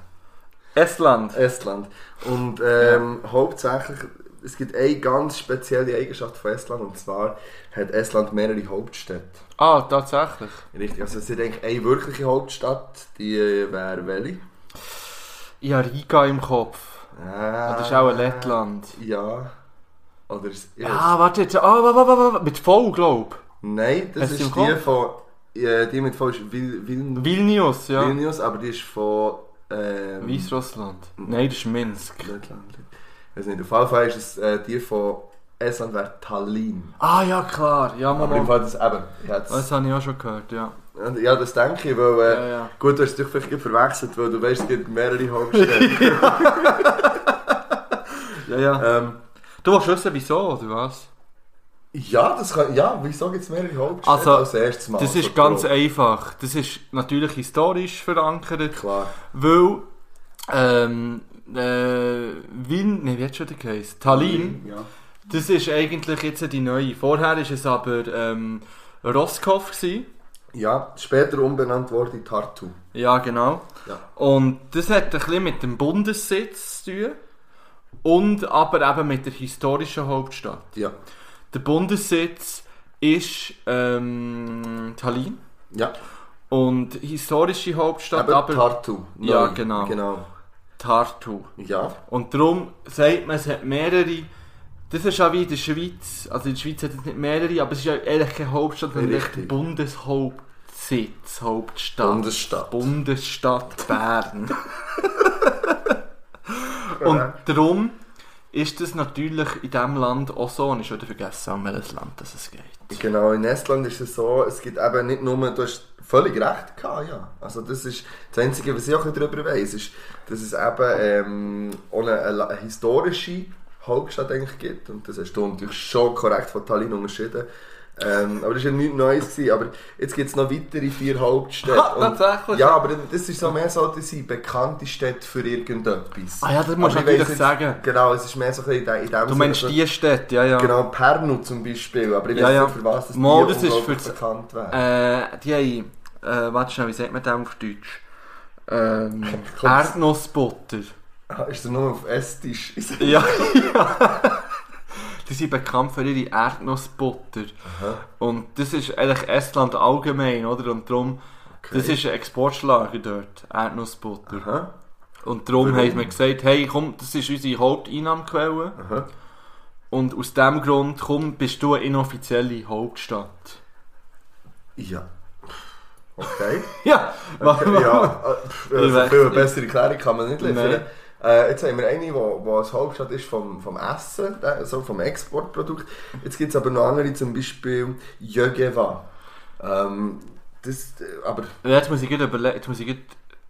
Speaker 1: Estland.
Speaker 6: Estland. Und ähm, hauptsächlich, es gibt eine ganz spezielle Eigenschaft von Estland. Und zwar hat Estland mehrere Hauptstädte.
Speaker 1: Ah, tatsächlich.
Speaker 6: Richtig. Also es ist eigentlich eine wirkliche Hauptstadt, die äh, wäre welche?
Speaker 1: Ich habe Riga im Kopf.
Speaker 6: Ah,
Speaker 1: Das ist auch Lettland.
Speaker 6: Ja. Oder ist
Speaker 1: Ah, warte jetzt. Ah, wa- wa- wa- wa- mit V, glaube ich.
Speaker 6: Nein, das
Speaker 1: Hast du
Speaker 6: ist
Speaker 1: im
Speaker 6: die
Speaker 1: Kopf?
Speaker 6: von
Speaker 2: äh, die mit voll ist Vil, Vil,
Speaker 7: Vilnius, ja.
Speaker 2: Vilnius, aber die ist von. Ähm,
Speaker 7: Weißrussland. Nein, das ist Minsk.
Speaker 2: Lettland. Ich weiß nicht, auf jeden Fall ist es äh, die von Estland wäre Tallinn.
Speaker 7: Ah ja, klar. Ja,
Speaker 2: Aber im
Speaker 7: Mama.
Speaker 2: Fall das eben. Ich
Speaker 7: Das
Speaker 2: hätt's-
Speaker 7: habe ich auch schon gehört, ja.
Speaker 2: Ja, das denke ich, weil. Äh,
Speaker 7: Ja, ja.
Speaker 2: Gut, du hast dich vielleicht gerade verwechselt, weil du weißt, es gibt mehrere
Speaker 7: (laughs)
Speaker 2: Hauptstädte.
Speaker 7: ja, ja.
Speaker 2: ähm,
Speaker 7: Äh, Du willst wissen, wieso, oder was?
Speaker 2: ja, das kann, ja, wieso gibt es mehrere Hauptstädte
Speaker 7: Also,
Speaker 2: als
Speaker 7: dus
Speaker 2: erstes Mal?
Speaker 7: Das
Speaker 2: So,
Speaker 7: ist ganz
Speaker 2: so,
Speaker 7: einfach. Das ist natürlich historisch verankert.
Speaker 2: Klar.
Speaker 7: Weil, ähm, äh, Wien, ne, wie hat schon der geheißen? Tallinn,
Speaker 2: Ja.
Speaker 7: das ist eigentlich jetzt die neue. Vorher war es aber, ähm, Roskopf. Gewesen.
Speaker 2: ja, später umbenannt wurde in Tartu.
Speaker 7: Ja, genau.
Speaker 2: Ja.
Speaker 7: Und das hat ein bisschen mit dem Bundessitz zu tun. Und aber eben mit der historischen Hauptstadt.
Speaker 2: Ja.
Speaker 7: Der Bundessitz ist ähm, Tallinn.
Speaker 2: Ja,
Speaker 7: Und historische Hauptstadt
Speaker 2: aber,
Speaker 7: aber,
Speaker 2: Tartu. neu.
Speaker 7: Ja, genau.
Speaker 2: genau.
Speaker 7: Tartu.
Speaker 2: Ja,
Speaker 7: Und darum sagt man, es hat mehrere. Das ist auch wie in der Schweiz. Also in der Schweiz hat es nicht mehrere, aber es ist ja eigentlich keine Hauptstadt, sondern
Speaker 2: Richtig.
Speaker 7: echt Bundeshauptsitz, Hauptstadt.
Speaker 2: Bundesstadt.
Speaker 7: Bundesstadt
Speaker 2: (laughs)
Speaker 7: Bern. Und darum ist das natürlich in diesem Land auch so. Und ich habe vergessen, um welches Land das es geht.
Speaker 2: Genau, in Estland ist es so, es gibt eben nicht nur, du hast völlig recht gehabt, ja. Also das ist das Einzige, was ich auch ein bisschen darüber weiss, ist, dass es eben ähm, auch eine, eine historische Hauptstadt eigentlich gibt. Und das hast du natürlich schon korrekt von Tallinn unterschieden. Ähm, aber das war ja nichts Neues, gewesen. aber jetzt gibt es noch weitere vier
Speaker 7: (laughs)
Speaker 2: Hauptstädte.
Speaker 7: Ha, Ah, tatsächlich?
Speaker 2: Ja, aber das ist so mehr so, dass sie bekannte Städte für irgendetwas.
Speaker 7: Ah ja, das musst du
Speaker 2: Aber ich
Speaker 7: natürlich
Speaker 2: weiss jetzt-
Speaker 7: sagen.
Speaker 2: Genau, es ist mehr so ein bisschen in dem- in dem
Speaker 7: Du meinst
Speaker 2: also-
Speaker 7: die Städte, ja, ja.
Speaker 2: Genau, Pernu zum Beispiel, aber ich weiß
Speaker 7: Ja, ja.
Speaker 2: nicht, für was das
Speaker 7: Mal,
Speaker 2: die
Speaker 7: das ist
Speaker 2: unglaublich
Speaker 7: für das-
Speaker 2: bekannt wäre.
Speaker 7: Äh, die haben, äh, warte schnell, wie sagt man das auf Deutsch?
Speaker 2: (laughs)
Speaker 7: Ähm,
Speaker 2: Kommt's?
Speaker 7: Erdnussbutter.
Speaker 2: Ah, (laughs) Ist der nur auf Esstisch? (laughs) Ist er-
Speaker 7: Ja, (laughs) ja. Die sind bekannt für ihre Erdnussbutter. Und das ist eigentlich Estland allgemein, oder? Und darum, das ist ein Exportschlager dort, Erdnussbutter.
Speaker 2: Aha.
Speaker 7: Und darum haben wir gesagt, hey, komm, das ist unsere Haupteinnahmequelle.
Speaker 2: Aha.
Speaker 7: Und aus dem Grund, komm, bist du eine inoffizielle Hauptstadt.
Speaker 2: Ja. Okay.
Speaker 7: Ja,
Speaker 2: okay.
Speaker 7: (laughs)
Speaker 2: ja. äh, pff,
Speaker 7: Ich
Speaker 2: Also
Speaker 7: weiß
Speaker 2: viel
Speaker 7: nicht.
Speaker 2: bessere Klärung kann man nicht liefern.
Speaker 7: Nein.
Speaker 2: Äh, jetzt haben wir eine, die als Hauptstadt ist vom, vom Essen, äh, so vom Exportprodukt. Jetzt gibt es aber noch andere, zum Beispiel Jögeva. Ähm, das, äh, aber
Speaker 7: Ja, Jetzt muss ich gut überlegen, jetzt muss ich gut,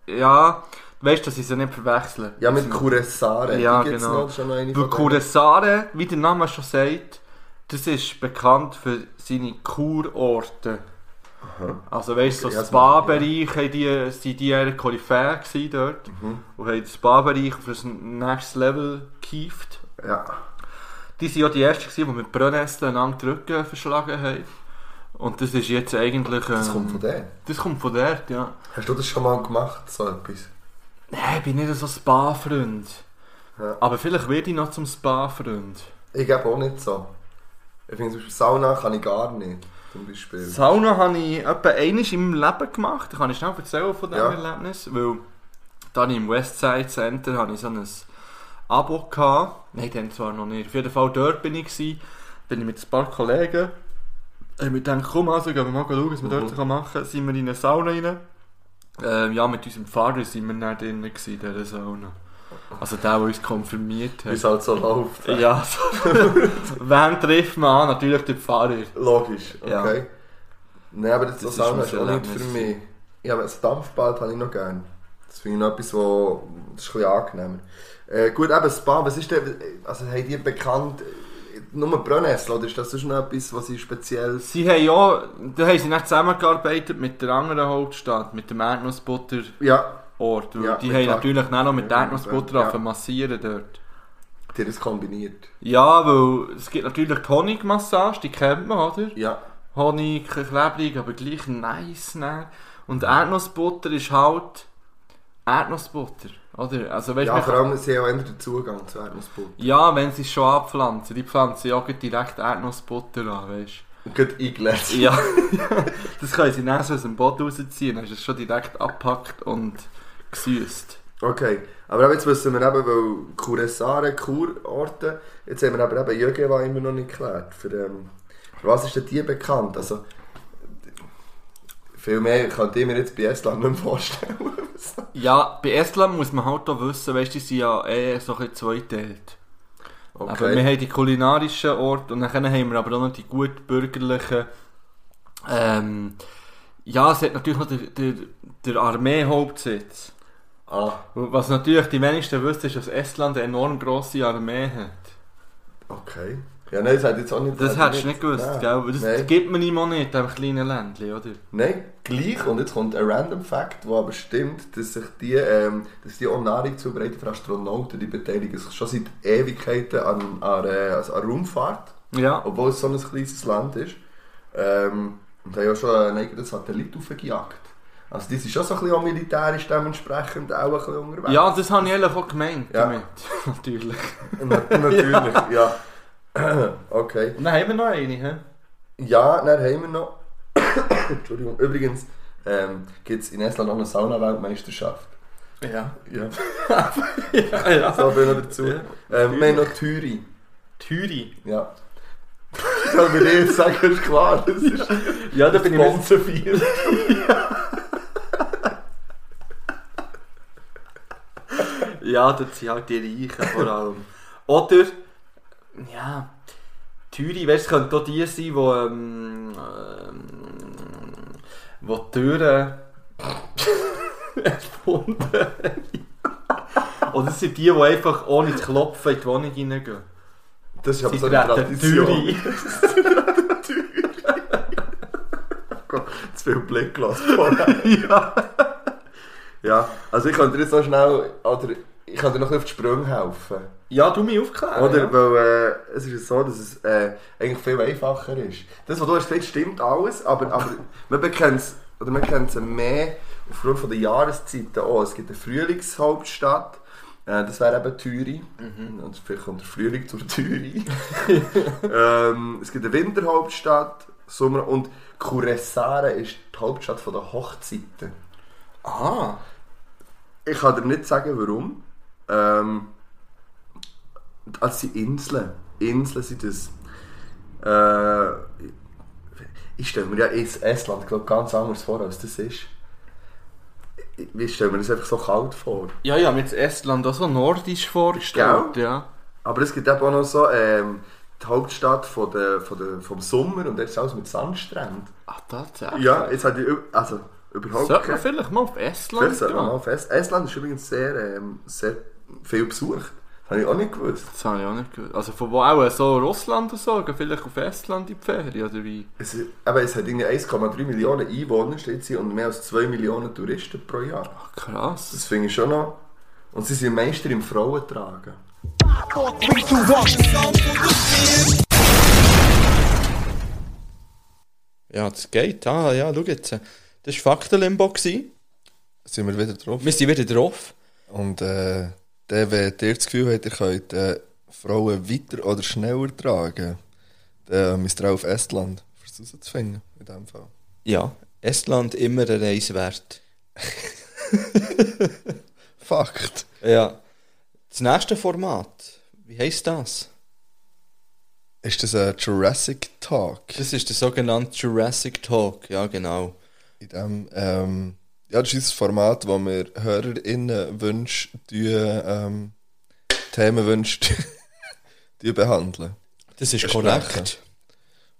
Speaker 7: ja, du weißt, dass ich sie nicht verwechseln.
Speaker 2: ja, mit Kuressare.
Speaker 7: Ja,
Speaker 2: die gibt's
Speaker 7: genau.
Speaker 2: Noch, schon noch eine
Speaker 7: Weil
Speaker 2: von denen.
Speaker 7: Kuressare, wie der Name schon sagt, das ist bekannt für seine Kurorte. Also weißt du, so
Speaker 2: Ja, das
Speaker 7: Spa-Bereich haben die, sind die eher Koryphäe gewesen dort
Speaker 2: Mhm.
Speaker 7: und haben den Spa-Bereich auf das nächste Level gekieft.
Speaker 2: Ja.
Speaker 7: Die waren ja die ersten, gewesen, die mit Brennnesseln einander die Rücken verschlagen haben. Und das ist jetzt eigentlich...
Speaker 2: Das
Speaker 7: ähm,
Speaker 2: kommt von denen.
Speaker 7: Das kommt von dort, ja.
Speaker 2: Hast du das schon mal gemacht, so etwas?
Speaker 7: Nein, ich bin nicht so ein Spa-Freund.
Speaker 2: Ja.
Speaker 7: Aber vielleicht werde ich noch zum Spa-Freund.
Speaker 2: Ich gebe auch nicht so. Ich finde zum Beispiel Sauna kann ich gar nicht. Zum Beispiel.
Speaker 7: Sauna habe ich etwa einmal im Leben gemacht. Ich kann ich schnell erzählen von diesem
Speaker 2: Ja.
Speaker 7: Erlebnis. Weil dann im Westside Center habe ich so ein Abo gehabt. Nein, dann zwar noch nicht. Auf jeden Fall dort bin ich. Gewesen. Bin ich mit ein paar Kollegen. Und wir dachten, komm, also gehen wir mal schauen, was wir
Speaker 2: Mhm.
Speaker 7: dort kann machen können. Sind wir in eine Sauna rein. Ähm, ja, mit unserem Vater sind wir dann drin gewesen, in dieser Sauna. Also der, der uns konfirmiert
Speaker 2: Wie es
Speaker 7: hat.
Speaker 2: halt so läuft.
Speaker 7: Ja, (laughs) so. Wen trifft man an? Natürlich den Pfarrer.
Speaker 2: Logisch,
Speaker 7: Ja.
Speaker 2: okay. Nein, aber das,
Speaker 7: Das ist
Speaker 2: Sauna
Speaker 7: mein
Speaker 2: ist auch nicht
Speaker 7: Erlebnis.
Speaker 2: für mich. Ja, aber das Dampfbad habe ich noch gerne. Das finde ich noch etwas, wo, das ist ein bisschen angenehmer. Äh, gut, eben Spa, was ist denn, also haben die bekannt, äh, nur Brennessel, oder ist das sonst noch etwas, was sie speziell
Speaker 7: Sie haben ja, da haben sie nicht zusammengearbeitet mit der anderen Hauptstadt, mit dem Erdnussbutterort.
Speaker 2: Ja,
Speaker 7: Ort.
Speaker 2: Ja,
Speaker 7: die
Speaker 2: mit
Speaker 7: haben
Speaker 2: Tag-
Speaker 7: natürlich dann noch mit
Speaker 2: Ja, ja.
Speaker 7: Erdnussbutter ja. massieren dort.
Speaker 2: die haben das kombiniert.
Speaker 7: Ja, weil es gibt natürlich die Honigmassage, die kennt man, oder?
Speaker 2: Ja.
Speaker 7: Honig, ein bisschen klebrig, aber gleich nice. Ne? Und Erdnussbutter ist halt Erdnussbutter, oder? Also, weißt,
Speaker 2: Ja,
Speaker 7: man
Speaker 2: vor
Speaker 7: kann-
Speaker 2: allem, sie haben auch eher den Zugang zu Erdnussbutter.
Speaker 7: ja, wenn sie es schon abpflanzen, die pflanzen ja gleich direkt Erdnussbutter an, weißt
Speaker 2: Gut eingelesen.
Speaker 7: (laughs) Ja, das können sie dann so aus dem Boden rausziehen, dann ist es schon direkt abgepackt und gesüßt.
Speaker 2: Okay, aber eben jetzt wissen wir eben, weil Kuressare, Kurorte, jetzt haben wir aber eben Jögeva immer noch nicht geklärt. Für, ähm, für was ist denn die bekannt? Also, für Viel mehr könnte ich mir jetzt bei Estland nicht mehr vorstellen.
Speaker 7: Ja, bei Estland muss man halt auch wissen, weißt du, die sind ja eh so ein bisschen zweiteilt. Aber wir haben die kulinarischen Orte und dann haben wir aber auch noch die gut bürgerlichen. Ähm, ja, es hat natürlich noch den, den, den Armee-Hauptsitz.
Speaker 2: Ah,
Speaker 7: Was natürlich die wenigsten wissen, ist, dass Estland eine enorm grosse Armee hat.
Speaker 2: okay. Ja, nein, das hätte ich jetzt auch nicht hätte
Speaker 7: Das
Speaker 2: ich
Speaker 7: hättest du nicht gewusst,
Speaker 2: nein.
Speaker 7: gell? Weil Das
Speaker 2: Nein.
Speaker 7: gibt man ihm auch nicht, einem kleinen Ländchen, oder?
Speaker 2: Nein, gleich. Und jetzt kommt ein random Fact, der aber stimmt, dass sich die, ähm, dass die auch Nahrung zubereiten für Astronauten, die beteiligen sich schon seit Ewigkeiten an, an, äh, also an Raumfahrt,
Speaker 7: Ja.
Speaker 2: obwohl es so ein kleines Land ist. Ähm, und haben ja schon einen eigenen Satellit aufgejagt. Also die sind schon so ein bisschen auch militärisch dementsprechend auch ein bisschen unterwegs.
Speaker 7: Ja, das habe ich eigentlich auch gemeint
Speaker 2: Ja.
Speaker 7: damit. (laughs) natürlich. (laughs)
Speaker 2: Na- natürlich, ja. (clears throat) okay.
Speaker 7: Und dann haben wir noch eine, hä?
Speaker 2: Ja, dann haben wir noch. (coughs) Entschuldigung, übrigens ähm, gibt es in Estland noch eine Sauna-Weltmeisterschaft.
Speaker 7: Ja.
Speaker 2: Ja.
Speaker 7: Ja, ja.
Speaker 2: So viel noch dazu.
Speaker 7: Ja.
Speaker 2: ähm, wir haben noch Thüri.
Speaker 7: Thüri.
Speaker 2: Ja. Soll wir dir jetzt sagen, ist klar. Das ist
Speaker 7: Ja, da bin ich mit,
Speaker 2: ganze viel.
Speaker 7: (laughs) Ja, dort sind halt die Reichen vor allem. Oder, ja, Thüri, weißt du, könnte auch die sein, wo, ähm, ähm, wo die (laughs) Türen erfunden haben. Oder es sind die, die einfach ohne zu klopfen in die Wohnung hineingehen.
Speaker 2: Das ist aber
Speaker 7: Sie
Speaker 2: so eine
Speaker 7: treten
Speaker 2: Tradition.
Speaker 7: Thüri.
Speaker 2: (laughs) Zu viel Blick gelassen vorher. (laughs) ja. ja. Also ich könnte dir jetzt noch schnell. Oder ich könnte dir noch ein bisschen auf die Sprünge helfen.
Speaker 7: Ja, du mich aufklären.
Speaker 2: Oder?
Speaker 7: Ah, Ja.
Speaker 2: Weil äh, es ist ja so, dass es äh, eigentlich viel einfacher ist. Das, was du hast gesagt, stimmt alles, aber, aber (laughs) man bekennt es oder man kennt es mehr aufgrund von der Jahreszeiten auch. Es gibt eine Frühlingshauptstadt, äh, das wäre eben Thüri.
Speaker 7: Mhm.
Speaker 2: Und vielleicht kommt der Frühling zur Thüri. (laughs) ähm, es gibt eine Winterhauptstadt, Sommer und Kuressare ist die Hauptstadt von der Hochzeiten.
Speaker 7: Ah,
Speaker 2: Ich kann dir nicht sagen, warum. Ähm, also die Inseln. Inseln sind das. Äh, ich stelle mir ja Es- Estland glaub, ganz anders vor, als das ist. Ich- Ich stelle mir das einfach so kalt vor.
Speaker 7: ja, ja, mit Estland auch so nordisch vorgestellt,
Speaker 2: Gell?
Speaker 7: ja.
Speaker 2: Aber es gibt eben auch noch so ähm, die Hauptstadt von der, von der, vom Sommer und das ist alles mit Sandstränden.
Speaker 7: Ach, Ah, tatsächlich.
Speaker 2: Ja, jetzt hat ich üb- also, überhaupt
Speaker 7: Sollte man
Speaker 2: keine-
Speaker 7: vielleicht mal auf
Speaker 2: Vielleicht
Speaker 7: Estland
Speaker 2: sollte man
Speaker 7: gehen?
Speaker 2: mal auf Est- Estland ist übrigens sehr, ähm, sehr viel besucht. Das habe ich auch nicht gewusst.
Speaker 7: Das habe ich auch nicht gehört. Also von wo auch so Russland oder so, gehen vielleicht auf Estland in die Ferien oder wie?
Speaker 2: Es, aber es hat irgendwie 1,3 Millionen Einwohner steht sie, und mehr als 2 Millionen Touristen pro Jahr.
Speaker 7: Ach, krass.
Speaker 2: Das finde ich schon noch. Und sie sind Meister im Frauentragen.
Speaker 1: Ja, das geht. Ah, ja, schau jetzt. Das war Faktenlimbo. gewesen.
Speaker 8: Sind wir wieder drauf?
Speaker 1: Wir sind wieder drauf.
Speaker 8: Und äh, dann, wenn ihr das Gefühl habt, ihr könnt äh, Frauen weiter oder schneller tragen, dann äh, müsst ihr auch auf Estland versuchen zu finden. In dem Fall.
Speaker 1: Ja, Estland immer eine Reise wert.
Speaker 8: Fakt.
Speaker 1: Ja. Das nächste Format, wie heisst das?
Speaker 8: Ist das ein Jurassic Talk?
Speaker 1: Das ist der sogenannte Jurassic Talk, ja genau.
Speaker 8: In dem, ähm, ja, das ist unser Format, wo wir HörerInnen Wünsche, die, ähm, Themenwünsche (laughs) die behandeln.
Speaker 1: Das ist
Speaker 8: Besprechen.
Speaker 1: korrekt.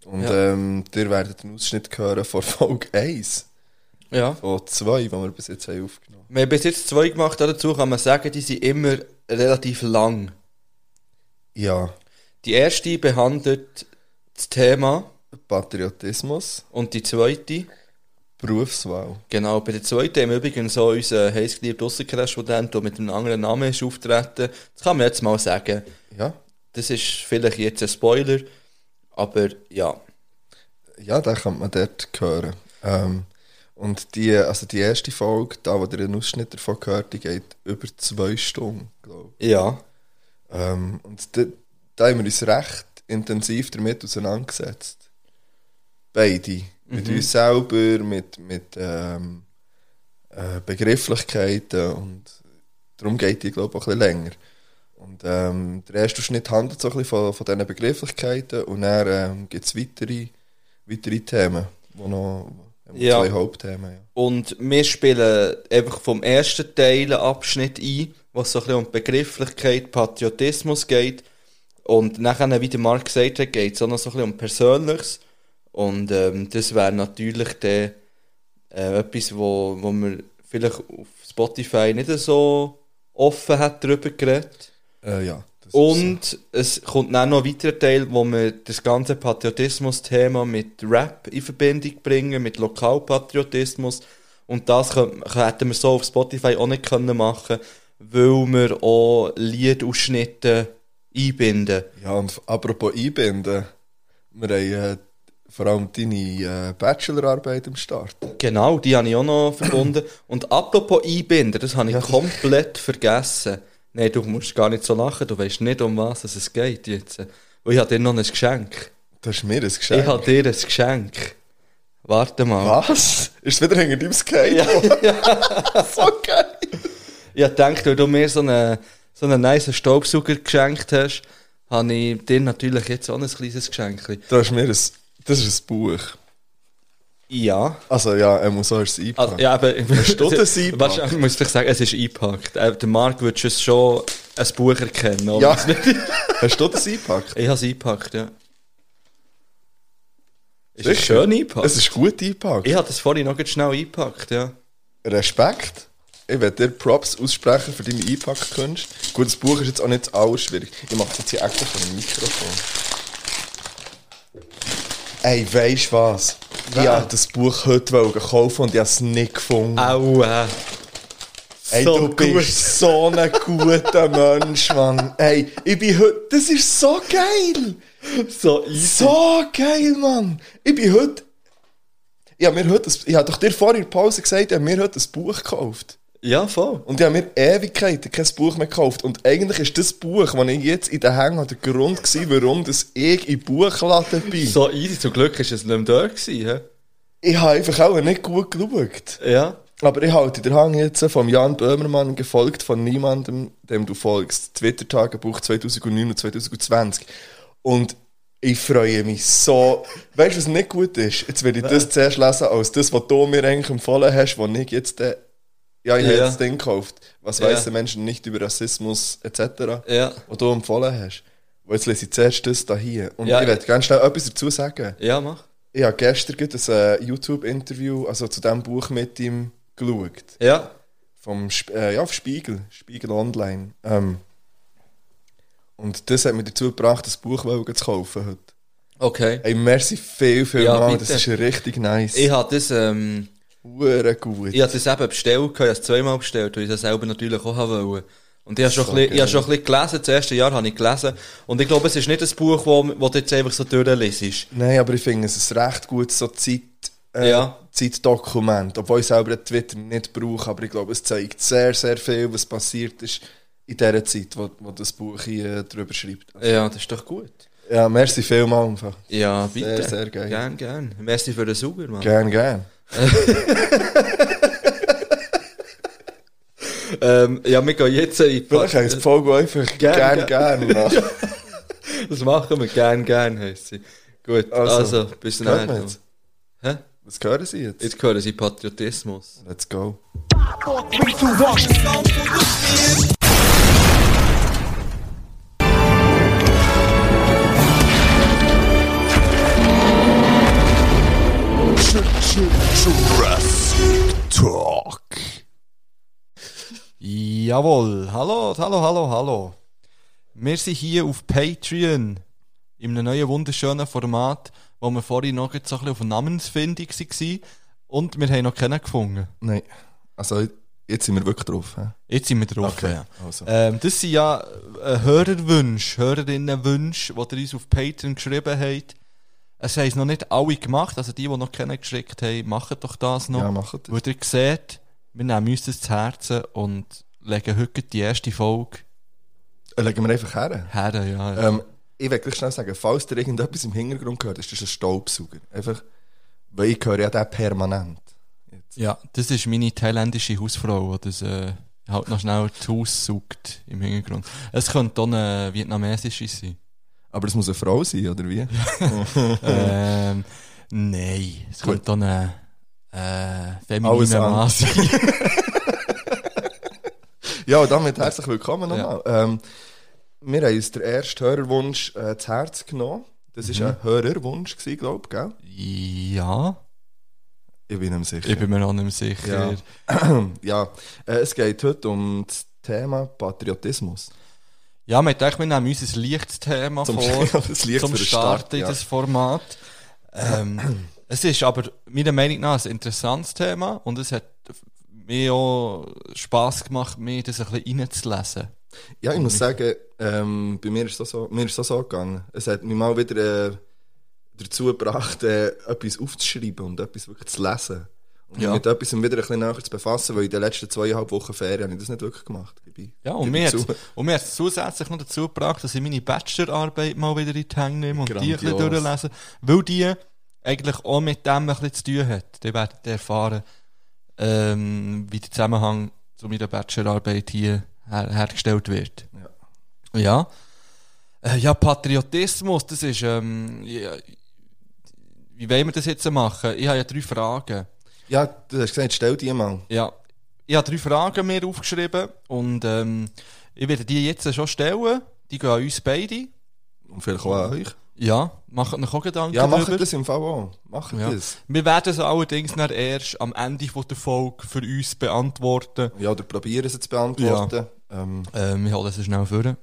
Speaker 8: Und
Speaker 1: Ja.
Speaker 8: ähm, ihr werdet einen Ausschnitt hören von Folge 1
Speaker 1: Ja.
Speaker 8: von 2, die wir bis jetzt haben aufgenommen
Speaker 1: Wir haben bis jetzt zwei gemacht, dazu kann man sagen, die sind immer relativ lang.
Speaker 8: haben. Ja,
Speaker 1: Die erste behandelt das Thema
Speaker 8: Patriotismus,
Speaker 1: und die zweite,
Speaker 8: Berufswahl.
Speaker 1: genau, bei der zweiten haben wir übrigens auch unseren heißgeliebten Aussenkorrespondent, der mit einem anderen Namen ist auftreten. Das kann man jetzt mal sagen.
Speaker 8: Ja,
Speaker 1: Das ist vielleicht jetzt ein Spoiler, aber ja.
Speaker 8: ja da kann man dort hören. Ähm, und die, also die erste Folge, da wo ihr einen Ausschnitt davon gehört, die geht über zwei Stunden, glaube ich.
Speaker 1: Ja.
Speaker 8: Ähm, und da, da haben wir uns recht intensiv damit auseinandergesetzt. Beide.
Speaker 1: Mhm.
Speaker 8: Mit uns selber, mit, mit ähm, äh, Begrifflichkeiten und darum geht die, glaube ich, auch ein bisschen länger. Und ähm, der erste Schnitt handelt so ein bisschen von, von diesen Begrifflichkeiten und dann ähm, gibt es weitere, weitere Themen, die noch
Speaker 1: Ja.
Speaker 2: Zwei Hauptthemen, ja.
Speaker 1: Und wir spielen einfach vom ersten Teil einen Abschnitt ein, was so ein bisschen um die Begrifflichkeit, Patriotismus geht. Und nachher, wie der Marc gesagt hat, geht es auch noch so ein bisschen um Persönliches. Und ähm, das wäre natürlich dann äh, etwas, wo, wo man vielleicht auf Spotify nicht so offen hat darüber geredet.
Speaker 2: Äh, ja das ist
Speaker 1: Und es kommt dann noch ein weiterer Teil, wo wir das ganze Patriotismus-Thema mit Rap in Verbindung bringen, mit Lokalpatriotismus. Und das könnt- hätten wir so auf Spotify auch nicht können machen weil wir auch Liedausschnitte einbinden.
Speaker 2: so. Ja, und f- apropos einbinden. Wir haben äh, vor allem deine äh, Bachelorarbeit am Start.
Speaker 1: Genau, die habe ich auch noch verbunden. (clears throat) Und apropos Einbinden, das habe ich komplett vergessen. Nein, du musst gar nicht so lachen, du weißt nicht, um was es geht jetzt. Weil ich habe dir noch ein Geschenk.
Speaker 2: Das ist mir ein
Speaker 1: Ich
Speaker 2: Geschenk.
Speaker 1: habe dir ein Geschenk. Warte mal.
Speaker 2: Was? Ist es wieder hinter deinem Skate? (laughs) so geil.
Speaker 1: Ich habe gedacht, weil du mir so einen, so einen nice Staubsauger geschenkt hast, habe ich dir natürlich jetzt auch ein kleines Geschenk.
Speaker 2: Das ist mir ein, das ist ein Buch.
Speaker 1: Ja.
Speaker 2: Also ja, er muss so ist es
Speaker 1: Also,
Speaker 2: eingepackt.
Speaker 1: ja, eben,
Speaker 2: du das eingepackt?
Speaker 1: Wahrscheinlich muss (laughs) ich vielleicht sagen, es ist eingepackt. Äh, Der Marc würde es schon ein Buch erkennen. oder?
Speaker 2: (laughs) Hast du das eingepackt?
Speaker 1: Ich habe es eingepackt, ja. Ist
Speaker 2: Sicher?
Speaker 1: es schön eingepackt?
Speaker 2: Es ist gut eingepackt.
Speaker 1: ich habe das vorhin noch ganz schnell eingepackt, ja.
Speaker 2: Respekt. Ich werde dir Props aussprechen für deine Einpackkunst. Gut, das Buch ist jetzt auch nicht das Allerschwierigste. Ich mache jetzt hier extra von dem Mikrofon. Ey, weisst du was? Ich
Speaker 1: Ja.
Speaker 2: wollte das Buch heute wollte kaufen und ich habe es nicht gefunden. äh.
Speaker 1: Aua.
Speaker 2: Ey,
Speaker 1: so
Speaker 2: du
Speaker 1: gut.
Speaker 2: bist so ein guter Mensch, Mann. Ey, ich bin heute... Das ist so geil!
Speaker 1: So easy.
Speaker 2: So geil, Mann! Ich bin heute... Ich habe mir heute... ein- Ich habe doch dir vorhin in der Pause gesagt, ich habe mir heute ein Buch gekauft.
Speaker 1: Ja, voll.
Speaker 2: Und ich habe mir Ewigkeiten kein Buch mehr gekauft. Und eigentlich ist das Buch, das ich jetzt in den Hängen habe, der Grund gewesen, warum dass ich in Buchladen bin.
Speaker 1: So easy. Zum Glück war es nicht mehr da. Gewesen,
Speaker 2: Ich habe einfach auch nicht gut geschaut.
Speaker 1: hä? ja.
Speaker 2: Aber ich halte den Hang jetzt von Jan Böhmermann, gefolgt von niemandem, dem du folgst. Twitter-Tagebuch 2009 und 2020. Und ich freue mich so. Weißt du, was nicht gut ist? Jetzt werde ich das zuerst lesen, als das, was du mir eigentlich empfohlen hast, was ich jetzt. Äh, ja, ich habe
Speaker 1: Ja.
Speaker 2: jetzt das Ding gekauft. Was
Speaker 1: Ja.
Speaker 2: weiss der Menschen nicht über Rassismus etc.
Speaker 1: Ja.
Speaker 2: Was du empfohlen hast. Und jetzt lese ich zuerst das da hier. Und
Speaker 1: Ja.
Speaker 2: ich werde ganz schnell etwas dazu sagen.
Speaker 1: Ja, mach.
Speaker 2: Ich habe gestern gerade ein äh, YouTube-Interview, also zu diesem Buch mit ihm, geschaut.
Speaker 1: Ja.
Speaker 2: Vom Sp äh, ja, auf Spiegel, Spiegel Online. Ähm, und das hat mich dazu gebracht, das Buch wollen zu kaufen heute.
Speaker 1: Okay.
Speaker 2: Ey, merci viel, viel
Speaker 1: Ja,
Speaker 2: mal,
Speaker 1: bitte.
Speaker 2: das ist richtig nice.
Speaker 1: Ich habe das, ähm,
Speaker 2: Hure gut.
Speaker 1: ich habe das eben bestellt, gehabt, ich habe es zweimal bestellt, weil ich das selber natürlich auch haben wollte. Und ich habe schon,
Speaker 2: So
Speaker 1: ein bisschen- ich habe
Speaker 2: geil.
Speaker 1: schon ein bisschen gelesen, das erste Jahr habe ich gelesen. Und ich glaube, es ist nicht ein Buch, wo, wo du jetzt einfach so durchlesest.
Speaker 2: Nein, aber ich finde es ist ein recht gutes so Zeit, äh,
Speaker 1: Ja.
Speaker 2: Zeitdokument. Obwohl ich selber Twitter nicht brauche, aber ich glaube, es zeigt sehr, sehr viel, was passiert ist in dieser Zeit, wo, wo das Buch hier äh, drüber schreibt.
Speaker 1: Ja, das ist doch gut.
Speaker 2: Ja, merci vielmal einfach.
Speaker 1: Ja, bitte.
Speaker 2: Sehr, sehr geil.
Speaker 1: Gern, gern. Merci für den Sauger, Mann.
Speaker 2: Gern, gern.
Speaker 1: Ähm, ja, wir gehen jetzt in die
Speaker 2: Vielleicht heisst die Folge einfach
Speaker 1: Gern,
Speaker 2: gern, gern.
Speaker 1: (laughs)
Speaker 2: gern.
Speaker 1: Das machen wir gern, gern, heisst sie. Gut, also,
Speaker 2: Also,
Speaker 1: bis
Speaker 2: hört man
Speaker 1: dann.
Speaker 2: jetzt?
Speaker 1: Hä?
Speaker 2: Was hören Sie jetzt?
Speaker 1: Jetzt hören sie Patriotismus.
Speaker 2: Let's go.
Speaker 5: Jurassic Talk.
Speaker 7: Jawohl, hallo, hallo, hallo, hallo. Wir sind hier auf Patreon, in einem neuen wunderschönen Format, wo wir vorhin noch so ein bisschen auf Namensfindung waren und wir haben noch keinen gefunden.
Speaker 2: Nein. Also, jetzt sind wir wirklich drauf. hä?
Speaker 7: Jetzt sind wir drauf. Ja.
Speaker 2: Also.
Speaker 7: Ähm, das sind ja äh, Hörerwünsche, Hörerinnenwünsche, die ihr uns auf Patreon geschrieben habt. Es haben es noch nicht alle gemacht, also die, die noch keinen geschickt haben, machen doch das noch.
Speaker 2: Ja, machen das.
Speaker 7: Weil ihr seht, wir nehmen uns das zu Herzen und legen heute die erste Folge
Speaker 2: Äh, Legen wir einfach her.
Speaker 7: her. Ja.
Speaker 2: Ähm, ich will gleich schnell sagen, falls dir irgendetwas im Hintergrund gehört, ist das ein Staubsauger. Einfach, weil ich höre ja den permanent.
Speaker 7: ja, das ist meine thailändische Hausfrau, die
Speaker 1: dus,
Speaker 7: das
Speaker 1: eh,
Speaker 7: äh, halt noch schnell das Haus saugt im Hintergrund. Es könnte auch
Speaker 1: eh,
Speaker 7: eine vietnamesische sein.
Speaker 2: Aber das muss
Speaker 1: (laughs)
Speaker 2: eine Frau sein, oder wie?
Speaker 1: Ehm,
Speaker 7: ähm, nein, es könnte auch eine
Speaker 1: Äh,
Speaker 2: Alles
Speaker 1: eh, feminine
Speaker 2: an.
Speaker 1: Maße.
Speaker 2: Ja, und damit herzlich willkommen nochmal. Ähm, wir haben uns den ersten Hörerwunsch äh, zu Herz genommen. Das
Speaker 1: Mhm.
Speaker 2: war ein Hörerwunsch, glaube ich, gell?
Speaker 1: ja,
Speaker 2: Ich bin ihm sicher.
Speaker 1: ich bin mir noch nicht mehr sicher.
Speaker 2: Ja. (clears throat) ja, äh, es geht heute um das Thema Patriotismus.
Speaker 1: Ja, wir denken, wir nehmen uns ein leichtes Thema vor.
Speaker 2: (laughs) das Licht
Speaker 1: zum
Speaker 2: für den
Speaker 1: Starten in
Speaker 2: ja.
Speaker 1: das Format. Ähm,
Speaker 2: (clears throat)
Speaker 1: es ist aber meiner Meinung nach ein interessantes Thema und es hat mir auch Spass gemacht, mir das ein bisschen reinzulesen.
Speaker 2: ja, ich muss sagen, ähm, bei mir ist es so, mir ist es so gegangen. Es hat mich mal wieder äh, dazu gebracht, äh, etwas aufzuschreiben und etwas wirklich zu lesen. Und
Speaker 1: Ja.
Speaker 2: mit etwas um wieder ein bisschen näher zu befassen, weil in den letzten zweieinhalb Wochen Ferien habe ich das nicht wirklich gemacht. Gebe ich-
Speaker 1: Ja, und
Speaker 2: gebe
Speaker 1: mir
Speaker 2: ich
Speaker 1: hat
Speaker 2: zu.
Speaker 1: es zusätzlich noch dazu gebracht, dass ich meine Bachelorarbeit mal wieder in die Hände nehme und die ein bisschen
Speaker 2: Grandios.
Speaker 1: durchlese, weil die eigentlich auch mit dem ein bisschen zu tun hat. Die werden erfahren, ähm, wie der Zusammenhang zu meiner Bachelorarbeit hier her hergestellt wird. Ja. Ja. Äh, ja, Patriotismus, das ist, ähm, ja, wie wollen wir das jetzt machen? Ich habe ja drei Fragen.
Speaker 2: Ja, du hast gesagt, stell dir mal.
Speaker 1: Ja, ich habe drei Fragen mir aufgeschrieben und ähm, ich werde die jetzt schon stellen. Die gehen an uns beide.
Speaker 2: Und vielleicht auch an euch.
Speaker 1: Ja, macht euch auch Gedanken
Speaker 2: Ja, macht
Speaker 1: darüber.
Speaker 2: das im Fall auch. Macht
Speaker 1: Ja.
Speaker 2: das.
Speaker 1: Wir werden es allerdings dann erst am Ende von der Folge für uns beantworten.
Speaker 2: Ja, oder probieren es zu beantworten. Ähm,
Speaker 1: Ähm, ich hole das schnell vor.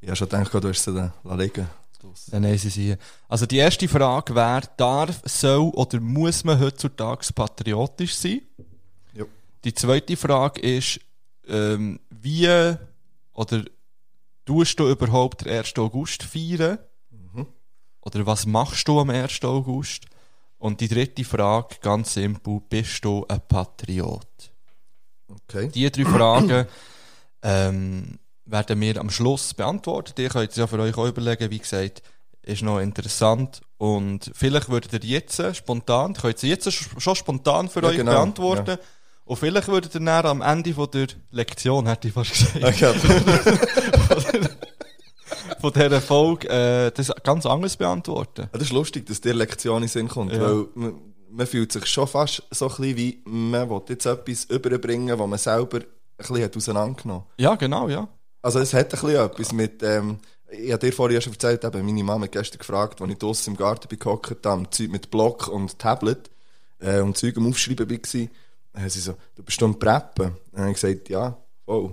Speaker 2: ich habe schon gedacht, du hast es dann liegen
Speaker 1: Dann haben sie es hier. Also die erste Frage wäre, darf, soll oder muss man heutzutage patriotisch sein?
Speaker 2: Ja.
Speaker 1: Die zweite Frage ist, ähm, wie oder tust du überhaupt den 1. August feiern? Oder was machst du am 1. August? Und die dritte Frage, ganz simpel, bist du ein Patriot?
Speaker 2: Okay. (laughs)
Speaker 1: Die drei Fragen ähm, werden wir am Schluss beantwortet. Ihr könnt es ja für euch auch überlegen, wie gesagt, ist noch interessant. Und vielleicht würdet ihr jetzt spontan, könnt ihr jetzt sch- schon spontan für
Speaker 2: Ja,
Speaker 1: euch
Speaker 2: genau,
Speaker 1: beantworten. Und vielleicht würdet ihr dann am Ende von der Lektion, hätte ich fast gesagt, von dieser Folge äh, das ganz anders beantworten.
Speaker 2: Ja, Das ist lustig, dass dir Lektion in den Sinn kommt,
Speaker 1: Ja.
Speaker 2: weil man, man fühlt sich schon fast so ein bisschen wie, man will jetzt etwas überbringen, was man selber ein bisschen hat auseinandergenommen hat.
Speaker 1: Ja, genau, ja.
Speaker 2: Also es hat ein bisschen etwas mit, ähm, ich habe dir vorhin ja schon erzählt, eben meine Mama hat gestern gefragt, als ich draussen im Garten bin gehockt habe, Zeug mit Block und Tablet äh, und Zeug am Aufschreiben war, äh, sie so, du bist am Preppen. Dann habe ich gesagt, ja, oh,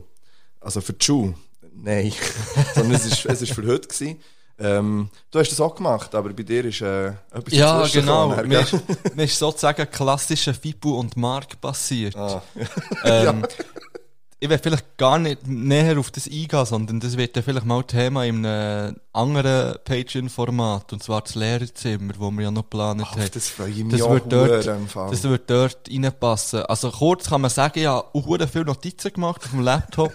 Speaker 2: also für die Schule, nein, (laughs) sondern es ist, es ist für heute gewesen. Ähm, du hast das auch gemacht, aber bei dir ist äh, etwas
Speaker 1: Ja,
Speaker 2: dazwischen
Speaker 1: genau.
Speaker 2: gekommen,
Speaker 1: Mir
Speaker 2: gell?
Speaker 1: ist, mir ist sozusagen klassischer Fibu und Mark passiert.
Speaker 2: Ah. (laughs)
Speaker 1: ähm, Ich werde vielleicht gar nicht näher auf das eingehen, sondern das wird dann vielleicht mal Thema in einem anderen Patreon-Format, und zwar das Lehrerzimmer, wo wir ja noch geplant
Speaker 2: Auf
Speaker 1: haben.
Speaker 2: das freue ich mich
Speaker 1: Das
Speaker 2: auch
Speaker 1: wird, dort,
Speaker 2: sehr, im Fall.
Speaker 1: das wird dort reinpassen. Also kurz kann man sagen, ich habe hure viele Notizen gemacht auf dem
Speaker 2: (laughs)
Speaker 1: Laptop.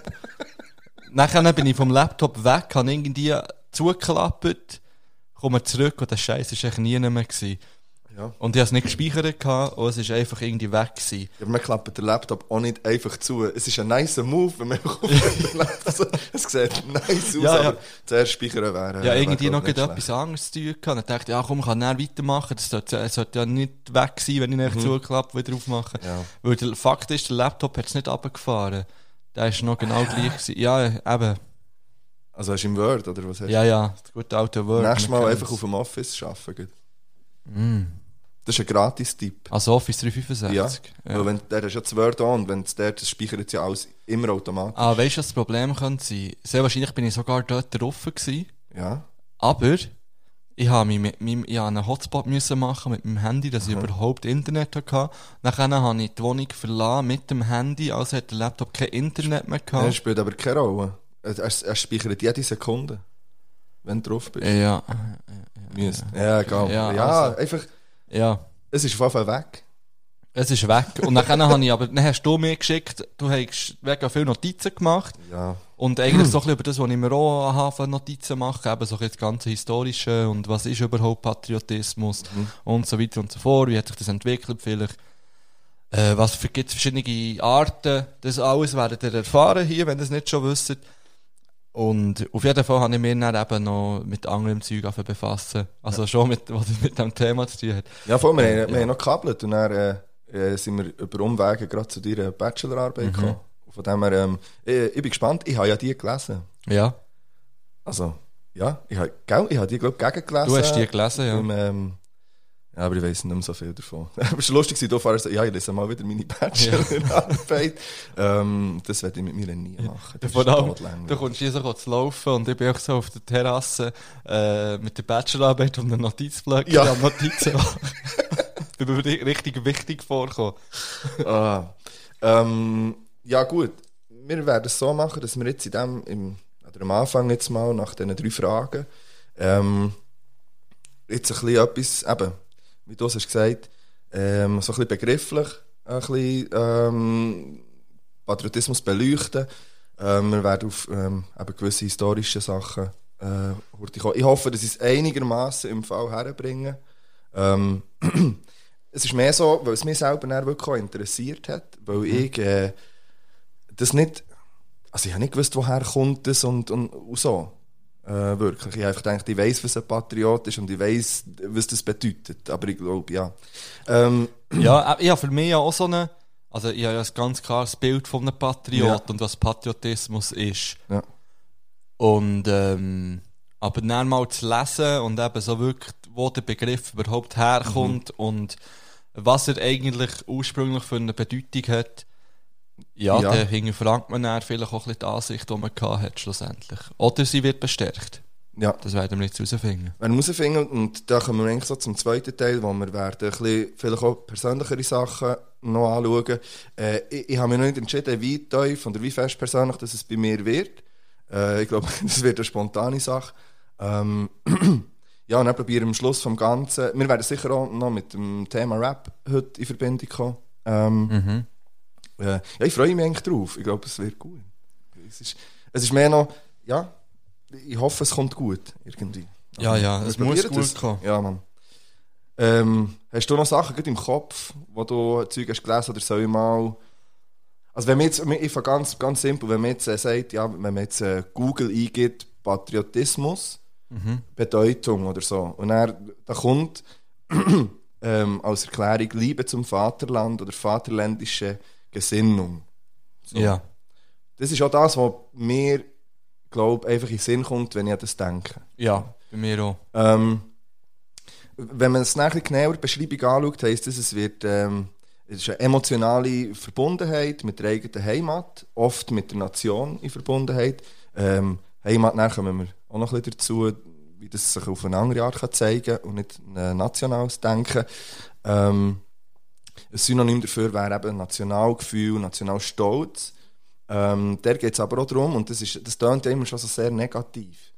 Speaker 1: Nachher bin ich vom Laptop weg, habe irgendwie zugeklappt, komme zurück und der Scheiß war eigentlich nie mehr. Gewesen.
Speaker 2: Ja.
Speaker 1: Und ich habe es nicht gespeichert gehabt, und es war einfach irgendwie weg. Gewesen.
Speaker 2: Ja, aber man klappt den Laptop auch nicht einfach zu. Es ist ein nicer Move, wenn man (laughs) auf den Laptop... Also, es sieht nice aus,
Speaker 1: Ja, ja.
Speaker 2: aber zuerst speichern wäre...
Speaker 1: Ja,
Speaker 2: wäre,
Speaker 1: irgendwie
Speaker 2: glaub
Speaker 1: noch
Speaker 2: ich, nicht
Speaker 1: gerade etwas
Speaker 2: schlecht.
Speaker 1: anderes zu tun gehabt. Dann dachte ich, ja komm, ich kann näher weitermachen. Das sollte, es sollte ja nicht weg sein, wenn ich nachher zuklappe, wieder aufmache.
Speaker 2: Mhm. Ja.
Speaker 1: Weil der Fakt ist, der Laptop hat es nicht runtergefahren. Der ist noch genau gleich gewesen. Ja, eben.
Speaker 2: Also hast du im Word, oder was hast
Speaker 1: Ja, ja. Das gute alte
Speaker 2: du?
Speaker 1: Word.
Speaker 2: Nächstes
Speaker 1: man
Speaker 2: Mal
Speaker 1: kennt's. Mm.
Speaker 2: einfach auf dem Office arbeiten. gell? Das ist ein Gratis-Tipp.
Speaker 1: Also Office
Speaker 2: Ja.
Speaker 1: 365. Ja.
Speaker 2: Weil wenn, der hast ja das Word an und wenn es der, das speichert ja alles immer automatisch.
Speaker 1: Ah, weißt du, was das Problem könnte sein? Sehr wahrscheinlich bin ich sogar dort drauf gewesen.
Speaker 2: Ja.
Speaker 1: Aber ich habe mich mit meinem, ich habe einen Hotspot müssen machen mit meinem Handy, dass ich überhaupt Internet hatte. Nachher habe ich die Wohnung verlassen mit dem Handy, also hat der Laptop kein Internet mehr
Speaker 2: Er
Speaker 1: gehabt.
Speaker 2: spielt aber keine Rolle. Er, er, er speichert jede Sekunde, wenn du drauf bist.
Speaker 1: Ja,
Speaker 2: Müsst. Ja, egal.
Speaker 1: Ja,
Speaker 2: Ja,
Speaker 1: also.
Speaker 2: einfach...
Speaker 1: ja.
Speaker 2: Es ist auf jeden Fall weg.
Speaker 1: Es ist weg. Und nachher (laughs) habe ich, aber dann hast du mir geschickt, du hast wegen viel Notizen gemacht.
Speaker 2: Ja.
Speaker 1: Und (clears throat) eigentlich so ein bisschen über das, was ich mir auch an Hafen Notizen mache, eben so ein bisschen das ganze Historische und was ist überhaupt Patriotismus und so weiter und so fort, wie hat sich das entwickelt vielleicht. Äh, was gibt es verschiedene Arten, das alles werdet ihr erfahren hier, wenn ihr es nicht schon wisst. Und auf jeden Fall habe ich mich dann eben noch mit anderem Zeug angefangen zu befassen. Also schon mit, was mit dem Thema zu tun hat.
Speaker 2: Ja, voll, wir, haben, wir haben noch gekabelt und dann äh, äh, sind wir über Umwege gerade zu deiner Bachelorarbeit
Speaker 1: Mhm.
Speaker 2: gekommen. Von dem her, ähm, ich, ich bin gespannt, ich habe ja die gelesen.
Speaker 1: Ja,
Speaker 2: Also, ja, ich habe, gell, ich habe die, glaube ich, gegengelesen.
Speaker 1: du hast die gelesen, ja.
Speaker 2: Im, ähm, ja, aber ich weiß nicht mehr so viel davon. (laughs) Aber es war lustig, du so, ja, ich lese mal wieder meine Bachelorarbeit. (laughs) ähm, das werde ich mit mir nie machen. Das
Speaker 1: Vor
Speaker 2: ist
Speaker 1: allem,
Speaker 2: totlangweilig.
Speaker 1: du kommst hier so kurz zu laufen und ich bin auch so auf der Terrasse äh, mit der Bachelorarbeit und einem Notizblock
Speaker 2: Ja.
Speaker 1: am Notizen. Ich bin mir ri- richtig wichtig vorgekommen.
Speaker 2: Ah. Ähm, ja, gut. Wir werden es so machen, dass wir jetzt in dem, im, oder am Anfang jetzt mal, nach diesen drei Fragen, ähm, jetzt ein bisschen etwas, eben, wie du es hast gesagt, ähm, so ein bisschen begrifflich, ein bisschen ähm, Patriotismus beleuchten. Ähm, wir werden auf ähm, eben gewisse historische Sachen äh, kurz kommen. Ich hoffe, dass ich es einigermaßen im Fall herbringe. Ähm, es ist mehr so, weil es mich selber dann wirklich auch interessiert hat, weil ich äh, das nicht, also ich habe nicht gewusst, woher kommt das und, und, und so. Äh, wirklich. Ich habe einfach gedacht, ich weiß, was ein Patriot ist und ich weiß, was das bedeutet. Aber ich glaube, ja. Ähm,
Speaker 1: Ja, äh, ich habe für mich ja auch so eine, also ich habe ja ein ganz klares Bild von einem Patriot
Speaker 2: Ja.
Speaker 1: und was Patriotismus ist.
Speaker 2: Ja.
Speaker 1: Und ähm, aber dann mal zu lesen und eben so wirklich, wo der Begriff überhaupt herkommt
Speaker 2: Mhm.
Speaker 1: und was er eigentlich ursprünglich für eine Bedeutung hat, ja,
Speaker 2: Ja.
Speaker 1: dann hinterfragt man dann vielleicht auch ein bisschen die Ansicht, die man gehabt hat schlussendlich. Oder sie wird bestärkt.
Speaker 2: ja.
Speaker 1: Das werden wir jetzt herausfinden.
Speaker 2: Wir müssen finden, und da kommen wir eigentlich so zum zweiten Teil, wo wir werden ein bisschen, vielleicht auch persönlichere Sachen noch anschauen. Äh, ich, ich habe mich noch nicht entschieden, wie tief oder wie fest persönlich dass es bei mir wird. Äh, ich glaube, (laughs) das wird eine spontane Sache. Ähm, (clears throat) ja, und dann probieren wir am Schluss vom Ganzen, wir werden sicher auch noch mit dem Thema Rap heute in Verbindung kommen. Ähm, äh, ja, ich freue mich eigentlich drauf. Ich glaube, es wird gut. Es ist, es ist mehr noch, ja, ich hoffe, es kommt gut irgendwie.
Speaker 1: Ja, ja,
Speaker 2: Wir
Speaker 1: es muss
Speaker 2: probieren
Speaker 1: gut
Speaker 2: das.
Speaker 1: kommen.
Speaker 2: Ja, Mann. Ähm, hast du noch Sachen gerade im Kopf, wo du Zeug hast gelesen oder soll ich mal... Also wenn man jetzt, ich fange ganz, ganz simpel, wenn man jetzt äh, sagt, ja, wenn man jetzt äh, Google eingibt, Patriotismus,
Speaker 1: Mhm.
Speaker 2: Bedeutung oder so, und er, da kommt (clears throat) ähm, als Erklärung Liebe zum Vaterland oder vaterländische Gesinnung.
Speaker 1: Ja.
Speaker 2: Das ist auch das, was mir, glaube einfach in den Sinn kommt, wenn ich an das denke.
Speaker 1: ja, bei mir auch.
Speaker 2: Ähm, wenn man es nachher genauer die Beschreibung anschaut, heisst es, es wird ähm, es ist eine emotionale Verbundenheit mit der eigenen Heimat, oft mit der Nation in Verbundenheit. Ähm, Heimat, nachher kommen wir auch noch ein bisschen dazu, wie das sich auf eine andere Art kann zeigen kann und nicht ein nationales Denken. Ähm, ein Synonym dafür wäre eben Nationalgefühl, Nationalstolz. Ähm, der geht es aber auch darum, und das, ist, das tönt ja immer schon so sehr negativ.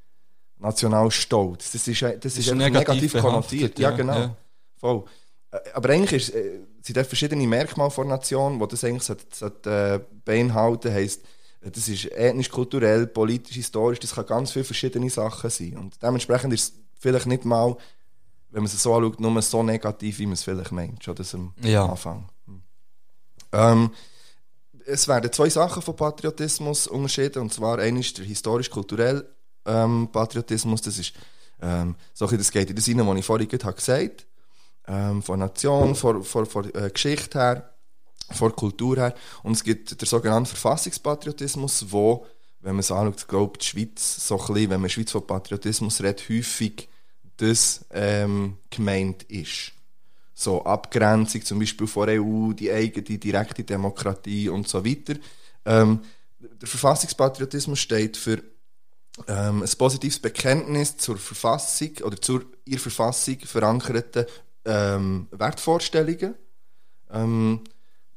Speaker 2: Nationalstolz. Das ist, das ist,
Speaker 1: ist
Speaker 2: einfach
Speaker 1: negativ
Speaker 2: negativ,
Speaker 1: behaftet,
Speaker 2: konnotiert. Ja,
Speaker 1: ja,
Speaker 2: genau.
Speaker 1: ja.
Speaker 2: Voll. Äh, Aber eigentlich ist, äh, sind da verschiedene Merkmale von Nation, die das eigentlich sollte, sollte, äh, beinhalten heisst, äh, das ist ethnisch, kulturell, politisch, historisch, das kann ganz viele verschiedene Sachen sein. Und dementsprechend ist es vielleicht nicht mal, wenn man es so anschaut, nur so negativ, wie man es vielleicht meint. Schon das am
Speaker 1: Ja.
Speaker 2: Anfang. Hm. Ähm, es werden zwei Sachen von Patriotismus unterschieden, und zwar eine ist der historisch-kulturelle ähm, Patriotismus, das ist ähm, so ein bisschen, das geht in das hinein, was ich vorhin gerade habe gesagt habe ähm, von Nation, von, von, von äh, Geschichte her, von Kultur her. Und es gibt den sogenannten Verfassungspatriotismus, wo, wenn man es anschaut, glaube die Schweiz so ein bisschen, wenn man in der Schweiz von Patriotismus redet, häufig das ähm, gemeint ist. So Abgrenzung zum Beispiel von der EU, die eigene direkte Demokratie und so weiter. Ähm, der Verfassungspatriotismus steht für ähm, ein positives Bekenntnis zur Verfassung oder zur ihrer Verfassung verankerten ähm, Wertvorstellungen. Ähm,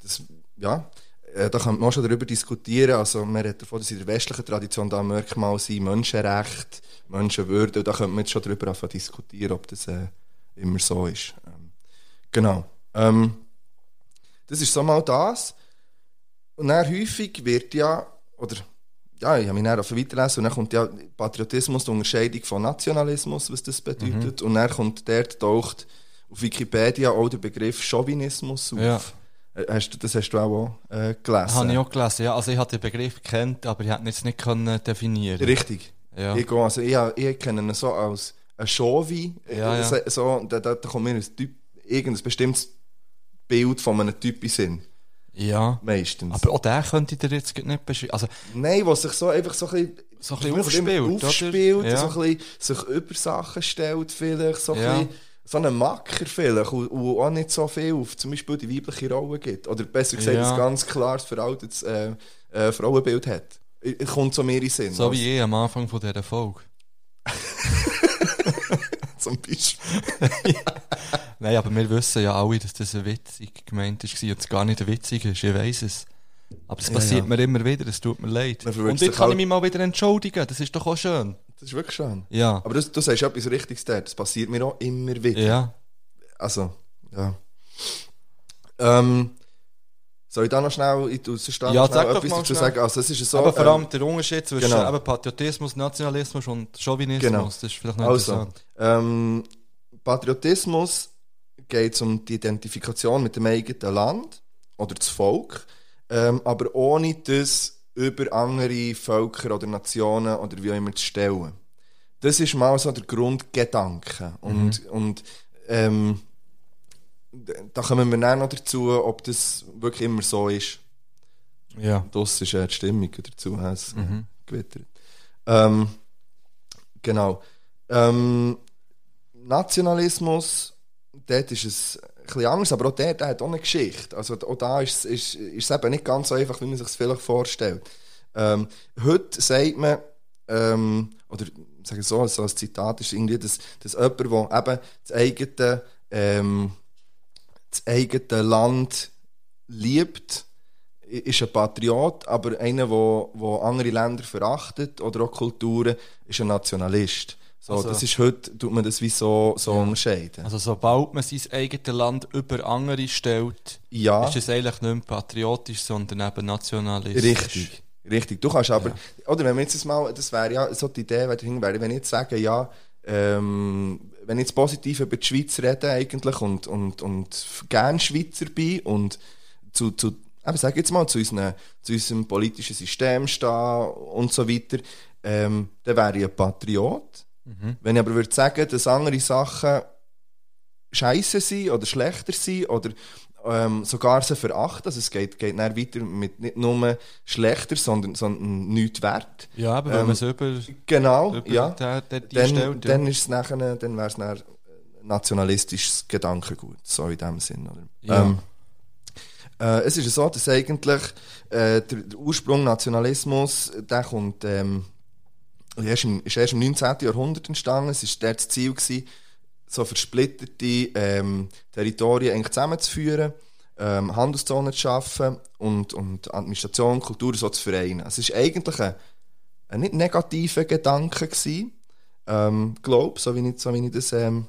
Speaker 2: das, ja, äh, da kann man auch schon darüber diskutieren. Also man redet davon, dass in der westlichen Tradition da Merkmal sind, Menschenrecht, Menschenwürde. Und da könnte man jetzt schon darüber anfangen zu diskutieren, ob das äh, immer so ist. Ähm, genau. Ähm, das ist so mal das. Und dann häufig wird ja, oder ja, ich habe mich dann auf weiterlesen und dann kommt ja Patriotismus, die Unterscheidung von Nationalismus, was das
Speaker 9: Mhm.
Speaker 2: bedeutet. Und dann kommt dort taucht auf Wikipedia auch der Begriff Chauvinismus auf.
Speaker 1: Ja.
Speaker 2: Äh, Hast, du- das hast du auch, äh, gelesen.
Speaker 9: Habe ich auch gelesen, ja. Also ich hatte den Begriff gekannt, aber ich hätte ihn jetzt nicht können definieren.
Speaker 2: Richtig.
Speaker 9: Ja.
Speaker 2: Ich, gehe- also, ich, ich kenne ihn so als ein Chauvi.
Speaker 9: Ja, ja.
Speaker 2: So, so, da, da, da kommt mir ein typ, irgendein bestimmtes Bild von einem Typ in den Sinn.
Speaker 9: ja.
Speaker 2: Meistens.
Speaker 9: Aber auch den könnte ich dir jetzt gerade nicht beschreiben. Also,
Speaker 2: Nein, was sich so einfach so ein bisschen,
Speaker 9: So ein bisschen
Speaker 2: immer
Speaker 9: aufspielt, oder?
Speaker 2: aufspielt
Speaker 9: Ja.
Speaker 2: so ein bisschen sich über Sachen stellt vielleicht, so ein
Speaker 9: Ja.
Speaker 2: bisschen, so einen Macker vielleicht, und, und auch nicht so viel auf zum Beispiel die weibliche Rolle gibt. Oder besser gesagt,
Speaker 9: Ja.
Speaker 2: ein ganz klares, veraltetes äh, äh, Frauenbild hat. Ich- ich- Kommt so mehr in den Sinn. also
Speaker 9: so
Speaker 2: als-
Speaker 9: wie ich am Anfang von dieser Folge.
Speaker 2: Zum Beispiel.
Speaker 9: Nein, aber wir wissen ja alle, dass das ein witzig gemeint war und es gar nicht ein witzig ist, ich weiss es. Aber das passiert
Speaker 2: ja.
Speaker 9: mir immer wieder, es tut mir leid.
Speaker 2: Man verwirrt
Speaker 9: Und
Speaker 2: sich
Speaker 9: jetzt kann
Speaker 2: halt-
Speaker 9: ich mich mal wieder entschuldigen, das ist doch auch schön.
Speaker 2: Das ist wirklich schön.
Speaker 9: Ja,
Speaker 2: Aber das, du sagst etwas Richtiges dort. Das passiert mir auch immer wieder.
Speaker 9: ja.
Speaker 2: Also, ja. Ähm, soll ich da noch schnell, ich tue sonst da
Speaker 9: Ja,
Speaker 2: noch schnell
Speaker 9: sag doch
Speaker 2: etwas
Speaker 9: mal
Speaker 2: dazu
Speaker 9: schnell.
Speaker 2: sagen? Also, es ist so,
Speaker 9: aber vor
Speaker 2: ähm,
Speaker 9: allem der Unterschied zwischen
Speaker 2: genau.
Speaker 9: eben Patriotismus, Nationalismus und Chauvinismus,
Speaker 2: Genau.
Speaker 9: das ist vielleicht noch
Speaker 2: Also,
Speaker 9: interessant.
Speaker 2: ähm, Patriotismus geht um die Identifikation mit dem eigenen Land oder das Volk, ähm, aber ohne das über andere Völker oder Nationen oder wie auch immer zu stellen. Das ist mal so der Grundgedanke. Und,
Speaker 9: Mhm.
Speaker 2: und ähm, d- da kommen wir dann noch dazu, ob das wirklich immer so ist.
Speaker 9: Ja.
Speaker 2: Das ist ja die Stimmung dazu, es mhm. gewittert. Ähm, genau. Ähm, Nationalismus, dort ist es ein bisschen anders, aber auch der, der hat auch eine Geschichte. Also auch da ist, es- ist, ist es eben nicht ganz so einfach, wie man sich es vielleicht vorstellt. Ähm, heute sagt man, ähm, oder sagen so, so als Zitat ist irgendwie, dass, dass jemand, der eben das eigene, ähm, das eigene Land liebt, i- ist ein Patriot, aber einer, der andere Länder verachtet oder auch Kulturen, ist ein Nationalist. So,
Speaker 9: Also-
Speaker 2: das ist heute, tut man das wie so, so unterscheiden.
Speaker 9: Also sobald man sein eigenes Land über andere stellt,
Speaker 2: ja.
Speaker 1: Ah.
Speaker 9: ist es eigentlich nicht mehr patriotisch, sondern eben nationalistisch.
Speaker 2: Richtig. Richtig. Du kannst aber, oder wenn wir jetzt das mal, das wäre ja so die Idee, wenn dahin wäre, wenn ich jetzt sage, ja, ähm, wenn ich jetzt positiv über die Schweiz rede eigentlich und, und, und gerne Schweizer bin und zu, zu eben, sag jetzt mal, zu, unseren, zu unserem politischen System stehen und so weiter, ähm, dann wäre ich ein Patriot. Wenn ich aber würde sagen, dass andere Sachen scheiße sind oder schlechter sind oder ähm, sogar sie verachten. Also es geht, geht dann weiter mit nicht nur schlechter, sondern, sondern nichts wert.
Speaker 9: Ja, aber wenn
Speaker 2: Ähm,
Speaker 9: man es über,
Speaker 2: Genau,
Speaker 9: über
Speaker 2: ja.
Speaker 9: der, der, eh, die
Speaker 2: Dann,
Speaker 9: stellt,
Speaker 2: dann,
Speaker 9: ja.
Speaker 2: ist es nachher, dann wäre es nachher nationalistisches Gedankengut, so in dem Sinn. Oder?
Speaker 9: Ja.
Speaker 2: Ähm, äh, es ist ja so, dass eigentlich äh, der, der Ursprung Nationalismus, äh, der kommt, ähm, erst im, ist erst im 19. Jahrhundert entstanden. Es war dort das Ziel, gewesen, so versplitterte ähm, Territorien eigentlich zusammenzuführen, ähm, Handelszonen zu schaffen und, und Administration, Kultur so zu vereinen. Es ist eigentlich ein, ein nicht negativer Gedanke gewesen, ähm, glaube so wie ich, so wie ich das ähm,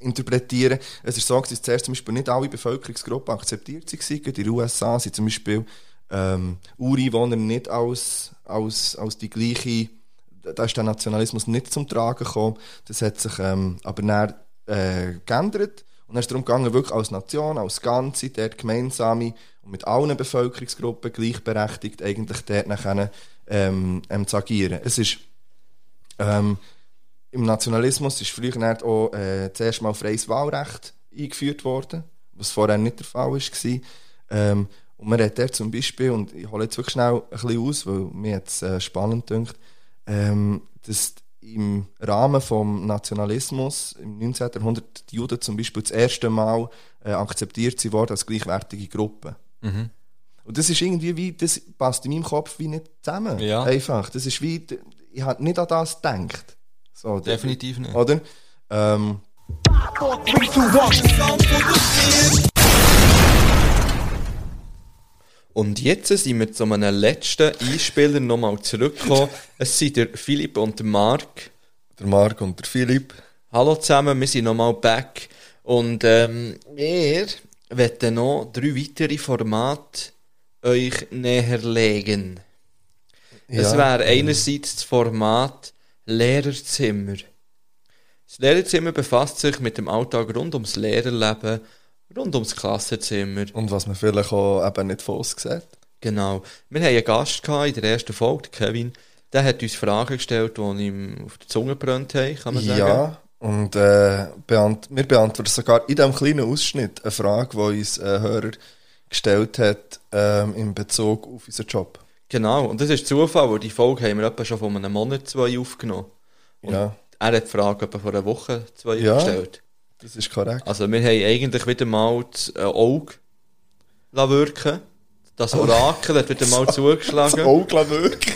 Speaker 2: interpretiere. Es ist so, dass zuerst zum Beispiel nicht alle Bevölkerungsgruppen akzeptiert waren. Gerade In den USA sind zum Beispiel ähm, Ureinwohner nicht als, als, als die gleiche, da ist der Nationalismus nicht zum Tragen gekommen. Das hat sich ähm, aber dann äh, geändert. Und dann ist es darum gegangen, wirklich als Nation, als Ganze, dort gemeinsame und mit allen Bevölkerungsgruppen gleichberechtigt eigentlich dort nachher ähm, ähm, zu agieren. Es ist ähm, im Nationalismus ist früher dann auch äh, zuerst mal freies Wahlrecht eingeführt worden, was vorher nicht der Fall war. Ähm, und man hat dort zum Beispiel, und ich hole jetzt wirklich schnell ein bisschen aus, weil mir jetzt äh, spannend dünkt, ähm, dass im Rahmen vom Nationalismus im 19. Jahrhundert die Juden zum Beispiel das erste Mal äh, akzeptiert sie worden als gleichwertige Gruppe. Und das ist irgendwie wie, das passt in meinem Kopf wie nicht zusammen.
Speaker 9: Ja.
Speaker 2: Einfach. Das ist wie, ich habe nicht an das gedacht. So,
Speaker 9: Definitiv nicht.
Speaker 2: Oder? Ähm,
Speaker 1: Und jetzt sind wir zu einem letzten Einspieler nochmal zurückgekommen. es sind der Philipp und der Marc.
Speaker 2: der Marc und der Philipp.
Speaker 1: Hallo zusammen, wir sind nochmal back. Und ähm, wir werden noch drei weitere Formate euch näherlegen. Es wäre einerseits das Format Lehrerzimmer. Das Lehrerzimmer befasst sich mit dem Alltag rund ums Lehrerleben rund ums Klassenzimmer.
Speaker 2: Und was man vielleicht auch eben nicht von uns sieht.
Speaker 1: Genau. Wir hatten einen Gast gehabt in der ersten Folge, den Kevin. Der hat uns Fragen gestellt, die ihm auf die Zunge brennt haben, kann man sagen.
Speaker 2: Ja, und äh, beant wir beantworten sogar in diesem kleinen Ausschnitt eine Frage, die uns ein Hörer gestellt hat ähm, in Bezug auf unseren Job.
Speaker 1: Genau. Und das ist Zufall, weil die Folge haben wir etwa schon vor einem Monat, zwei aufgenommen. Und
Speaker 2: Ja.
Speaker 1: Er hat die Frage etwa vor einer Woche, zwei
Speaker 2: Ja.
Speaker 1: gestellt.
Speaker 2: Das ist korrekt.
Speaker 1: Also wir haben eigentlich wieder mal das äh, Auge lassen wirken. Das Orakel hat wieder mal
Speaker 2: Oh. (laughs) Das
Speaker 1: zugeschlagen.
Speaker 2: Auge wirklich.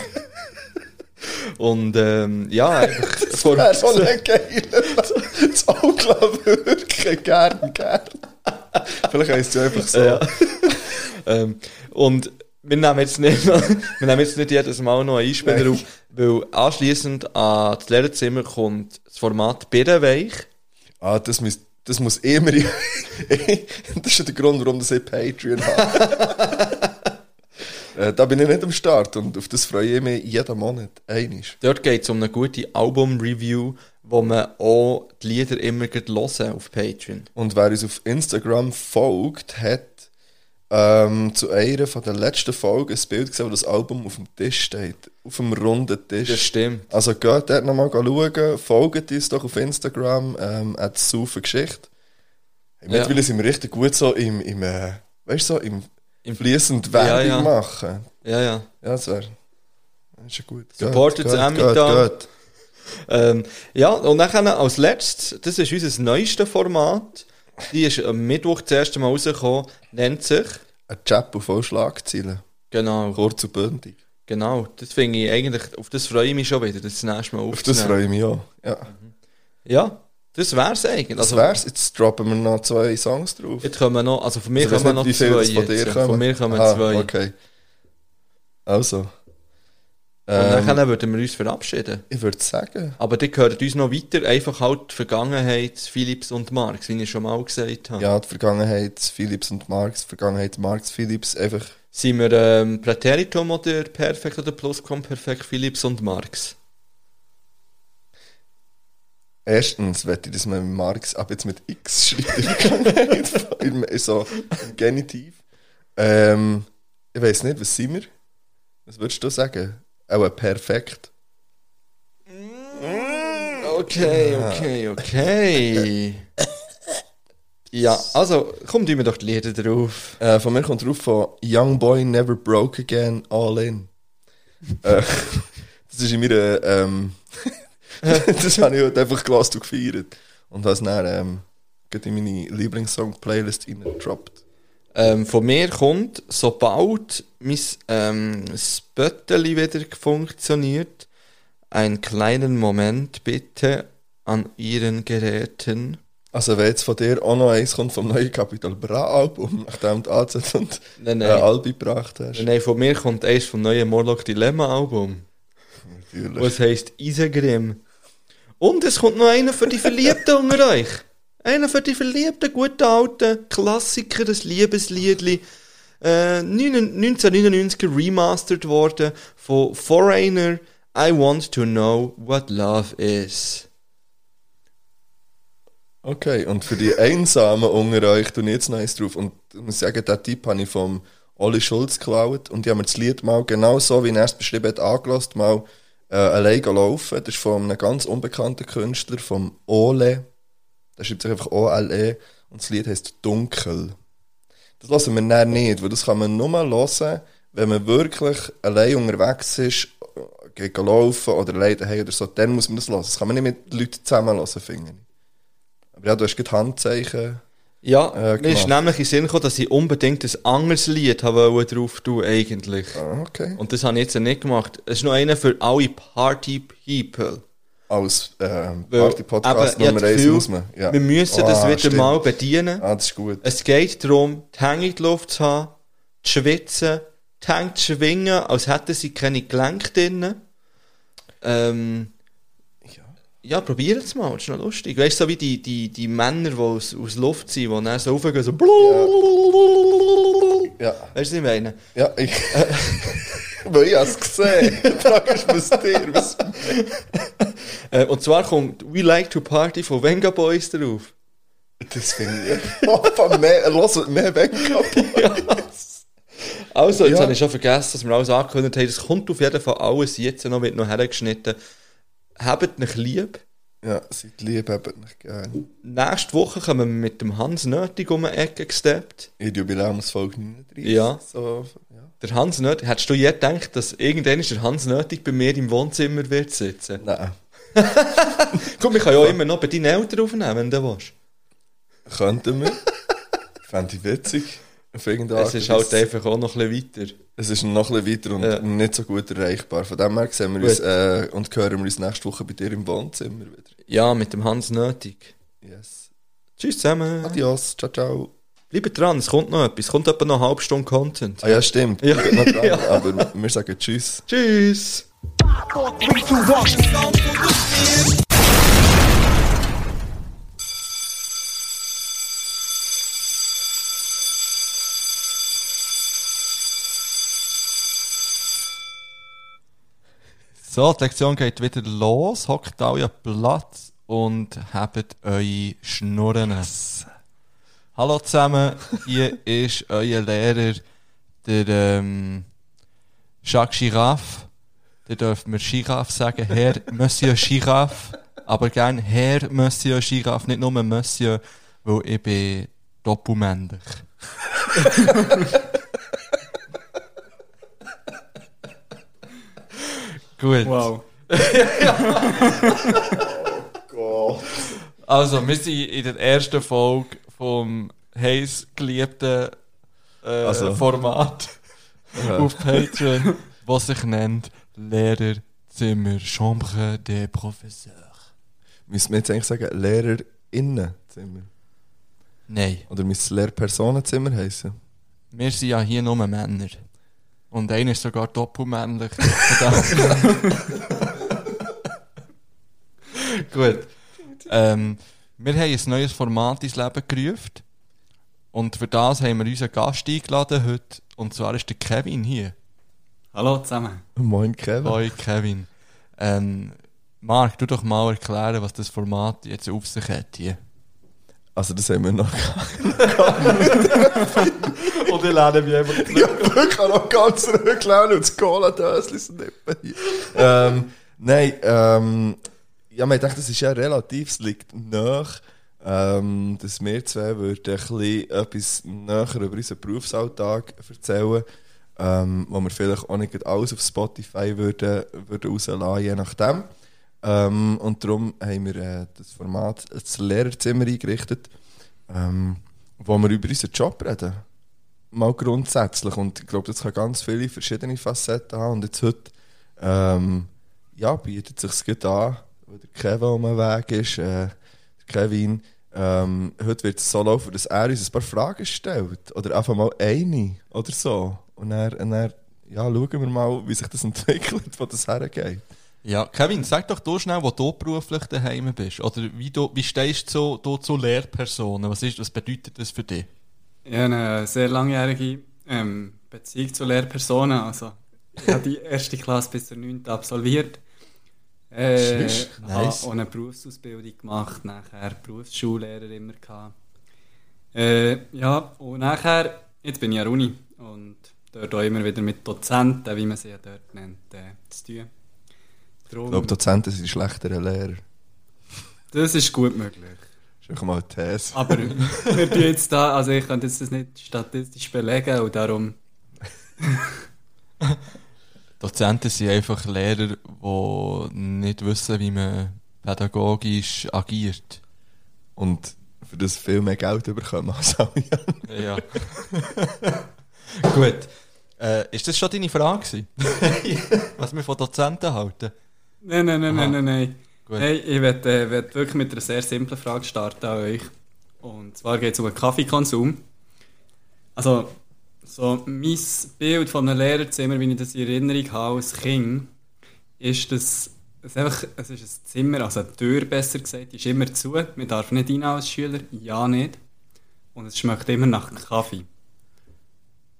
Speaker 1: Und ähm, ja,
Speaker 2: (laughs)
Speaker 1: einfach vor,
Speaker 2: Wäre so ein geiler. Das Auge wirklich. Gern, gern. (laughs) Vielleicht heisst es ja einfach so.
Speaker 1: Ja. ähm, und wir nehmen, jetzt nicht, (laughs) wir nehmen jetzt nicht jedes Mal noch einen Einspieler auf, weil anschliessend an das Lehrerzimmer kommt das Format Birrenweich.
Speaker 2: Ah, das muss, das muss eh immer. (laughs) das ist ja der Grund, warum ich Patreon habe. (laughs) äh, da bin ich nicht am Start und auf das freue ich mich jeden Monat. Einisch.
Speaker 1: Dort geht es um eine gute Album-Review, wo man auch die Lieder immer gleich hören auf Patreon.
Speaker 2: Und wer uns auf Instagram folgt, hat ähm, zu einer von der letzten Folgen ein Bild gesehen, wo das Album auf dem Tisch steht. Auf dem runden Tisch.
Speaker 1: Das stimmt.
Speaker 2: Also geht dort nochmal schauen, folgt uns doch auf Instagram, ähm, at Geschichte.
Speaker 1: Ja.
Speaker 2: Mittlerweile sind wir richtig gut so im, im äh, weißt du, so im,
Speaker 1: Im-
Speaker 2: fließend Werbung
Speaker 1: Ja, ja.
Speaker 2: machen.
Speaker 1: Ja, ja.
Speaker 2: Ja, das wäre ist ja gut.
Speaker 1: Supportet
Speaker 2: Geht,
Speaker 1: das
Speaker 2: geht,
Speaker 1: Emmental.
Speaker 2: geht, geht.
Speaker 1: Ähm, ja, und dann als letztes, das ist unser neuestes Format. Die ist am Mittwoch das erste Mal rausgekommen, nennt sich.
Speaker 2: Ein Chapel voll Schlagzeilen.
Speaker 1: Genau.
Speaker 2: Kurz und bündig.
Speaker 1: Genau, das finde ich eigentlich, auf das freue ich mich schon wieder, das nächste Mal
Speaker 2: Auf das
Speaker 1: aufzunehmen.
Speaker 2: freue ich mich auch. Ja.
Speaker 1: Ja, das wär's eigentlich.
Speaker 2: Das
Speaker 1: Also,
Speaker 2: wär's. Jetzt droppen wir noch zwei Songs drauf.
Speaker 1: Jetzt kommen noch, also von mir
Speaker 2: Ich weiß
Speaker 1: kommen noch
Speaker 2: wie
Speaker 1: zwei
Speaker 2: viel das von dir
Speaker 1: jetzt.
Speaker 2: kommen.
Speaker 1: Von mir kommen
Speaker 2: Aha,
Speaker 1: zwei.
Speaker 2: Okay. Also.
Speaker 1: Und
Speaker 2: Ähm,
Speaker 1: dann würden wir uns verabschieden.
Speaker 2: ich würde sagen,
Speaker 1: Aber die gehört uns noch weiter, einfach halt die Vergangenheit, Philips und Marx, wie ich schon mal gesagt habe.
Speaker 2: ja, die Vergangenheit Philips und Marx, die Vergangenheit Marx, Philips, einfach
Speaker 1: Sind wir ähm, Präteritum oder Perfekt oder Plusquamperfekt, Philips und Marx?
Speaker 2: Erstens wette ich, dass man Marx ab jetzt mit X (laughs) schreibt. Im- so im Genitiv. Ähm, ich weiß nicht, was sind wir? Was würdest du sagen? Auch perfekt.
Speaker 1: Okay, (laughs) okay, okay. ja, also, komm, tun wir doch die Lieder drauf.
Speaker 2: Äh, von mir kommt drauf von Young Boy Never Broke Again All In. (laughs) äh, das ist in mir. (laughs) Ähm, das habe ich heute einfach gelassen und gefeiert. Und das dann ähm, gerade in meine Lieblingssong-Playlist reingedroppt.
Speaker 1: Ähm, von mir kommt, sobald mein ähm, Spötteli wieder funktioniert, einen kleinen Moment bitte an Ihren Geräten.
Speaker 2: Also wenn jetzt von dir auch noch eins kommt vom neuen Capital Bra Album, nachdem du AZ und
Speaker 1: Nein,
Speaker 2: äh,
Speaker 1: nein.
Speaker 2: Albi gebracht hast.
Speaker 1: Äh, Nein, von mir kommt eins vom neuen Morlock Dilemma Album.
Speaker 2: Natürlich.
Speaker 1: Was heisst Isengrim. Und es kommt noch einer für die Verliebten unter euch. Einer für die Verliebten, guten alten Klassiker, das Liebesliedli. Äh, 1999 remastered worden von Foreigner. I want to know what love is.
Speaker 2: Okay, und für die Einsamen unter euch tue ich jetzt noch eins drauf. Und ich muss sagen, diesen Tipp habe ich vom Oli Schulz geklaut und ich habe mir das Lied mal genau so, wie er es beschrieben hat, angelassen, mal äh, allein gehen laufen. Das ist von einem ganz unbekannten Künstler, vom Ole. Der schreibt sich einfach O-L-E und das Lied heisst Dunkel. Das lassen wir dann nicht, weil das kann man nur hören, wenn man wirklich allein unterwegs ist, geht laufen oder allein daheim oder so, dann muss man das hören. Das kann man nicht mit Leuten zusammen hören, finde ich. Aber ja, du hast gerade Handzeichen.
Speaker 1: Ja,
Speaker 2: Äh,
Speaker 1: mir ist
Speaker 2: gemacht.
Speaker 1: nämlich in den Sinn gekommen, dass ich unbedingt ein anderes Lied habe wollen drauf tun eigentlich.
Speaker 2: Ah, okay.
Speaker 1: Und das habe ich jetzt nicht gemacht. Es ist noch einer für alle Party People.
Speaker 2: Als ähm,
Speaker 1: Weil,
Speaker 2: Party-Podcast
Speaker 1: eben, ich
Speaker 2: Nummer
Speaker 1: habe das
Speaker 2: 1
Speaker 1: Gefühl,
Speaker 2: muss man. Ja.
Speaker 1: Wir müssen das
Speaker 2: Ah,
Speaker 1: wieder
Speaker 2: stimmt.
Speaker 1: mal bedienen.
Speaker 2: Ah, das
Speaker 1: (laughs)
Speaker 2: ist gut.
Speaker 1: Es geht darum, die Hänge in die Luft zu haben, zu schwitzen, die Hänge zu schwingen, als hätten sie keine Gelenke drin. Ähm, ja, probieren es mal, das ist noch lustig. Weißt du, so wie die, die, die Männer, die aus, aus Luft sind, die dann so raufgehen, so...
Speaker 2: Ja,
Speaker 1: Weißt du, was ich meine?
Speaker 2: ja ich... (laughs) Weil ich es gesehen Die Frage ist, was dir... Was...
Speaker 1: Äh, und zwar kommt «We Like to Party» von Venga Boys drauf.
Speaker 2: Das finde ich. Papa, Oh, mehr, los, mehr weg kaputt.
Speaker 10: Also, jetzt
Speaker 2: Ja.
Speaker 10: habe ich schon vergessen, dass wir alles angekündigt haben. Es kommt auf jeden Fall alles jetzt noch, wird noch hergeschnitten. Habt euch lieb.
Speaker 2: Ja, seid lieb, habt nicht gern.
Speaker 10: Nächste Woche kommen wir mit dem Hans Nötig um die Ecke gesteppt.
Speaker 2: In die Jubiläumsfolge 39.
Speaker 10: Ja.
Speaker 2: So, ja.
Speaker 10: Der Hans Nötig, hättest du je gedacht, dass irgendwann ist der Hans Nötig bei mir im Wohnzimmer wird sitzen?
Speaker 2: Nein.
Speaker 10: Komm, ich kann ja immer noch bei deinen Eltern aufnehmen, wenn du willst.
Speaker 2: Könnten
Speaker 1: (laughs)
Speaker 2: wir. Fände ich witzig. Auf irgendeine
Speaker 10: Es
Speaker 2: Art
Speaker 10: ist
Speaker 2: und
Speaker 10: halt
Speaker 2: Weise.
Speaker 10: einfach auch noch ein bisschen weiter.
Speaker 2: Es ist noch ein bisschen weiter und
Speaker 10: Ja.
Speaker 2: nicht so gut erreichbar. Von dem her sehen wir
Speaker 10: Gut.
Speaker 2: uns äh, und hören wir uns nächste Woche bei dir im Wohnzimmer wieder.
Speaker 10: Ja, mit dem Hans Nötig.
Speaker 2: Yes.
Speaker 10: Tschüss zusammen.
Speaker 2: Adios, ciao, ciao.
Speaker 10: Bleibt dran, es kommt noch etwas. Es kommt etwa noch eine halbe Stunde Content.
Speaker 2: Ah ja, stimmt.
Speaker 10: Ja.
Speaker 2: Ich bin noch dran, Aber wir sagen Tschüss.
Speaker 10: Tschüss.
Speaker 1: So, die Lektion geht wieder los. Hockt alle an Platz und habt eure Schnurren. Hallo zusammen, hier ist euer Lehrer, der ähm, Jacques Giraffe. Der dürft mir Giraffe sagen, Herr Monsieur Giraffe. Aber gern Herr Monsieur Giraffe, nicht nur Monsieur, weil ich bin doppelmännlich. (laughs) Gut.
Speaker 11: Wow.
Speaker 1: (laughs) Also, wir sind in der ersten Folge vom heiß geliebten äh,
Speaker 2: Also.
Speaker 1: Format auf Patreon, was sich nennt Lehrerzimmer, Chambre des Professeurs.
Speaker 2: Müssen wir jetzt eigentlich sagen Lehrerinnenzimmer?
Speaker 1: Nein,
Speaker 2: Oder müsste es Lehrpersonenzimmer heißen?
Speaker 1: wir sind ja hier nur Männer. Und einer ist sogar doppelmännlich. (laughs) Von dem- Gut. Ähm, wir haben ein neues Format ins Leben gerufen. Und für das haben wir unseren Gast eingeladen heute. Und zwar ist der Kevin hier.
Speaker 12: Hallo zusammen.
Speaker 2: Moin Kevin.
Speaker 1: Hoi Kevin. Ähm, Marc, du doch mal erklären, was das Format jetzt auf sich hat hier.
Speaker 2: Also das haben wir noch
Speaker 1: Und ich lerne mich einfach
Speaker 2: Ich kann noch ganz zurücklaufen und das Cola-Döschen ist nicht mehr hier. ähm, nein, ähm, ja, man denkt, das ist ja relativ, es liegt nach, ähm, dass wir zwei würden ein bisschen etwas näher über unseren Berufsalltag erzählen, ähm, wo wir vielleicht auch nicht gerade alles auf Spotify würden, würden rauslassen, je nachdem. Ähm, und darum haben wir äh, das Format, das Lehrerzimmer eingerichtet, ähm, wo wir über unseren Job reden mal grundsätzlich und ich glaube, das kann ganz viele verschiedene Facetten haben und jetzt heute ähm, ja, bietet es sich an, wo der Kevin um den Weg ist, äh, der Kevin, ähm, heute wird es so laufen, dass er uns ein paar Fragen stellt oder einfach mal eine oder so und dann, und dann ja, schauen wir mal, wie sich das (laughs) entwickelt, wo das hergeht.
Speaker 1: Ja, Kevin, sag doch du schnell, wo du beruflich daheim bist. Oder wie, du, wie stehst du, zu- du zu Lehrpersonen? Was, ist, was bedeutet das für dich?
Speaker 12: Ich habe eine sehr langjährige ähm, Beziehung zu Lehrpersonen. Also, ich habe die erste Klasse bis zur 9. absolviert. Äh,
Speaker 2: Schlisch,
Speaker 1: nice.
Speaker 12: Habe auch eine Berufsausbildung gemacht, nachher Berufsschullehrer immer gehabt. Äh, ja, und nachher, jetzt bin ich an der Uni und dort auch immer wieder mit Dozenten, wie man sie ja dort nennt, äh, zu tun.
Speaker 2: Ich
Speaker 12: Drum,
Speaker 2: glaube, Dozenten sind schlechtere Lehrer.
Speaker 12: das ist gut möglich.
Speaker 2: Das ist einfach mal eine These.
Speaker 12: Aber wir tun jetzt da, also ich kann jetzt das nicht statistisch belegen und darum
Speaker 1: Dozenten sind einfach Lehrer, die nicht wissen, wie man pädagogisch agiert.
Speaker 2: Und für das viel mehr Geld bekommen als alle anderen.
Speaker 1: Ja. (laughs) Gut. Äh, ist das schon deine Frage? (laughs) gewesen? was wir von Dozenten halten?
Speaker 12: Nein, nein, nein,
Speaker 1: Aha.
Speaker 12: nein, nein, nein.
Speaker 1: Gut.
Speaker 12: Hey, ich werde äh, will wirklich mit einer sehr simplen Frage starten an euch. Und zwar geht es um den Kaffeekonsum. Also, so mein Bild von einem Lehrerzimmer, wie ich das in Erinnerung habe als Kind, ist, dass es einfach es ist ein Zimmer, also eine Tür besser gesagt, die ist immer zu. Man darf nicht rein als Schüler, ja nicht. Und es schmeckt immer nach Kaffee.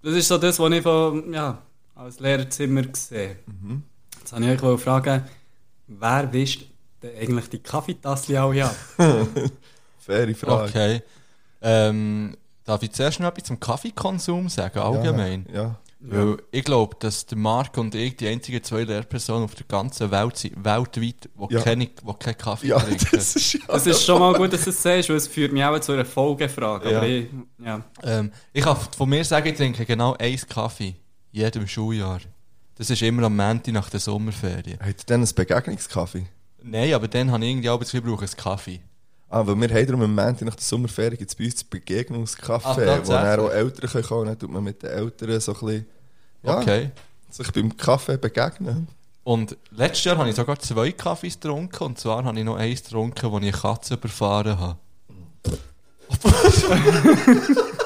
Speaker 12: Das ist so das, was ich von, ja, als Lehrerzimmer sehe.
Speaker 1: Mhm.
Speaker 12: Jetzt wollte ich euch fragen,
Speaker 2: (laughs)
Speaker 12: wer wischt denn eigentlich die Kaffeetasse alle ab?
Speaker 2: Faire Frage.
Speaker 1: Okay. Ähm, darf ich zuerst noch etwas zum Kaffeekonsum sagen, allgemein?
Speaker 2: Ja.
Speaker 1: Weil ich glaube, dass der Marc und ich die einzigen zwei Lehrpersonen auf der ganzen Welt sind, weltweit, die
Speaker 2: Ja.
Speaker 1: keine, die keinen Kaffee
Speaker 2: Ja,
Speaker 1: trinken.
Speaker 2: das ist ja.
Speaker 12: Es ist schon mal gut, dass du es sagst, weil es führt mich auch zu einer Folgefrage.
Speaker 1: Ja.
Speaker 12: Aber ich, ja.
Speaker 1: Ähm, ich kann von mir sagen, ich trinke genau einen Kaffee. Jedem Schuljahr. Das ist immer am Montag nach der Sommerferien.
Speaker 2: Hat dann ein Begegnungskaffee?
Speaker 1: Nein, aber dann habe ich irgendwie auch das Gefühl, ich brauche einen Kaffee.
Speaker 2: Ah, weil wir haben darum im Moment nach der Sommerferien gibt's bei uns das
Speaker 1: Ah,
Speaker 2: Begegnungskaffee,
Speaker 1: tatsächlich?
Speaker 2: wo dann auch Eltern können kommen. Dann tut man mit den Eltern so ein bisschen, ja,
Speaker 1: Okay.
Speaker 2: sich beim Kaffee begegnen.
Speaker 1: Und letztes Jahr habe ich sogar zwei Kaffees getrunken. Und zwar habe ich noch eins getrunken, wo ich eine Katze überfahren habe. (laughs)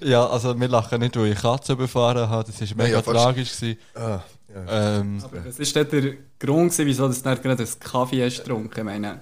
Speaker 1: ja, also wir lachen nicht, weil ich Katze überfahren habe. Das war mega
Speaker 2: ja, fast.
Speaker 1: tragisch. Gewesen.
Speaker 2: Ah, (laughs) ja.
Speaker 1: Ähm,
Speaker 12: Aber was ist denn der Grund, gewesen, wieso du dann gerade einen Kaffee hast getrunken? Ich meine, ein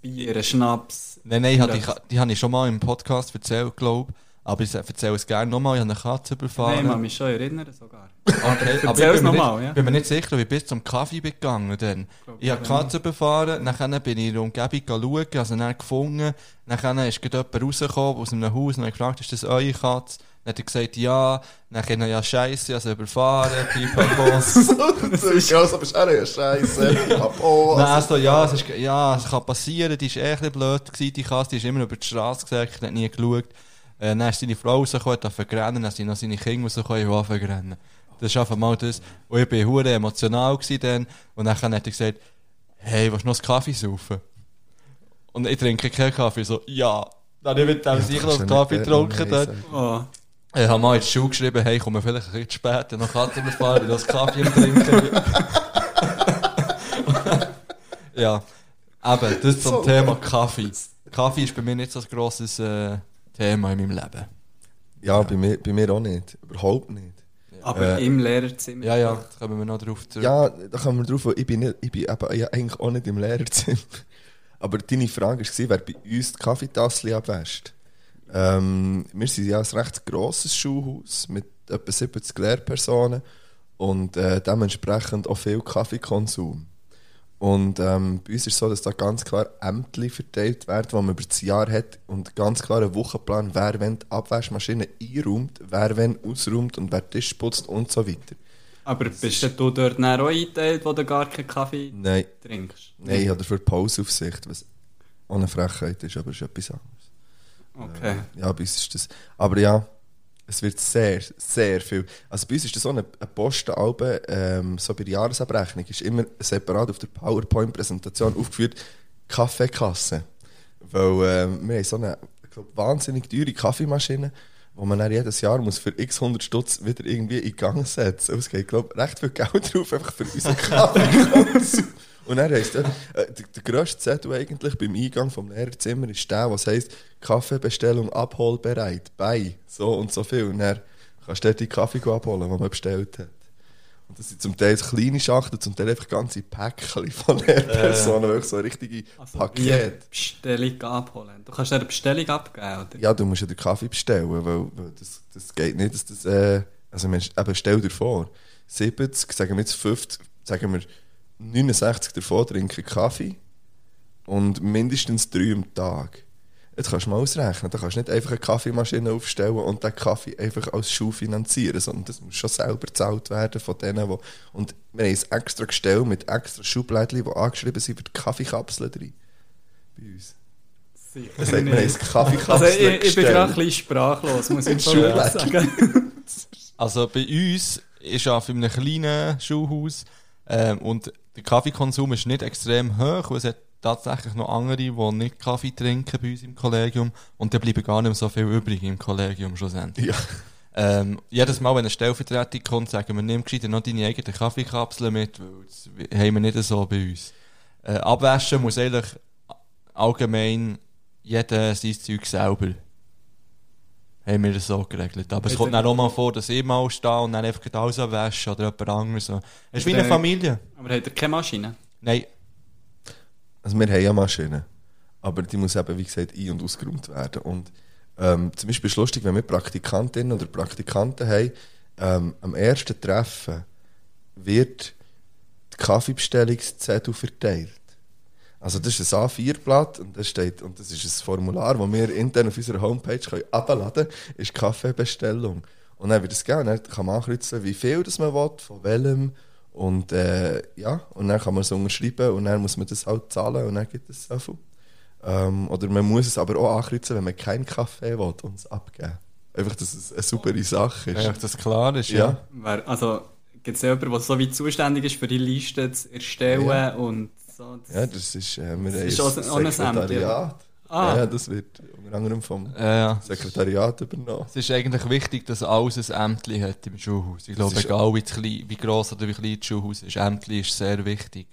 Speaker 12: Bier, einen Schnaps.
Speaker 1: Nein, nein, ich hab die, die habe ich schon mal im Podcast erzählt, glaube ich. Aber ich erzähle es gerne nochmal. Ich habe eine Katze überfahren.
Speaker 12: Nein, ich kann mich schon erinnern sogar.
Speaker 1: Okay, Ah, aber
Speaker 12: Erzähl's
Speaker 1: ich bin mir,
Speaker 12: nochmal,
Speaker 1: nicht,
Speaker 12: ja.
Speaker 1: bin mir nicht sicher, wie ich bis zum Kaffee bin gegangen dann. Ich habe die Katze befahren, nachher bin ich in der Umgebung schauen, also dann gefunden. Nachher ist gerade jemand rausgekommen aus einem Haus und hat gefragt, ist das eure Katze? Dann hat er gesagt, ja. Nachher ja, scheiße, also überfahren, pipapo.
Speaker 2: das ist ja so, bist du auch ein Scheiße. Apo.
Speaker 1: Nein, also, ja, es ist, ja, es kann passieren, die war eh ein bisschen blöd, gewesen, die Katze, die ist immer über die Straße gesagt, hat nie geschaut. Äh, dann ist seine Frau rausgekommen, hat vergrennen, dann sind noch seine Kinder rausgekommen, die haben angefangen zu rennen. Das ist einfach mal das. Und ich war hure emotional gewesen dann. Und dann hat er gesagt, hey, willst du noch einen Kaffee saufen? Und ich trinke keinen Kaffee. So, ja. Dann habe ich mit dem sicher noch einen Kaffee getrunken. dort.
Speaker 12: Oh.
Speaker 1: Ich habe mal in die Schule geschrieben, hey, komm vielleicht ein bisschen zu spät, dann noch Katze überfahren, weil ich noch Kaffee am Trinken bin. (laughs) ja, eben, das zum Thema Kaffee. Kaffee ist bei mir nicht so ein grosses äh, Thema in meinem Leben.
Speaker 2: Ja, bei mir, bei mir auch nicht. Überhaupt nicht.
Speaker 12: Aber
Speaker 2: Äh,
Speaker 12: im Lehrerzimmer.
Speaker 1: Ja, ja, da kommen wir noch drauf zurück.
Speaker 2: Ja, da kommen wir drauf, weil ich bin, nicht, ich bin eben, ja, eigentlich auch nicht im Lehrerzimmer. (laughs) Aber deine Frage war, wer bei uns die Kaffeetasse abwäscht. Ähm, wir sind ja ein recht grosses Schulhaus mit etwa 70 Lehrpersonen und äh, dementsprechend auch viel Kaffeekonsum. Und ähm, bei uns ist es so, dass da ganz klar Ämter verteilt werden, die man über das Jahr hat und ganz klar einen Wochenplan, wer wenn die Abwaschmaschine einräumt, wer wenn ausräumt und wer Tisch putzt und so weiter.
Speaker 12: Aber bist denn du dort dann auch eingeteilt, wo du gar keinen Kaffee
Speaker 2: Nein,
Speaker 12: trinkst?
Speaker 2: Nein, ich habe dafür Pauseaufsicht, was auch eine Frechheit ist, aber es ist etwas anderes.
Speaker 12: Okay.
Speaker 2: Ja, bei uns ist das. Aber ja, es wird sehr, sehr viel. Also bei uns ist das so eine, eine Postenalbe, ähm, so bei der Jahresabrechnung, ist immer separat auf der PowerPoint-Präsentation aufgeführt, Kaffeekasse. Weil ähm, wir haben so eine ich glaub, wahnsinnig teure Kaffeemaschine, wo man dann jedes Jahr muss für x 100 Stutz wieder irgendwie in Gang setzen muss. Es geht, glaube ich, recht viel Geld (laughs) drauf, einfach für unseren Kaffee. (laughs) Und er heisst, äh, äh, der, der grösste Zettel eigentlich beim Eingang vom Lehrerzimmer ist der, was heisst, Kaffeebestellung abholbereit, bei so und so viel. Und er kannst du dort die Kaffee go abholen, die man bestellt hat. Und das sind zum Teil so kleine Schachteln, zum Teil einfach ganze Päckchen von (laughs) Lehrpersonen, wirklich so richtige
Speaker 12: Also, Wie
Speaker 2: Pakete.
Speaker 12: Bestellung abholen. Du kannst dir eine Bestellung abgeben, oder?
Speaker 2: Ja, du musst ja den Kaffee bestellen, weil, weil das, das geht nicht, dass das... Äh, also Mensch, eben stell dir vor, 70, sagen wir jetzt 50, sagen wir 69 davon trinken Kaffee und mindestens drei am Tag. Jetzt kannst du mal ausrechnen, da kannst du nicht einfach eine Kaffeemaschine aufstellen und den Kaffee einfach als Schuh finanzieren, sondern das muss schon selber gezahlt werden von denen, die... Und wir haben ein extra Gestell mit extra Schublädchen, die angeschrieben sind für die Kaffeekapseln drin. Bei uns.
Speaker 12: Sicher
Speaker 2: Das sagt man,
Speaker 12: nicht.
Speaker 2: ein Kaffeekapseln
Speaker 12: Also ich, ich bin
Speaker 2: gestellt.
Speaker 12: gerade ein bisschen sprachlos, muss ich schon
Speaker 2: Entschuldigung.
Speaker 12: sagen.
Speaker 1: Also bei uns, ich arbeite in einem kleinen Schulhaus ähm, und der Kaffeekonsum ist nicht extrem hoch, weil es hat tatsächlich noch andere, die nicht Kaffee trinken bei uns im Kollegium und da bleiben gar nicht mehr so viel übrig im Kollegium schlussendlich.
Speaker 2: Ja.
Speaker 1: Ähm, jedes Mal, wenn eine Stellvertretung kommt, sagen wir, nimm gescheiter noch deine eigene Kaffeekapsel mit, weil das haben wir nicht so bei uns. Äh, abwaschen muss eigentlich allgemein jeder sein Zeug selber. Haben wir das so geregelt. Aber es kommt dann auch mal vor, dass ich mal stehe und dann einfach gerade alles abwäsche oder jemand anderes. Es ist wie eine
Speaker 12: Äh,
Speaker 1: Familie.
Speaker 12: Aber hat er keine Maschine?
Speaker 1: Nein,
Speaker 2: Also wir haben ja Maschinen, aber die muss eben, wie gesagt, ein- und ausgeräumt werden. Und ähm, zum Beispiel ist es lustig, wenn wir Praktikantinnen oder Praktikanten haben, ähm, am ersten Treffen wird die Kaffeebestellungszettel verteilt. Also das ist ein A4-Blatt und das steht, und das ist ein Formular, das wir intern auf unserer Homepage können abladen können, ist Kaffeebestellung. Und dann wird es geben, und dann kann man ankreuzen, wie viel das man will, von welchem, und äh, ja, und dann kann man es unterschreiben und dann muss man das halt zahlen und dann gibt es so viel. Ähm, oder man muss es aber auch ankreuzen, wenn man keinen Kaffee will und es abgeben. Einfach, dass es eine saubere Sache ist.
Speaker 1: Ja, das klar ist, ja.
Speaker 2: Ja.
Speaker 12: Wer, also, gibt es jemanden, der so weit zuständig ist, für die Liste zu erstellen
Speaker 2: Ja.
Speaker 12: und so? Das,
Speaker 2: Ja, das ist, äh, wir
Speaker 12: ist
Speaker 2: haben
Speaker 12: auch ein- auch ein
Speaker 2: Sekretariat.
Speaker 12: Ah.
Speaker 2: Ja, das wird unter anderem vom
Speaker 1: Ja, ja.
Speaker 2: Sekretariat übernommen.
Speaker 1: Es ist eigentlich wichtig, dass alles ein Ämtli hat im Schulhaus. Ich glaube,
Speaker 2: ist-
Speaker 1: egal wie, klein, wie gross oder wie klein das Schulhaus ist, Ämtli ist sehr wichtig.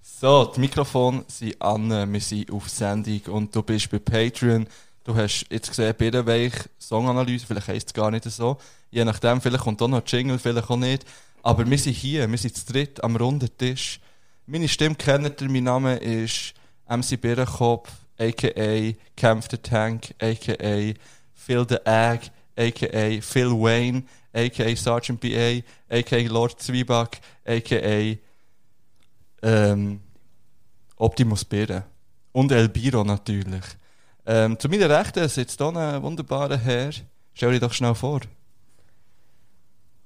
Speaker 1: So, die Mikrofone sind an, wir sind auf Sendung und du bist bei Patreon. Du hast jetzt gesehen, bei welch Songanalyse, vielleicht heisst es gar nicht so. Je nachdem, vielleicht kommt auch noch ein Jingle, vielleicht auch nicht. Aber wir sind hier, wir sind zu dritt am runden Tisch. Meine Stimme kennt ihr, mein Name ist MC Birrenkopf, a.k.a. Kämpf der Tank, a.k.a. Phil the Egg, a.k.a. Phil Wayne, a.k.a. Sergeant B.A., a.k.a. Lord Zwieback, a.k.a. Ähm, Optimus Bären. Und Elbiro natürlich. Ähm, zu meiner Rechten sitzt hier ein wunderbarer Herr. Stell dich doch schnell vor.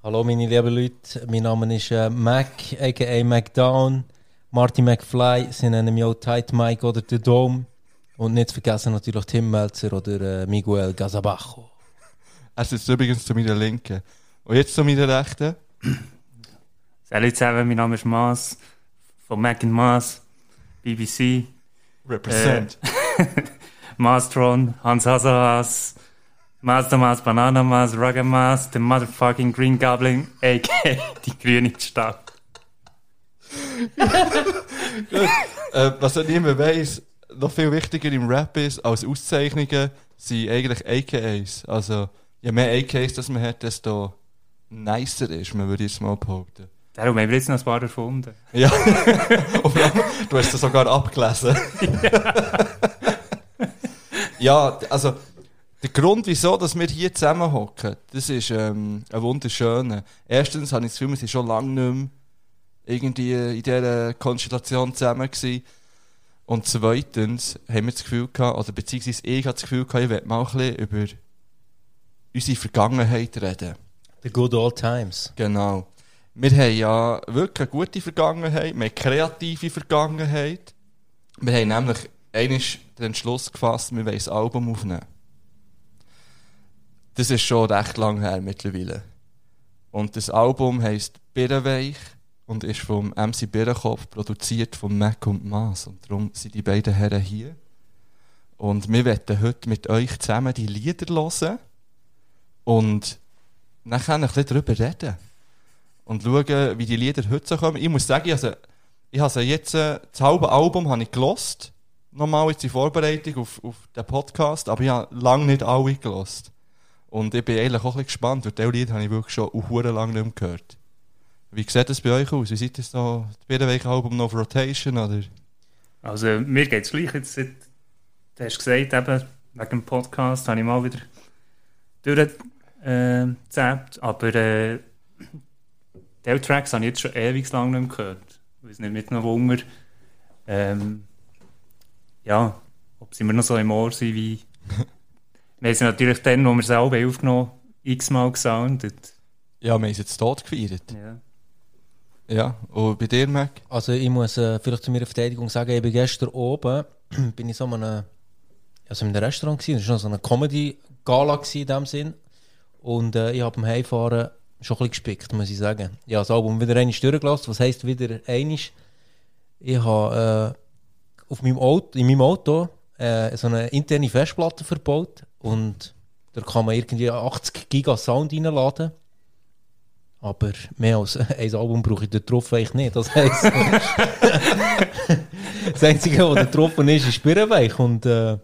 Speaker 5: Hallo meine lieben Leute, mein Name ist äh, Mac, a.k.a. MacDown, Marty McFly, sie nennen mich auch Tight Mike oder The Dome und nicht zu vergessen natürlich Tim Melzer oder äh, Miguel Gazabajo.
Speaker 1: Er sitzt übrigens zu meiner Linken. Und jetzt zu meiner Rechten.
Speaker 13: Salut zusammen, mein Name ist Maas von Mac and Maas, BBC,
Speaker 1: Represent.
Speaker 13: Maastron, Hans Hasselhaas, Master Maas, Banana Maas, Rugger Maas, the motherfucking Green Goblin, a.k.a. (laughs) die grüne Stadt.
Speaker 1: Äh, was ja niemand weiss, noch viel wichtiger im Rap ist als Auszeichnungen, sind eigentlich AKAs. Also, je mehr AKAs das man hat, desto nicer ist man, würde ich jetzt mal behaupten.
Speaker 13: Darum haben wir jetzt noch ein paar erfunden.
Speaker 1: Ja. Und vor allem, du hast das sogar abgelesen. ja, also der Grund, wieso dass wir hier zusammenhocken, das ist ähm, ein wunderschöner. Erstens habe ich das Gefühl, wir sind schon lange nicht mehr irgendwie in dieser Konstellation zusammen gewesen. Und zweitens haben wir das Gefühl gehabt, oder beziehungsweise ich hatte das Gefühl gehabt, ich werde mal ein bisschen über unsere Vergangenheit reden.
Speaker 5: The good old times.
Speaker 1: Genau. Wir haben ja wirklich eine gute Vergangenheit, wir haben kreative Vergangenheit. Wir haben nämlich einmal den Entschluss gefasst, wir wollen ein Album aufnehmen. Das ist schon recht lang her mittlerweile. Und das Album heisst Birrenweich und ist vom MC Birrenkopf produziert von Mac und Maas. Und darum sind die beiden Herren hier. Und wir werden heute mit euch zusammen die Lieder hören und nachher ein bisschen darüber reden und schauen, wie die Lieder heute so kommen. Ich muss sagen, ich habe sie- ich habe sie jetzt, äh, das halbe Album habe ich gelost. Nochmal jetzt in Vorbereitung auf, auf den Podcast, aber ich habe lange nicht alle gelost. Und ich bin eigentlich auch ein bisschen gespannt, weil diese Lieder habe ich wirklich schon verdammt lange nicht mehr gehört. Wie sieht das bei euch aus? Wie sieht das noch? Das Bierenweg-Album noch auf Rotation, oder?
Speaker 13: Also, mir geht es gleich. Jetzt, seit- du hast gesagt, eben, wegen dem Podcast habe ich mal wieder durchgezappt, aber äh, die Tracks habe ich jetzt schon ewig lang nicht mehr gehört. Ich weiß nicht, mit einem Hunger. Ähm, ja, ob sie immer noch so im Ohr sind wie. wir sind natürlich dann, wo wir es selber aufgenommen haben, x-mal gesoundet.
Speaker 1: Ja, wir haben es jetzt tot gefeiert.
Speaker 13: Ja.
Speaker 1: Ja, und bei dir, Mac?
Speaker 5: Also ich muss äh, vielleicht zu meiner Verteidigung sagen, ich bin gestern
Speaker 13: (clears throat)
Speaker 5: oben, bin ich so in einem, also in einem Restaurant gewesen, das war noch so eine Comedy-Gala gewesen in dem Sinn und äh, ich habe beim Heimfahren
Speaker 13: schon ein bisschen gespickt, muss ich sagen. Ja, das Album wieder einmal durchgelassen, was heisst wieder einmal? Ich habe äh, auf meinem Auto, in meinem Auto äh, so eine interne Festplatte verbaut und da kann man irgendwie 80 Giga Sound reinladen. Aber mehr als (laughs) ein Album brauche ich dort drauf eigentlich nicht. Das heisst, das Einzige, was dort drauf ist, ist Birrenweich. Und äh,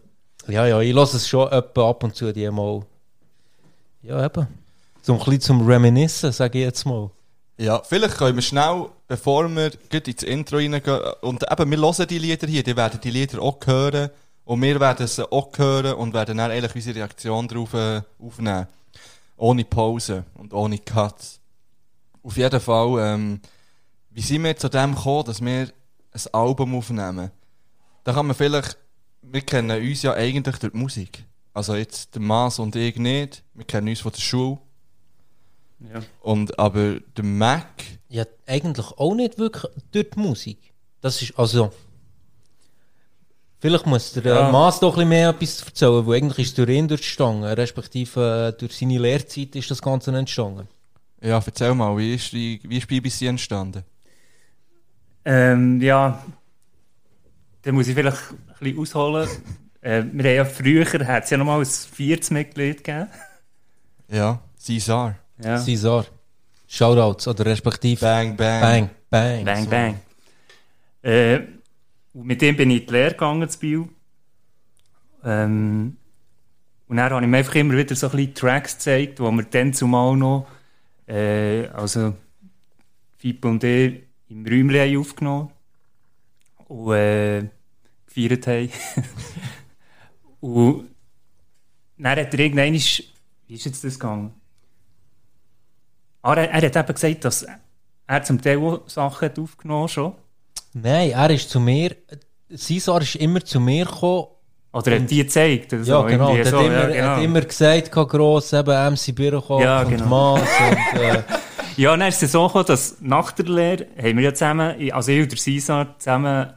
Speaker 13: ja, ja, ich lasse es schon etwa ab und zu die mal. Ja, eben. Zum ein bisschen zum Reminiscen, sage ich jetzt mal.
Speaker 1: Ja, vielleicht können wir schnell, bevor wir gleich ins Intro reingehen, und eben, wir hören die Lieder hier, die werden die Lieder auch hören, und wir werden sie auch hören und werden dann eigentlich unsere Reaktion darauf äh, aufnehmen. Ohne Pause und ohne Cuts. Auf jeden Fall, ähm, wie sind wir zu dem gekommen, dass wir ein Album aufnehmen? Da kann man vielleicht, wir kennen uns ja eigentlich durch die Musik. Also jetzt der Mas und ich nicht, wir kennen uns von der Schule.
Speaker 5: Ja.
Speaker 1: Und, aber der Mac,
Speaker 13: Ja, eigentlich auch nicht wirklich durch die Musik. Das ist also. Vielleicht muss der
Speaker 1: Ja.
Speaker 13: ja. Maas doch ein bisschen mehr etwas erzählen, weil eigentlich ist es durch ihn durchgestanden, respektive äh, durch seine Lehrzeit ist das Ganze entstanden.
Speaker 1: ja, erzähl mal, wie ist, die, wie ist BBC entstanden?
Speaker 5: Ähm, ja, da muss ich vielleicht ein bisschen ausholen. äh, wir haben ja früher, hat es ja nochmal ein viertes Mitglied gegeben.
Speaker 1: Ja, Cesar.
Speaker 5: Ja.
Speaker 13: Cesar. Shoutouts, oder respektive.
Speaker 1: Bang, bang.
Speaker 13: Bang, bang.
Speaker 5: Bang,
Speaker 13: So.
Speaker 5: bang. Äh, und mit dem bin ich in die Lehre gegangen, zu Biel. Ähm, und dann habe ich mir einfach immer wieder so ein bisschen Tracks gezeigt, wo wir dann zumal noch, äh, also Fippo und ich, im Räumchen haben aufgenommen und äh, gefeiert haben. (laughs) und dann hat er irgendwann, wie ist jetzt das gegangen? Ah, er, er hat eben gesagt, dass er zum Teil auch Sachen hat aufgenommen schon.
Speaker 13: Nein, er ist zu mir. Cesar ist immer zu mir gekommen.
Speaker 5: Oder hat
Speaker 13: Und-
Speaker 5: die gezeigt? oder so,
Speaker 13: ja, genau.
Speaker 5: irgendwie
Speaker 13: Er hat,
Speaker 5: so,
Speaker 13: immer,
Speaker 5: ja,
Speaker 13: hat
Speaker 5: genau.
Speaker 13: immer gesagt, kann gross, eben MC Birokopf
Speaker 5: Ja,
Speaker 13: und
Speaker 5: genau.
Speaker 13: Maas
Speaker 5: (laughs)
Speaker 13: und. Äh,
Speaker 5: Ja, dann ist es so gekommen, dass nach der Lehre haben wir ja zusammen, also ich und der Cesar, zusammen ein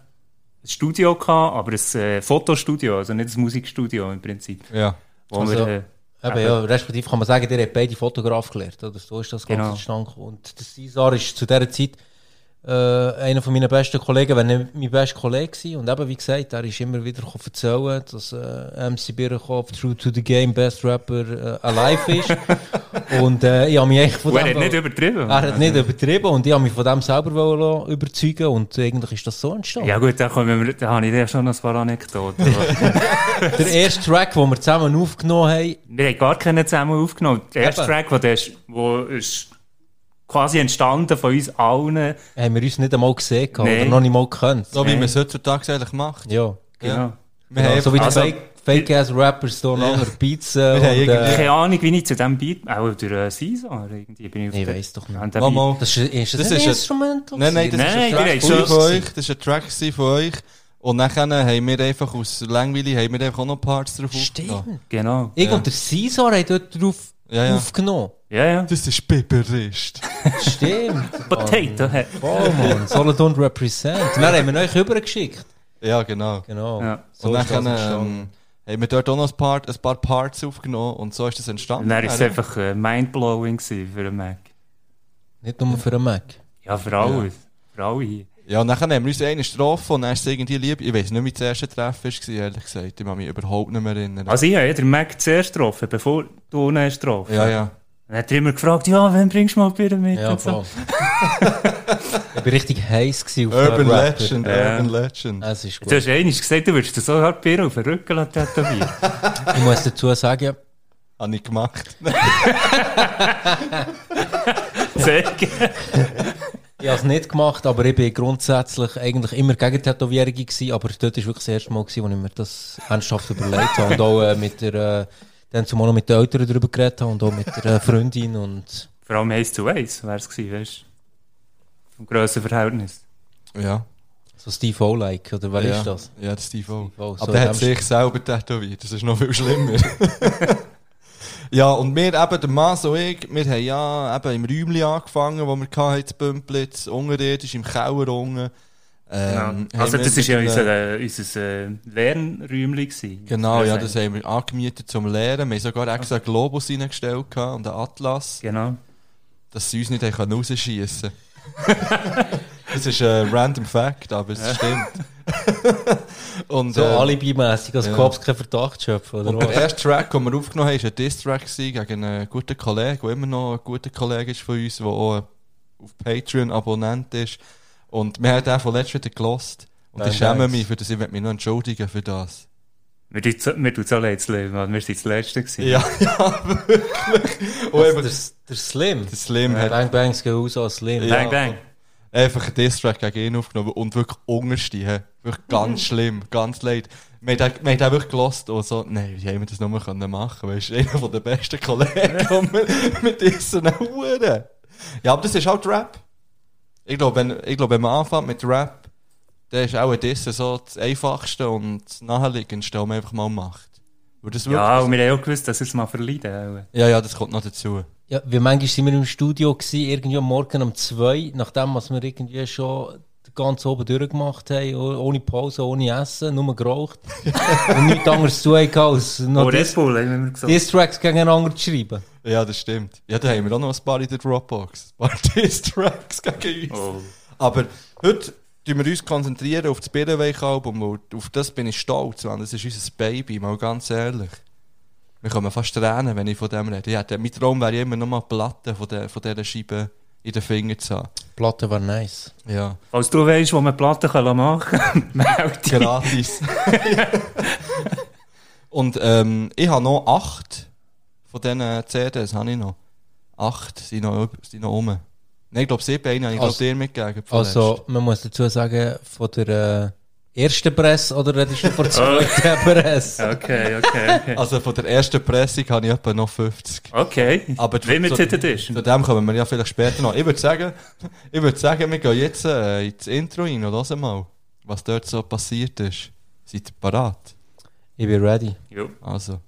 Speaker 5: Studio gehabt, aber ein äh, Fotostudio, also nicht ein Musikstudio im Prinzip.
Speaker 1: Ja.
Speaker 5: Wo
Speaker 13: Also,
Speaker 5: wir, äh,
Speaker 13: eben,
Speaker 5: eben-
Speaker 13: ja, respektive kann man sagen, der hat beide Fotograf gelernt. Oder? So ist das Ganze
Speaker 5: Genau.
Speaker 13: zustande gekommen. Und der Cesar ist zu dieser Zeit äh, einer von meinen besten Kollegen, wenn nicht mein bester Kollege war. Und eben, wie gesagt, er ist immer wieder gekommen erzählen, dass äh, MC Birrenkopf True to the Game Best Rapper äh,
Speaker 5: (laughs)
Speaker 13: alive ist. und äh, ich habe mich eigentlich von
Speaker 5: Und er hat
Speaker 13: woll-
Speaker 5: nicht übertrieben.
Speaker 13: Er hat nicht
Speaker 5: Also-
Speaker 13: übertrieben und ich habe mich von dem selber wollen überzeugen und eigentlich ist das so entstanden.
Speaker 5: Ja gut, da, kommen wir, da habe ich ja schon noch ein paar Anekdoten. Aber-
Speaker 13: (laughs) Der erste Track, den wir zusammen aufgenommen haben,
Speaker 5: Wir haben gar keinen zusammen aufgenommen. Der erste
Speaker 13: Eben.
Speaker 5: Track, wo der ist, wo ist quasi entstanden von uns allen.
Speaker 13: haben wir uns nicht einmal gesehen gehabt
Speaker 5: Nein.
Speaker 13: oder noch nicht mal gekannt.
Speaker 5: So wie Nein. man es
Speaker 1: heutzutage eigentlich macht.
Speaker 13: Ja.
Speaker 5: Genau.
Speaker 13: Ja.
Speaker 5: Wir
Speaker 13: Genau,
Speaker 5: haben
Speaker 13: so wie die
Speaker 5: also-
Speaker 13: Fake- Fake-Ass-Rappers hier nachher Beats. äh, und, äh,
Speaker 5: keine Ahnung, wie ich zu diesem Beat, auch durch äh, Caesar, irgendwie bin ich auf
Speaker 13: Ich
Speaker 5: der-
Speaker 13: weiss doch nicht.
Speaker 5: an den
Speaker 13: Mal,
Speaker 5: Beat.
Speaker 13: mal. Das ist- ist das Das ein ist ein- Instrumental?
Speaker 1: Nein, nein, das
Speaker 5: Nein,
Speaker 1: ist
Speaker 5: ihr
Speaker 1: ein
Speaker 5: habt
Speaker 1: Track
Speaker 5: schon-
Speaker 1: von euch. Das ist ein Track gewesen von euch. Und nachher haben wir einfach aus Langweile haben wir einfach auch noch Parts drauf aufgenommen.
Speaker 5: Genau.
Speaker 13: Ich und der Caesar haben dort drauf
Speaker 1: Ja, ja.
Speaker 13: aufgenommen.
Speaker 5: Ja, ja.
Speaker 1: Das ist Biberist.
Speaker 13: Stimmt.
Speaker 5: (laughs) Potato Head.
Speaker 13: Oh Mann, Solodon represent. Und dann haben wir euch übergeschickt.
Speaker 1: Ja, genau.
Speaker 13: Genau.
Speaker 5: Ja.
Speaker 13: So
Speaker 1: und
Speaker 13: ist das
Speaker 1: nachher ähm,
Speaker 13: entstanden.
Speaker 1: haben wir dort auch noch ein paar, ein paar Parts aufgenommen und so ist das entstanden.
Speaker 5: Und dann war es
Speaker 1: Ja.
Speaker 5: einfach äh, mindblowing gewesen für den Mac.
Speaker 13: Nicht nur für den Mac.
Speaker 5: Ja, für alles. Für alle hier.
Speaker 1: Ja, und nachher haben wir uns eine getroffen und dann ist es irgendwie lieb. Ich weiß nicht, wie das erste Treffen war, ehrlich gesagt. Ich kann mich überhaupt nicht mehr erinnern.
Speaker 5: Also ich habe ja den Mac zuerst getroffen, bevor du ihn hast getroffen.
Speaker 1: Ja, ja.
Speaker 5: Dann hat er immer gefragt, ja, wen bringst du mal Bier mit?
Speaker 13: Ja,
Speaker 5: und so.
Speaker 13: voll.
Speaker 5: (laughs)
Speaker 13: Ich war richtig heiß gewesen auf
Speaker 1: Urban
Speaker 13: den Rapper.
Speaker 1: Legend,
Speaker 5: Ja.
Speaker 1: Urban Legend.
Speaker 13: Es ist
Speaker 5: Du
Speaker 13: gut.
Speaker 5: hast einmal gesagt, du würdest dir so hart Bier auf den Rücken lassen tätowieren.
Speaker 13: (laughs) Ich muss dazu sagen,
Speaker 1: Habe ich gemacht.
Speaker 5: (laughs) Zeig.
Speaker 13: Ich habe es nicht gemacht, aber ich bin grundsätzlich eigentlich immer gegen Tätowierungen gewesen, aber dort war wirklich das erste Mal, gewesen, wo ich mir das ernsthaft überlegt habe und auch äh, mit der, äh, dann zumal noch mit den Eltern darüber geredet habe und auch mit der äh, Freundin und
Speaker 5: Vor allem Ace zu Ace wäre es gewesen, weißt du? Vom grossen Verhältnis.
Speaker 1: Ja.
Speaker 13: so Steve O-like, oder wer
Speaker 1: ja.
Speaker 13: ist das?
Speaker 1: Ja, das Steve O.
Speaker 13: O, so
Speaker 1: Aber der
Speaker 13: in
Speaker 1: hat
Speaker 13: dem-
Speaker 1: sich selber tätowiert, das ist noch viel schlimmer. (laughs) ja, und wir eben, der Mann und ich, wir haben ja eben im Räumchen angefangen, wo wir hatten, in Bümplitz, unterirdisch, im Keller unten. Ähm,
Speaker 5: genau. Also
Speaker 1: haben wir
Speaker 5: das war ja
Speaker 1: mit einem-
Speaker 5: unser, äh, unser äh, Lernräumchen. gewesen.
Speaker 1: Genau, ja, dus
Speaker 5: Lernheim.
Speaker 1: das haben wir angemietet zum Lehren. Wir haben sogar extra einen Globus reingestellt gehabt und einen Atlas.
Speaker 5: Genau.
Speaker 1: dass sie uns nicht haben rausschießen können. (laughs) das ist ein random Fact, aber es stimmt. Und, äh,
Speaker 13: So alibimässig, als Cops keinen Verdacht schöpfen, oder
Speaker 1: Und
Speaker 13: was?
Speaker 1: der erste Track, den wir aufgenommen haben, war ein Diss-Track gewesen gegen einen guten Kollegen, der immer noch ein guter Kollege ist von uns, der auch äh, auf Patreon Abonnent ist. Und wir haben den von letztem wieder gelost. Und ich
Speaker 14: Nein,
Speaker 1: schäme
Speaker 14: thanks.
Speaker 1: mich für das, ich möchte mich noch entschuldigen für das.
Speaker 14: Mir tut's mir tut's auch leid zu leben, Mann. wir waren das Letzte. Gewesen.
Speaker 1: Ja, ja, wirklich.
Speaker 13: Also der, der Slim.
Speaker 1: Der Slim
Speaker 13: Ja.
Speaker 1: hat-
Speaker 13: Äh, Bang genau Bangs gehen raus als Slim.
Speaker 1: Ja. Einfach einen Diss-Track gegen ihn aufgenommen und wirklich unterste. he. Wirklich ganz schlimm, ganz leid. Wir haben den- wir haben den wirklich gelost und so, nein, wie haben wir das nur können machen? Weißt du, einer von den besten Kollegen und wir, wir dissen auch Huren. Ja, aber das ist halt Rap. Ich glaube, wenn, ich glaube, wenn man anfängt mit Rap, dann ist auch ein Dissen so das einfachste und das naheliegendste, was man einfach mal macht. Weil das
Speaker 14: Ja,
Speaker 1: wirklich-
Speaker 14: und wir haben auch gewusst, dass wir es mal verleiden.
Speaker 1: ja, ja, das kommt noch dazu.
Speaker 13: Ja, wie manchmal sind wir im Studio gewesen, irgendwie am Morgen um zwei, nachdem was wir irgendwie schon ganz oben durchgemacht haben, oh- ohne Pause, ohne Essen, nur
Speaker 14: (laughs)
Speaker 13: geraucht und nichts anderes zu tun als noch
Speaker 14: Oh, Red
Speaker 13: Dis-
Speaker 14: Bull, haben wir immer gesagt.
Speaker 13: Distracks gegeneinander zu schreiben.
Speaker 1: Ja, das stimmt. Ja, da haben wir auch noch ein paar in der Dropbox. Ein paar (laughs) Distracks gegen uns. Aber heute konzentrieren wir uns konzentrieren auf das Birrenweich-Album und auf das bin ich stolz, weil das ist unser Baby, mal ganz ehrlich. Wir kommen fast Tränen, wenn ich von dem rede. Ja, der- mein Traum wäre immer noch mal Platten von, der, von dieser Scheibe in den Fingern zu haben.
Speaker 13: Platte war nice.
Speaker 1: Ja.
Speaker 14: Falls du weißt, wo man Platten kann machen kann, melde dich.
Speaker 1: Gratis. (laughs) Und ähm, ich habe noch acht von diesen CDs, habe ich noch. Acht sind noch, sind noch rum. Nein, ich glaube sieben, eine habe ich glaube
Speaker 13: Also-
Speaker 1: dir mitgegeben. vorletzt.
Speaker 13: Also, man muss dazu sagen, von der äh, ersten Presse oder redest du
Speaker 14: (laughs)
Speaker 13: von der zweiten Presse?
Speaker 14: Oh. Okay, okay, okay.
Speaker 1: Also von der ersten Pressung habe ich etwa noch 50.
Speaker 14: Okay,
Speaker 1: aber
Speaker 14: wie mit
Speaker 1: zu,
Speaker 14: Hidden Edition.
Speaker 1: zu dem kommen wir ja vielleicht später noch. Ich würde sagen, (laughs) ich würde sagen, wir gehen jetzt äh, ins Intro rein und hören mal, was dort so passiert ist. Seid ihr parat?
Speaker 13: Ich bin ready.
Speaker 14: Jo.
Speaker 1: Also.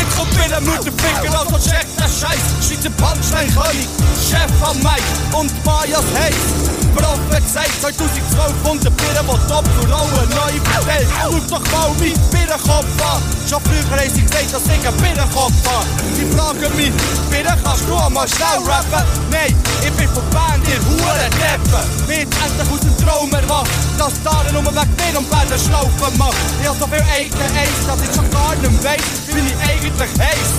Speaker 15: Ik probiere mit dem Finger auf und check der Scheiß. Schweizer Punchline König, Chef am Mike und Majas Hayes. Prophezeit 2012 und der Birne, die top und alle neu bestellt. Schau doch mal meinen Birnenkopf an. Schon früher haben sie gesagt, dass ich einen Birnenkopf habe. Die fragen mich, Birne kannst du mal schnell rappen? Nein, ich bin von Bern, ihr Huren Deppen. Wird endlich aus dem Traum erwacht, dass Starren nur weg mir und Bern schlaufen macht. Ich hab so viel eigene Eis, dass ich schon gar nicht mehr weiss, wie ich eigentlich heiss.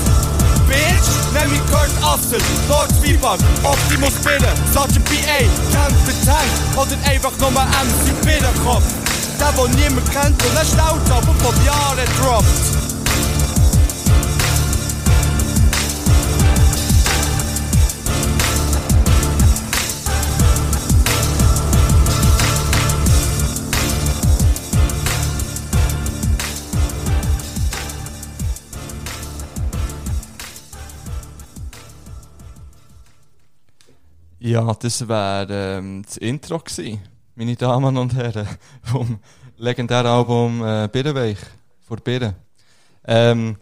Speaker 15: Bitch, nenn mich Kurt Assel, Lord Zwieback, Optimus Binnen, Sergeant PA, Camp the Tank oder einfach nur MC Binnenkopf. Der, den niemand kennt und er staut aber vor Jahren droppt.
Speaker 1: Ja, das wäre ähm, das Intro gewesen, meine Damen und (laughs) Herren, vom legendären Album äh, Birrenweich, vor Birren. Ähm,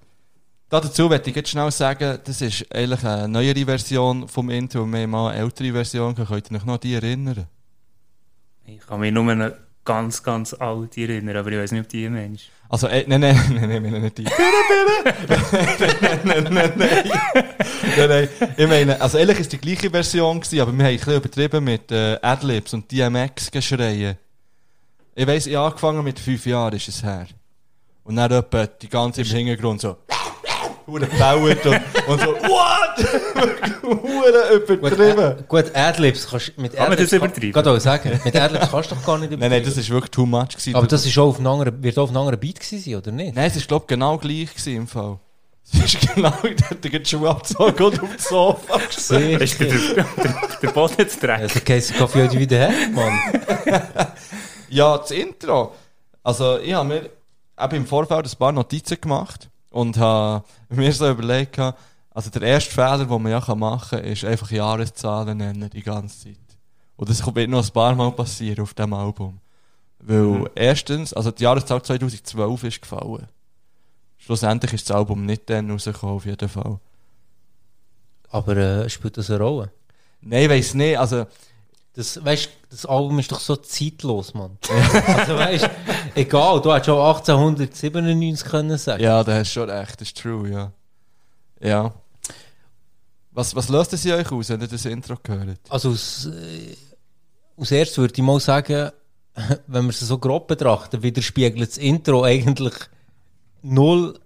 Speaker 1: da dazu möchte ich jetzt schnell sagen, das ist eigentlich eine neuere Version vom Intro, wir haben mal eine ältere Version, gehabt. könnt ihr euch noch an die erinnern?
Speaker 14: Ich kann mich nur an ganz, ganz alt erinnern, aber ich weiß nicht, ob die Mensch.
Speaker 1: Also, äh, nein, (laughs) nein, nein, nein, nein, nicht die. (laughs) Nein, nein, nein, nein, nein, nein. Ich meine, also ehrlich ist die gleiche Version gewesen, aber wir haben ein bisschen übertrieben mit äh, Adlibs und DMX geschreien. Ich weiss, ich habe angefangen mit fünf Jahren ist es her. Und dann etwa die ganze im Hintergrund so, hure gebaut und, und so, what? Hure übertrieben.
Speaker 13: Gut, äh, gut, Adlibs kannst du mit
Speaker 1: Kann man
Speaker 13: Adlibs
Speaker 1: das übertreiben?
Speaker 13: Kann, kann sagen, mit Adlibs kannst du doch gar nicht
Speaker 1: (laughs) Nein, nein, das ist wirklich too much gewesen.
Speaker 13: Aber das ist auch auf einem anderen, wird auch auf einem anderen Beat gewesen sein, oder nicht?
Speaker 1: Nein, es ist glaube genau gleich gewesen im Fall. Es ist (laughs) genau, der hat schon abgezogen und auf das Sofa gesehen.
Speaker 14: Ist der, der, der, der Boden zu drehen?
Speaker 13: Der Käse Kaffee heute wieder her, Mann.
Speaker 1: ja, das Intro. Also, ich habe mir auch im Vorfeld ein paar Notizen gemacht und habe mir so überlegt, gehabt, also der erste Fehler, den man ja machen kann, ist einfach Jahreszahlen nennen die ganze Zeit. Und das wird noch ein paar Mal passieren auf diesem Album. Weil
Speaker 14: Mhm.
Speaker 1: erstens, also die Jahreszahl 2012 ist gefallen.
Speaker 9: Schlussendlich ist das Album nicht dann rausgekommen, auf jeden Fall.
Speaker 13: Aber äh, spielt das eine Rolle?
Speaker 9: Nein, ich weiss nicht. Also,
Speaker 13: Das, weißt, das Album ist doch so zeitlos, Mann. (laughs) also weißt, egal, du hättest schon 1897 können sagen.
Speaker 9: ja, da hast du schon recht, das ist true, ja. Ja. Was, was löst es in euch aus, wenn ihr das Intro gehört?
Speaker 13: Also aus, äh, aus erstes würde ich mal sagen, (laughs) wenn wir es so grob betrachten, widerspiegelt das Intro eigentlich null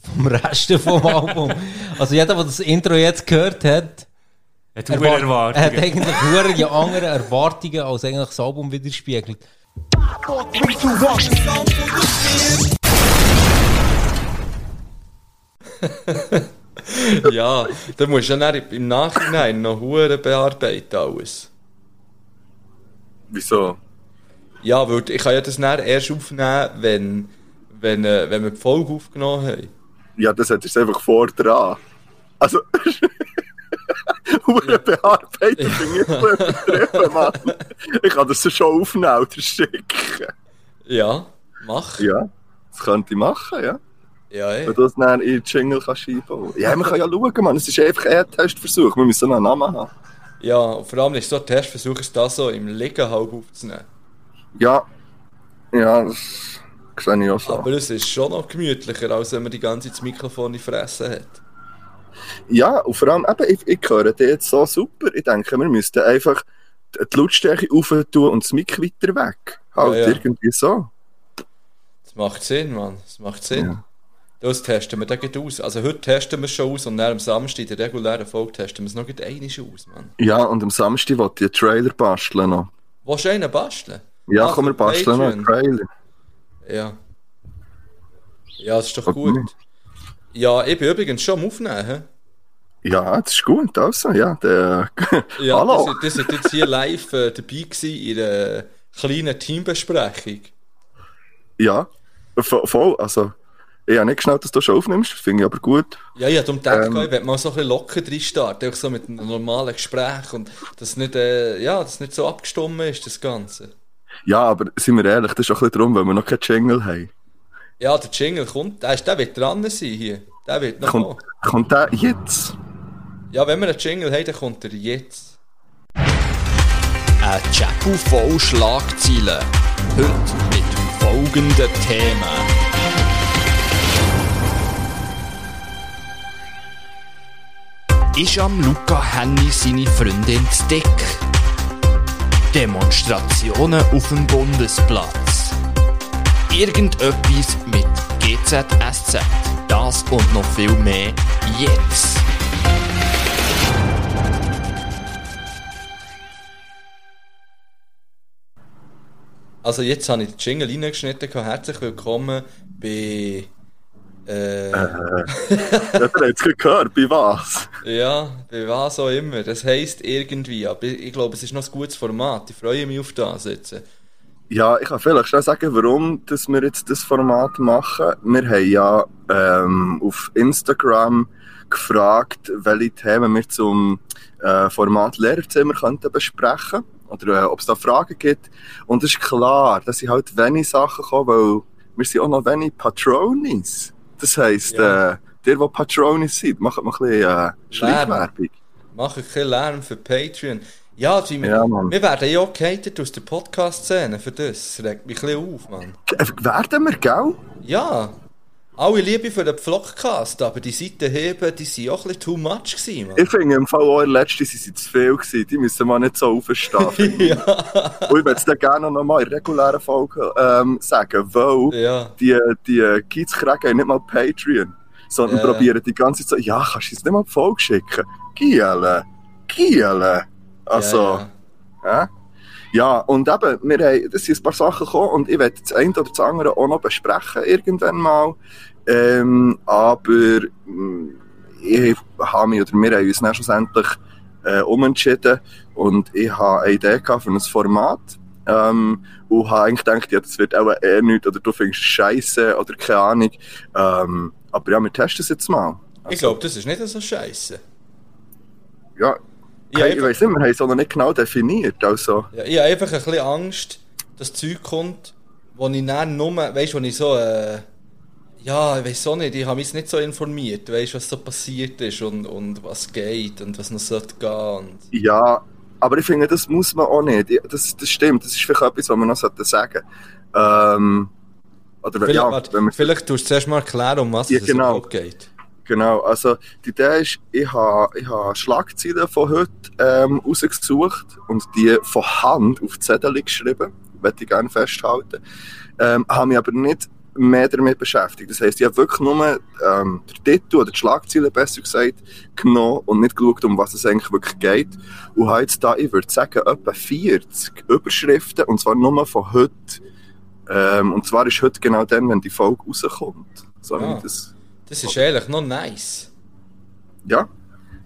Speaker 13: vom Rest vom
Speaker 16: (laughs)
Speaker 13: Album. also jeder, der das Intro jetzt gehört hat,
Speaker 16: Hat
Speaker 13: er
Speaker 16: hohe
Speaker 13: war-
Speaker 16: Erwartungen.
Speaker 13: hat eigentlich hure andere Erwartungen, als eigentlich das Album widerspiegelt.
Speaker 1: ja, da musst du ja dann im Nachhinein noch Huren bearbeiten alles.
Speaker 6: Wieso?
Speaker 1: Ja, weil ich kann ja das dann erst aufnehmen, wenn, wenn, äh, wenn wir die Folge aufgenommen haben.
Speaker 6: Ja, das hat es einfach vor dran. Also. (laughs) Huren bearbeitet finde ich voll übertrieben, Mann. Ich kann das schon aufnehmen oder schicken.
Speaker 1: Ja, mach.
Speaker 6: Ja, das könnte ich machen, ja.
Speaker 1: Ja, ey.
Speaker 6: Wenn du das dann in den Jingle kannst einbauen kannst. Ja, man kann ja schauen, Mann. Es ist einfach eher ein Testversuch. Wir müssen einen Namen haben.
Speaker 1: ja und vor allem ist so ein Testversuch, ist das so im Liegen halb aufzunehmen.
Speaker 6: Ja. Ja, das sehe ich auch so.
Speaker 1: Aber es ist schon noch gemütlicher, als wenn man die ganze Zeit das Mikrofon in die Fresse hat.
Speaker 6: Ja, und vor allem, eben, ich, ich höre den jetzt so super. Ich denke, wir müssten einfach die die Lautstärke rauf tun und das Mic weiter weg. Halt,
Speaker 1: Ja, ja.
Speaker 6: irgendwie so.
Speaker 1: Das macht Sinn, Mann. Das macht Sinn.
Speaker 6: Ja.
Speaker 1: Das testen wir dann gleich aus. Also heute testen wir es schon aus und dann am Samstag in der regulären Folge testen wir es noch gleich einmal aus, Mann.
Speaker 6: Ja, und am Samstag wollte ich einen Trailer basteln noch.
Speaker 1: Willst du einen basteln?
Speaker 6: Ja,
Speaker 1: Ah,
Speaker 6: komm, wir
Speaker 1: für
Speaker 6: basteln noch einen
Speaker 1: Patreon.
Speaker 6: Trailer.
Speaker 1: Ja. Ja, das ist doch
Speaker 6: Oder
Speaker 1: gut.
Speaker 6: nicht?
Speaker 1: Ja, ich bin übrigens schon am Aufnehmen.
Speaker 6: Ja, das ist gut, also, ja. Der, (laughs)
Speaker 1: hä? Ja,
Speaker 6: Hallo.
Speaker 1: Das sind jetzt hier live äh, dabei gewesen in einer kleinen Teambesprechung.
Speaker 6: Ja, vo- voll. Also, ich habe nicht geschnallt, dass du schon aufnimmst. Finde ich aber gut.
Speaker 1: Ja, ja, darum denke
Speaker 6: Ähm.
Speaker 1: ich, ich will mal so ein bisschen locker drin starten, auch so mit einem normalen Gespräch und dass nicht, äh, ja, dass nicht so abgestimmt ist, das Ganze.
Speaker 6: Ja, aber sind wir ehrlich, das ist auch ein bisschen darum, weil wir noch keinen Jingle haben.
Speaker 1: Ja, der Jingle kommt, der, ist, der wird dran sein hier. Der wird noch
Speaker 6: Kommt,
Speaker 2: Oh.
Speaker 1: kommen.
Speaker 6: kommt der jetzt?
Speaker 1: Ja, wenn wir einen Jingle haben, dann kommt er jetzt.
Speaker 5: Ein Jacko voll Schlagzeilen. Heute mit folgenden Themen. Ist am Luca Henny seine Freundin zu dick? Demonstrationen auf dem Bundesplatz. Irgendetwas mit GZSZ. Das und noch viel mehr jetzt.
Speaker 1: Also jetzt habe ich den Jingle reingeschnitten. Herzlich willkommen bei... Äh,
Speaker 6: Ja, der hat es gehört, bei was?
Speaker 1: Ja, bei was auch immer. Das heisst irgendwie. Aber ich ich glaube, es ist noch ein gutes Format. Ich freue mich auf das jetzt.
Speaker 6: Ja, ich kann vielleicht schnell sagen, warum dass wir jetzt das Format machen. Wir haben ja ähm, auf Instagram gefragt, welche Themen wir zum äh, Format Lehrerzimmer könnten besprechen oder äh, ob es da Fragen gibt. Und es ist klar, dass ich halt wenig Sachen kommen, weil wir sind auch noch wenig Patronis. Das heisst,
Speaker 1: Ja.
Speaker 6: äh, ihr, die Patronis seid, macht mal ein bisschen äh, Schleichwerbung.
Speaker 1: Mach ein bisschen Lärm für Patreon. Ja, also wir,
Speaker 6: Ja, Mann.
Speaker 1: wir werden ja auch gehatet aus der Podcast-Szene für das. Das regt mich ein bisschen auf, Mann.
Speaker 6: Äh, Werden wir, gell?
Speaker 1: Ja, alle Liebe für den Vlogcast, aber die Seitenheben, die waren auch ein bisschen too much gewesen, Mann.
Speaker 6: Ich finde im Fall auch, letzte sie sind zu viel gewesen. Die müssen mal nicht so aufstehen.
Speaker 1: (laughs) ja.
Speaker 6: Und ich würde es dir gerne noch mal in regulären Folgen ähm, sagen, weil
Speaker 1: ja.
Speaker 6: die, die Kiezkräger haben nicht mal Patreon, sondern
Speaker 1: Ja.
Speaker 6: probieren die ganze Zeit so, ja, kannst du jetzt nicht mal die Folge schicken? Giele, Giele. Also,
Speaker 1: Ja,
Speaker 6: ja. Ja, und eben, wir haben, das sind ein paar Sachen gekommen und ich werde das eine oder das andere auch noch besprechen, irgendwann mal. Ähm, aber mh, ich habe mich, oder wir haben uns dann schlussendlich äh, umentschieden und ich habe eine Idee gehabt für ein Format ähm, und habe eigentlich gedacht, ja, das wird auch eher nichts oder du findest Scheiße oder keine Ahnung. Ähm, aber ja, wir testen es jetzt mal.
Speaker 1: ja. Ich glaube, das ist nicht so scheiße.
Speaker 6: Ja,
Speaker 1: Ich
Speaker 6: hey,
Speaker 1: habe
Speaker 6: ich weiss nicht, wir haben es auch noch nicht genau definiert, also...
Speaker 1: Ja, ich habe einfach ein bisschen Angst, dass Zeug kommt, wo ich dann nur, weißt du, wo ich so, äh, Ja, ich weiß auch nicht, ich habe mich nicht so informiert, weißt was so passiert ist und, und was geht und was noch sollte gehen. Und
Speaker 2: Ja, aber ich finde, das muss man auch nicht. Ich- Das, das stimmt, das ist vielleicht etwas, was man noch sagen sollte. Ähm, oder wenn-
Speaker 1: vielleicht,
Speaker 2: ja,
Speaker 1: warte,
Speaker 2: wenn man
Speaker 1: vielleicht tust du zuerst mal erklären, um was
Speaker 2: Ja,
Speaker 1: es
Speaker 2: genau.
Speaker 1: überhaupt geht.
Speaker 2: Genau, also die Idee ist, ich habe, ich habe Schlagzeilen von heute ähm, rausgesucht und die von Hand auf die Zettel geschrieben, möchte ich gerne festhalten, ähm, habe mich aber nicht mehr damit beschäftigt. Das heisst, ich habe wirklich nur ähm, den Titel oder die Schlagzeilen, besser gesagt, genommen und nicht geschaut, um was es eigentlich wirklich geht. Und habe jetzt da, ich würde sagen, etwa 40 Überschriften, und zwar nur von heute. Ähm, und zwar ist heute genau dann, wenn die Folge rauskommt. So habe
Speaker 1: Ah.
Speaker 2: ich das
Speaker 1: Das ist eigentlich noch nice.
Speaker 2: ja.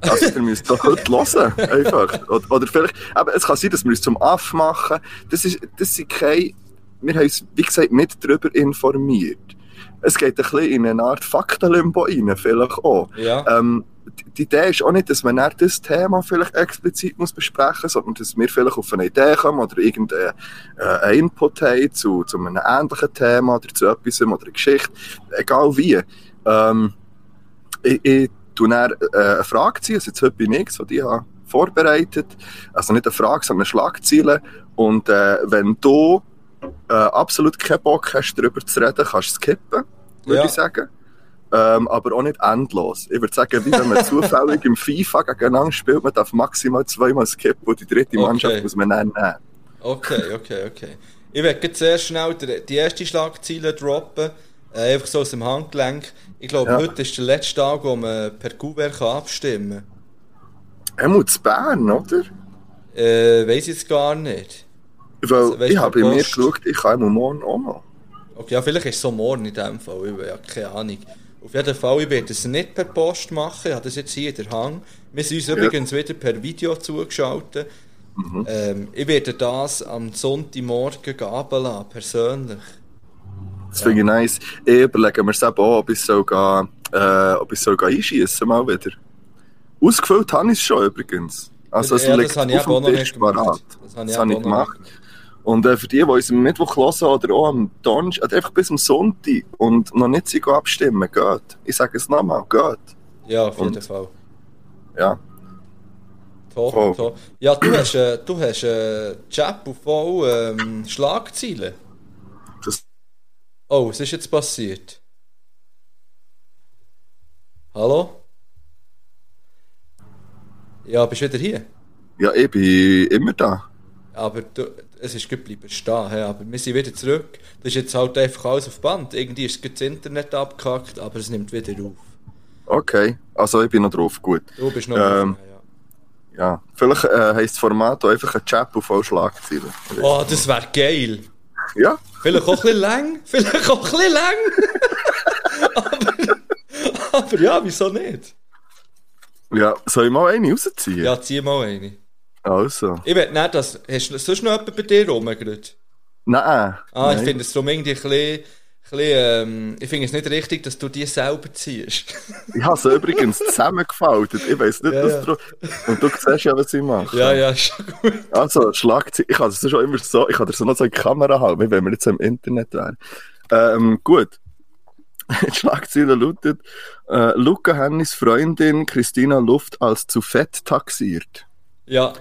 Speaker 2: Also, ihr müsst doch heute hören, einfach. Oder, oder vielleicht, aber es kann sein, dass wir uns zum Aff machen. Das ist, das sind keine, wir haben uns, wie gesagt, nicht darüber informiert. Es geht ein bisschen in eine Art Faktenlimbo rein, vielleicht auch.
Speaker 1: Ja.
Speaker 2: Ähm, die- die Idee ist auch nicht, dass man dann das Thema vielleicht explizit muss besprechen muss, sondern dass wir vielleicht auf eine Idee kommen oder irgendeinen äh, Input haben zu, zu einem ähnlichen Thema oder zu etwas oder einer Geschichte, egal wie. Ähm, ich, ich tue dann, äh, eine Frage ziehen, also jetzt heute bin ich, so die habe ich vorbereitet. Also nicht eine Frage, sondern Schlagziele. Und äh, wenn du äh, absolut keinen Bock hast, darüber zu reden, kannst du skippen, würde
Speaker 1: Ja.
Speaker 2: ich sagen. Ähm, aber auch nicht endlos. Ich würde sagen, wie
Speaker 1: (laughs)
Speaker 2: wenn man zufällig im FIFA gegeneinander spielt, man darf maximal zweimal skippen und die dritte
Speaker 1: Okay.
Speaker 2: Mannschaft muss man dann nehmen.
Speaker 1: Okay, okay, okay. Ich werde sehr schnell der- die erste Schlagzeile droppen. Äh, einfach so aus dem Handgelenk. Ich glaube,
Speaker 2: Ja.
Speaker 1: heute ist der letzte Tag, wo man per Kuvert kann abstimmen
Speaker 2: Er muss zu Bern, oder?
Speaker 1: kann. Äh, weiss ich jetzt gar nicht.
Speaker 2: Weil
Speaker 1: Also, weißt
Speaker 2: ich
Speaker 1: du,
Speaker 2: habe bei mir
Speaker 1: Post?
Speaker 2: geschaut, ich kann im morgen auch noch.
Speaker 1: Okay, ja, vielleicht ist es so morgen in dem Fall. Ich habe keine Ahnung. Auf jeden Fall, ich werde es nicht per Post machen. Ich habe das jetzt hier in der Hang. Wir sind uns übrigens wieder per Video zugeschaltet.
Speaker 2: Mhm.
Speaker 1: Ähm, ich werde das am Sonntagmorgen abladen, persönlich.
Speaker 2: Das finde ich nice. Ich überlege mir selber auch, ob ich soll gehen, äh, ob ich soll gehen einschiessen mal wieder. Ausgefüllt habe ich es schon übrigens. Also es
Speaker 1: Ja, das
Speaker 2: liegt
Speaker 1: habe ich
Speaker 2: auf
Speaker 1: eben auch
Speaker 2: dem
Speaker 1: noch
Speaker 2: Tisch
Speaker 1: nicht gemacht.
Speaker 2: parat.
Speaker 1: Das
Speaker 2: Das
Speaker 1: habe
Speaker 2: habe
Speaker 1: ich
Speaker 2: ich,
Speaker 1: eben auch noch
Speaker 2: gemacht. Und äh, für die, die uns am Mittwoch hören oder auch am Donnerstag, also einfach bis am Sonntag und noch nicht sind gehen abstimmen, geht. Ich sage es nochmal, geht.
Speaker 1: Ja, auf jeden
Speaker 2: Und-
Speaker 1: Fall.
Speaker 2: Ja.
Speaker 1: Top,
Speaker 2: Voll.
Speaker 1: top. Ja, du hast, äh, du hast äh, Chapo voll ähm, Schlagzeilen.
Speaker 2: Das-
Speaker 1: Oh, was ist jetzt passiert? Hallo? Ja, bist wieder hier?
Speaker 2: Ja, ich bin immer da.
Speaker 1: Aber du, es ist geblieben stehen, hä? aber wir sind wieder zurück. Das ist jetzt halt einfach alles auf Band. Irgendwie ist das Internet abgekackt, aber es nimmt wieder auf.
Speaker 2: Okay, also ich bin noch drauf, gut.
Speaker 1: Du bist noch
Speaker 2: Ähm.
Speaker 1: drauf, ja.
Speaker 2: Ja. Vielleicht äh, heisst das Format auch einfach ein Chap auf alle Schlagzeilen.
Speaker 1: Oh, das wäre geil.
Speaker 2: Ja,
Speaker 1: Vielleicht auch ein bisschen lang, vielleicht auch ein bisschen lang. aber, aber ja, wieso nicht?
Speaker 2: ja. Soll ich mal eine rausziehen?
Speaker 1: Ja, zieh mal eine.
Speaker 2: Also.
Speaker 1: Ich will nicht, dass... Hast du sonst noch jemanden bei dir rum gerade?
Speaker 2: Nein.
Speaker 1: Ah, ich
Speaker 2: nein.
Speaker 1: finde es darum irgendwie ein bisschen... ein bisschen, Ähm, ich finde es nicht richtig, dass du die selber ziehst.
Speaker 2: Ich habe sie übrigens (laughs) zusammengefaltet. Ich weiß nicht,
Speaker 1: Ja,
Speaker 2: was
Speaker 1: ja.
Speaker 2: dra- Und du siehst ja, was ich mache.
Speaker 1: ja, ja, ist schon gut.
Speaker 2: Also, Schlagzeug. Ich habe schon immer so, ich habe das noch so in die Kamera halten, wie wenn wir jetzt im Internet wären. Ähm, gut. (laughs) Die Schlagzeile lautet: äh, Luca Hennis Freundin Christina Luft als zu fett taxiert.
Speaker 1: Ja.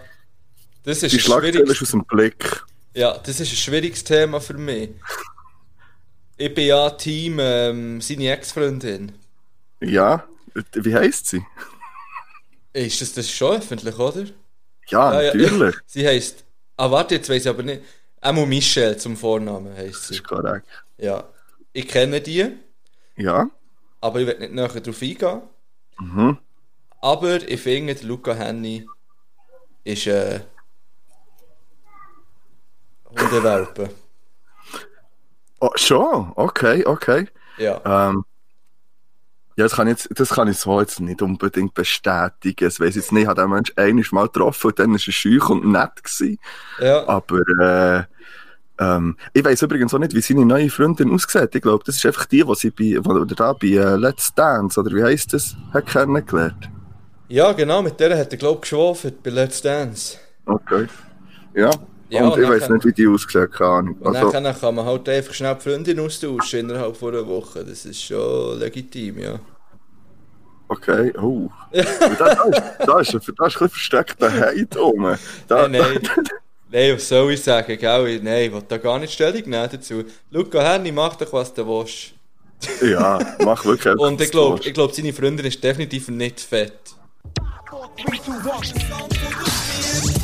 Speaker 1: Das ist,
Speaker 2: Die
Speaker 1: ein
Speaker 2: Schlagzeile
Speaker 1: schwieriges,
Speaker 2: ist aus dem Blick.
Speaker 1: ja, das ist ein schwieriges Thema für mich. Ich bin ja Team ähm, seine Ex-Freundin.
Speaker 2: Ja. Wie heisst sie?
Speaker 1: Ist das, das ist schon öffentlich, oder?
Speaker 2: Ja,
Speaker 1: Ah, ja.
Speaker 2: natürlich.
Speaker 1: Sie heisst. Ah, warte, jetzt weiß ich aber nicht. Amo Michelle zum Vornamen heisst
Speaker 2: Das
Speaker 1: sie.
Speaker 2: ist korrekt.
Speaker 1: Ja. Ich kenne die,
Speaker 2: Ja.
Speaker 1: aber ich werde nicht näher drauf eingehen.
Speaker 5: Mhm.
Speaker 1: Aber ich finde, der Luca Henny ist äh, ein. Hundewelpe.
Speaker 2: Oh, schon? Okay, okay.
Speaker 1: Ja.
Speaker 5: Ah.
Speaker 2: Ähm, ja, das kann, ich jetzt, das kann ich so jetzt nicht unbedingt bestätigen. Ich weiß jetzt nicht, ich habe den Menschen einiges Mal getroffen und dann war er schüch und nett. Gewesen.
Speaker 1: Ja.
Speaker 2: Aber äh, ähm, ich weiß übrigens auch nicht, wie seine neue Freundin aussieht. Ich glaube, das ist einfach die, die sie bei, wo- oder da bei äh, Let's Dance, oder wie heisst das, hat kennengelernt.
Speaker 1: ja, genau, mit der hat er, glaube ich, geschwafelt bei Let's Dance.
Speaker 2: Okay. Ja,
Speaker 1: Ja,
Speaker 5: und ich
Speaker 1: nachher-
Speaker 5: weiß nicht, wie die aussehen, keine Ahnung.
Speaker 1: Und
Speaker 5: Also,
Speaker 1: nachher kann man halt einfach schnell die Freundin austauschen innerhalb von einer Woche. Das ist schon legitim, ja.
Speaker 5: okay, oh. Und da, da, ist, da, ist, ein- da ist ein bisschen versteckter Hate oben. Da,
Speaker 1: Nein, nein. Nein, was soll ich sagen, gell? Nein, ich will da gar nicht Stellung nehmen dazu. Luca Herni, mach doch, was du willst.
Speaker 5: Ja, mach wirklich.
Speaker 1: Und ich glaube, ich glaub, seine Freundin ist definitiv nicht fett.
Speaker 17: Sound von der Spiel.